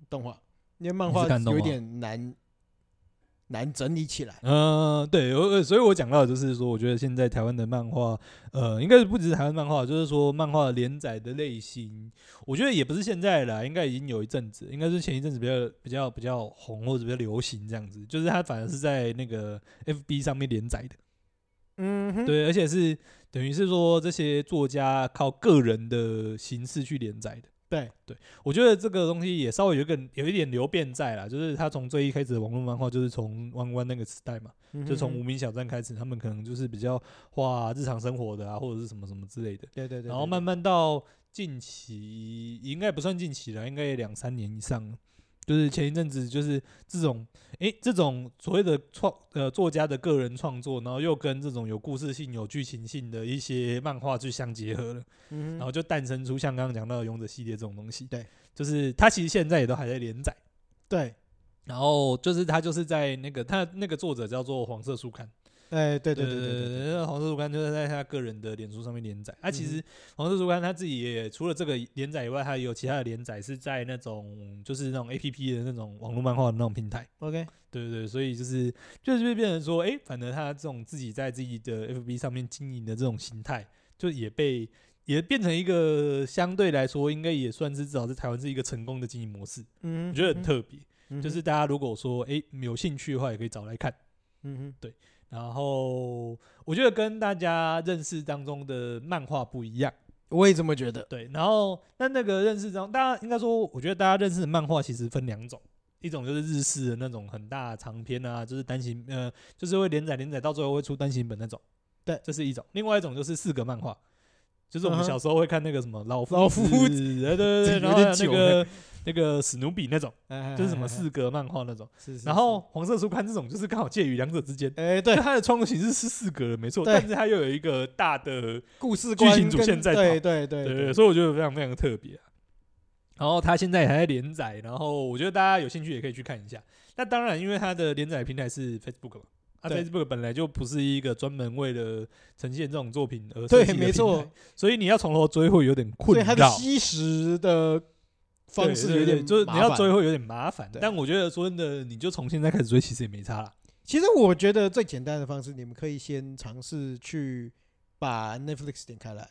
[SPEAKER 1] 动画，因为漫
[SPEAKER 2] 你
[SPEAKER 1] 画
[SPEAKER 2] 是看动
[SPEAKER 1] 有一
[SPEAKER 2] 画
[SPEAKER 1] 点难难整理起来。
[SPEAKER 2] 嗯、对，我呃所以我讲到的就是说，我觉得现在台湾的漫画，呃，应该是不只是台湾漫画，就是说漫画连载的类型，我觉得也不是现在啦，应该已经有一阵子，应该是前一阵子比较比较比较红或者比较流行这样子，就是它反而是在那个 FB 上面连载的。
[SPEAKER 1] 嗯哼，
[SPEAKER 2] 对，而且是等于是说这些作家靠个人的形式去连载的。
[SPEAKER 1] 对
[SPEAKER 2] 对，我觉得这个东西也稍微有一个有一点流变在啦，就是他从最一开始的网络漫画，就是从弯弯那个时代嘛，
[SPEAKER 1] 嗯哼，
[SPEAKER 2] 就从无名小站开始，他们可能就是比较画日常生活的啊，或者是什么什么之类的，
[SPEAKER 1] 对对对，
[SPEAKER 2] 然后
[SPEAKER 1] 对
[SPEAKER 2] 慢慢到近期，应该不算近期了，应该也两三年以上了。就是前一阵子，就是这种，诶、这种所谓的创呃作家的个人创作，然后又跟这种有故事性、有剧情性的一些漫画去相结合了，
[SPEAKER 1] 嗯
[SPEAKER 2] 然
[SPEAKER 1] 哼
[SPEAKER 2] 后就诞生出像刚刚讲到的《勇者》系列这种东西。
[SPEAKER 1] 对，
[SPEAKER 2] 就是它其实现在也都还在连载，
[SPEAKER 1] 对，
[SPEAKER 2] 然后就是它就是在那个它那个作者叫做黄色书刊。
[SPEAKER 1] 哎对对
[SPEAKER 2] 对
[SPEAKER 1] 对对对对，
[SPEAKER 2] 黄色书刊就是在他个人的脸书上面连载。啊，其
[SPEAKER 1] 嗯哼
[SPEAKER 2] 实黄色书刊他自己也除了这个连载以外，还有其他的连载是在那种就是那种 A P P 的那种网络漫画的那种平台。
[SPEAKER 1] ，OK，
[SPEAKER 2] 对对对，所以就是就是变成说，哎、反正他这种自己在自己的 F B 上面经营的这种形态，就也被也变成一个相对来说，应该也算是至少在台湾是一个成功的经营模式，
[SPEAKER 1] 嗯哼，
[SPEAKER 2] 我觉得很特别。
[SPEAKER 1] 嗯哼，
[SPEAKER 2] 就是大家如果说哎、有兴趣的话，也可以找来看。
[SPEAKER 1] 嗯哼，
[SPEAKER 2] 然后我觉得跟大家认识当中的漫画不一样，
[SPEAKER 1] 我也这么觉得。
[SPEAKER 2] 对。然后那那个认识当，大家应该说，我觉得大家认识的漫画其实分两种，一种就是日式的那种很大的长篇啊，就是单行呃，就是会连载连载到最后会出单行本那种，
[SPEAKER 1] 对
[SPEAKER 2] 这是一种。另外一种就是四格漫画。就是我们
[SPEAKER 1] 嗯哼
[SPEAKER 2] 小时候会看那个什么老夫
[SPEAKER 1] 老夫
[SPEAKER 2] 子，对
[SPEAKER 1] 这个有
[SPEAKER 2] 对对，然
[SPEAKER 1] 点
[SPEAKER 2] 后还有那
[SPEAKER 1] 久
[SPEAKER 2] 个
[SPEAKER 1] 了
[SPEAKER 2] 那个史努比那种，
[SPEAKER 1] 就
[SPEAKER 2] 就是什么四格漫画那种。
[SPEAKER 1] 哎是，是
[SPEAKER 2] 然后，黄色书刊这种，就是刚好介于两者之间
[SPEAKER 1] 是。哎，对
[SPEAKER 2] 就，它的创作形式是四格的，没错，
[SPEAKER 1] 对
[SPEAKER 2] 但是它又有一个大的，
[SPEAKER 1] 故事
[SPEAKER 2] 剧
[SPEAKER 1] 观
[SPEAKER 2] 情主
[SPEAKER 1] 跟
[SPEAKER 2] 线在
[SPEAKER 1] 对对对
[SPEAKER 2] 对对，所以我觉得非常非常的特别啊、然后它现在也还在连载，然后我觉得大家有兴趣也可以去看一下。那当然，因为它的连载平台是 Facebook 嘛，啊，啊
[SPEAKER 1] 对
[SPEAKER 2] ，Facebook 本来就不是一个专门为了呈现这种作品而设
[SPEAKER 1] 对
[SPEAKER 2] 计，的
[SPEAKER 1] 没错
[SPEAKER 2] 平台，，所以你要从头追会有点
[SPEAKER 1] 所
[SPEAKER 2] 困
[SPEAKER 1] 以
[SPEAKER 2] 扰
[SPEAKER 1] 它。的吸食的方式有
[SPEAKER 2] 对对
[SPEAKER 1] 点
[SPEAKER 2] 对就是你
[SPEAKER 1] 麻
[SPEAKER 2] 要
[SPEAKER 1] 烦
[SPEAKER 2] 追会有点麻烦。
[SPEAKER 1] 对
[SPEAKER 2] 但我觉得说真的，你就从现在开始追，其实也没差啦。
[SPEAKER 1] 其实我觉得最简单的方式，你们可以先尝试去把 Netflix 点开来。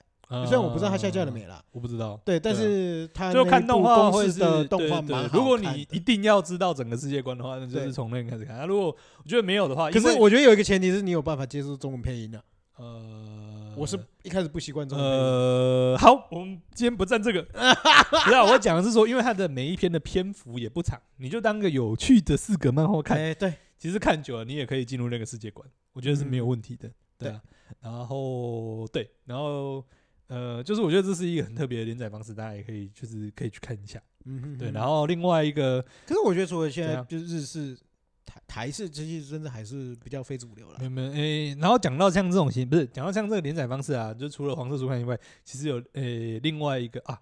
[SPEAKER 1] 虽然我不知道它下架了
[SPEAKER 2] 嗯，
[SPEAKER 1] 没啦，
[SPEAKER 2] 我不知道。
[SPEAKER 1] 对，但是它
[SPEAKER 2] 啊就看动画
[SPEAKER 1] 公
[SPEAKER 2] 会
[SPEAKER 1] 司的动画
[SPEAKER 2] 嘛
[SPEAKER 1] 蛮。
[SPEAKER 2] 如果
[SPEAKER 1] 好看
[SPEAKER 2] 你
[SPEAKER 1] 的
[SPEAKER 2] 一定要知道整个世界观的话，那就
[SPEAKER 1] 对
[SPEAKER 2] 是从那个开始看。啊、如果我觉得没有的话，
[SPEAKER 1] 可
[SPEAKER 2] 因
[SPEAKER 1] 是
[SPEAKER 2] 为
[SPEAKER 1] 我觉得有一个前提是你有办法接受中文配音的、
[SPEAKER 2] 呃，
[SPEAKER 1] 我是一开始不习惯中文配音。
[SPEAKER 2] 呃，好，我们今天不站 这个。不是、啊，我讲的是说，因为它的每一篇的篇幅也不长，你就当个有趣的四格漫画看。
[SPEAKER 1] 哎，对，
[SPEAKER 2] 其实看久了，你也可以进入那个世界观，我觉得是没有问题的。对啊，然后对，然后呃，就是我觉得这是一个很特别的连载方式，大家也可以就是可以去看一下。
[SPEAKER 1] 嗯哼
[SPEAKER 2] 对，
[SPEAKER 1] 哼
[SPEAKER 2] 然后另外一个
[SPEAKER 1] 可是我觉得除了现
[SPEAKER 2] 怎
[SPEAKER 1] 在
[SPEAKER 2] 样
[SPEAKER 1] 就是日式、台台式，其实真的还是比较非主流了
[SPEAKER 2] 没。有没有诶、然后讲到像这种型，不是讲到像这个连载方式啊，就除了黄色书刊以外，其实有诶、另外一个啊，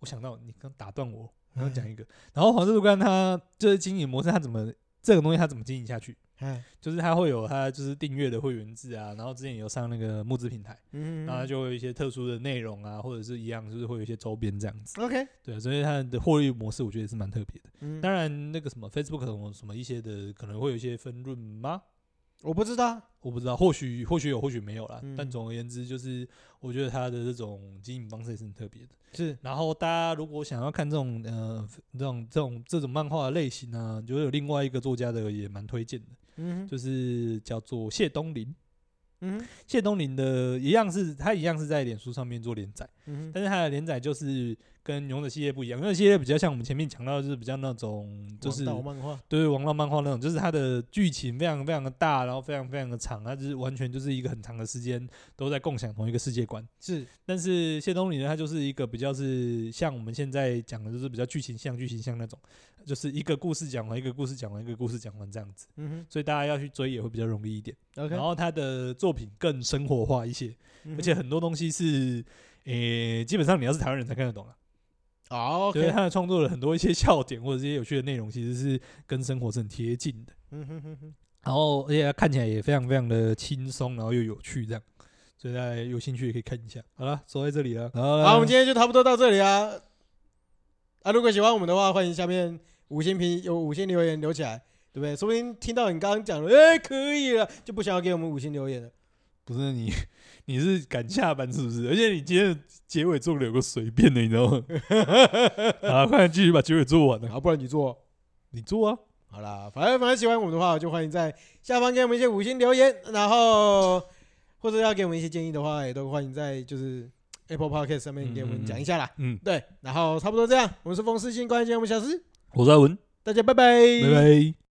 [SPEAKER 2] 我想到你刚打断我，然
[SPEAKER 1] 嗯
[SPEAKER 2] 后嗯讲一个，然后黄色书刊它就是经营模式，它怎么这个东西它怎么经营下去？
[SPEAKER 1] 哎，
[SPEAKER 2] 就是它会有它就是订阅的会员制啊，然后之前有上那个募资平台。
[SPEAKER 1] 嗯哼哼，
[SPEAKER 2] 然后它就会有一些特殊的内容啊，或者是一样，就是会有一些周边这样子。
[SPEAKER 1] OK，
[SPEAKER 2] 对，啊所以它的获利模式我觉得也是蛮特别的。
[SPEAKER 1] 嗯，
[SPEAKER 2] 当然，那个什么 Facebook 什么什么一些的，可能会有一些分润吗？
[SPEAKER 1] 我不知道，
[SPEAKER 2] 我不知道，或许或许有，或许没有啦。
[SPEAKER 1] 嗯
[SPEAKER 2] 但总而言之，就是我觉得它的这种经营方式也是很特别的。
[SPEAKER 1] 是
[SPEAKER 2] 然后大家如果想要看这种呃这种这种这种漫画的类型呢、就有另外一个作家的也蛮推荐的，
[SPEAKER 1] 嗯哼
[SPEAKER 2] 就是叫做谢东林。
[SPEAKER 1] 嗯哼
[SPEAKER 2] 谢东林的一样是他一样是在脸书上面做连载。
[SPEAKER 1] 嗯哼，
[SPEAKER 2] 但是它的连载就是跟勇者系列不一样，勇者系列比较像我们前面讲到，就是比较那种就是
[SPEAKER 1] 王道漫画，
[SPEAKER 2] 对王道漫画那种，就是它的剧情非常非常的大，然后非常非常的长，它就是完全就是一个很长的时间都在共享同一个世界观。
[SPEAKER 1] 是
[SPEAKER 2] 但是谢东林呢，它就是一个比较是像我们现在讲的，就是比较剧情像剧情像那种，就是一个故事讲完，一个故事讲完，一个故事讲完这样子，
[SPEAKER 1] 嗯
[SPEAKER 2] 所以大家要去追也会比较容易一点。
[SPEAKER 1] 哼，OK，
[SPEAKER 2] 然后他的作品更生活化一些。
[SPEAKER 1] 嗯哼
[SPEAKER 2] 而且很多东西是，诶、基本上你要是台湾人才看得懂了。
[SPEAKER 1] 哦
[SPEAKER 2] 所以
[SPEAKER 1] ，OK，
[SPEAKER 2] 他的创作了很多一些笑点或者一些有趣的内容，其实是跟生活是很贴近的。
[SPEAKER 1] 嗯哼哼哼，
[SPEAKER 2] 然后而且它看起来也非常非常的轻松，然后又有趣这样。所以大家有兴趣也可以看一下。好了，说在这里了。好
[SPEAKER 1] 好，我们今天就差不多到这里啊。啊，如果喜欢我们的话，欢迎下面五星评有五星留言留起来，对不对？说不定听到你刚刚讲的，哎，可以了，就不想要给我们五星留 言了。
[SPEAKER 2] 不是你， 你是赶下班是不是？而且你今天的结尾做的有个随便的，你知道 吗？好啦快点继续把结尾做完了。啊
[SPEAKER 1] 好，不然你做。
[SPEAKER 2] 你做啊，
[SPEAKER 1] 好啦，反正反正喜欢我们的话，就欢迎在下方给我们一些五星留言，然后或者要给我们一些建议的话，也都欢迎在就是 Apple Podcast 上面给我们讲一下啦。
[SPEAKER 2] 嗯，
[SPEAKER 1] 对，然后差不多这样，我们是风湿性关节炎，我们下次
[SPEAKER 2] 我是阿文，
[SPEAKER 1] 大家拜拜，
[SPEAKER 2] 拜拜。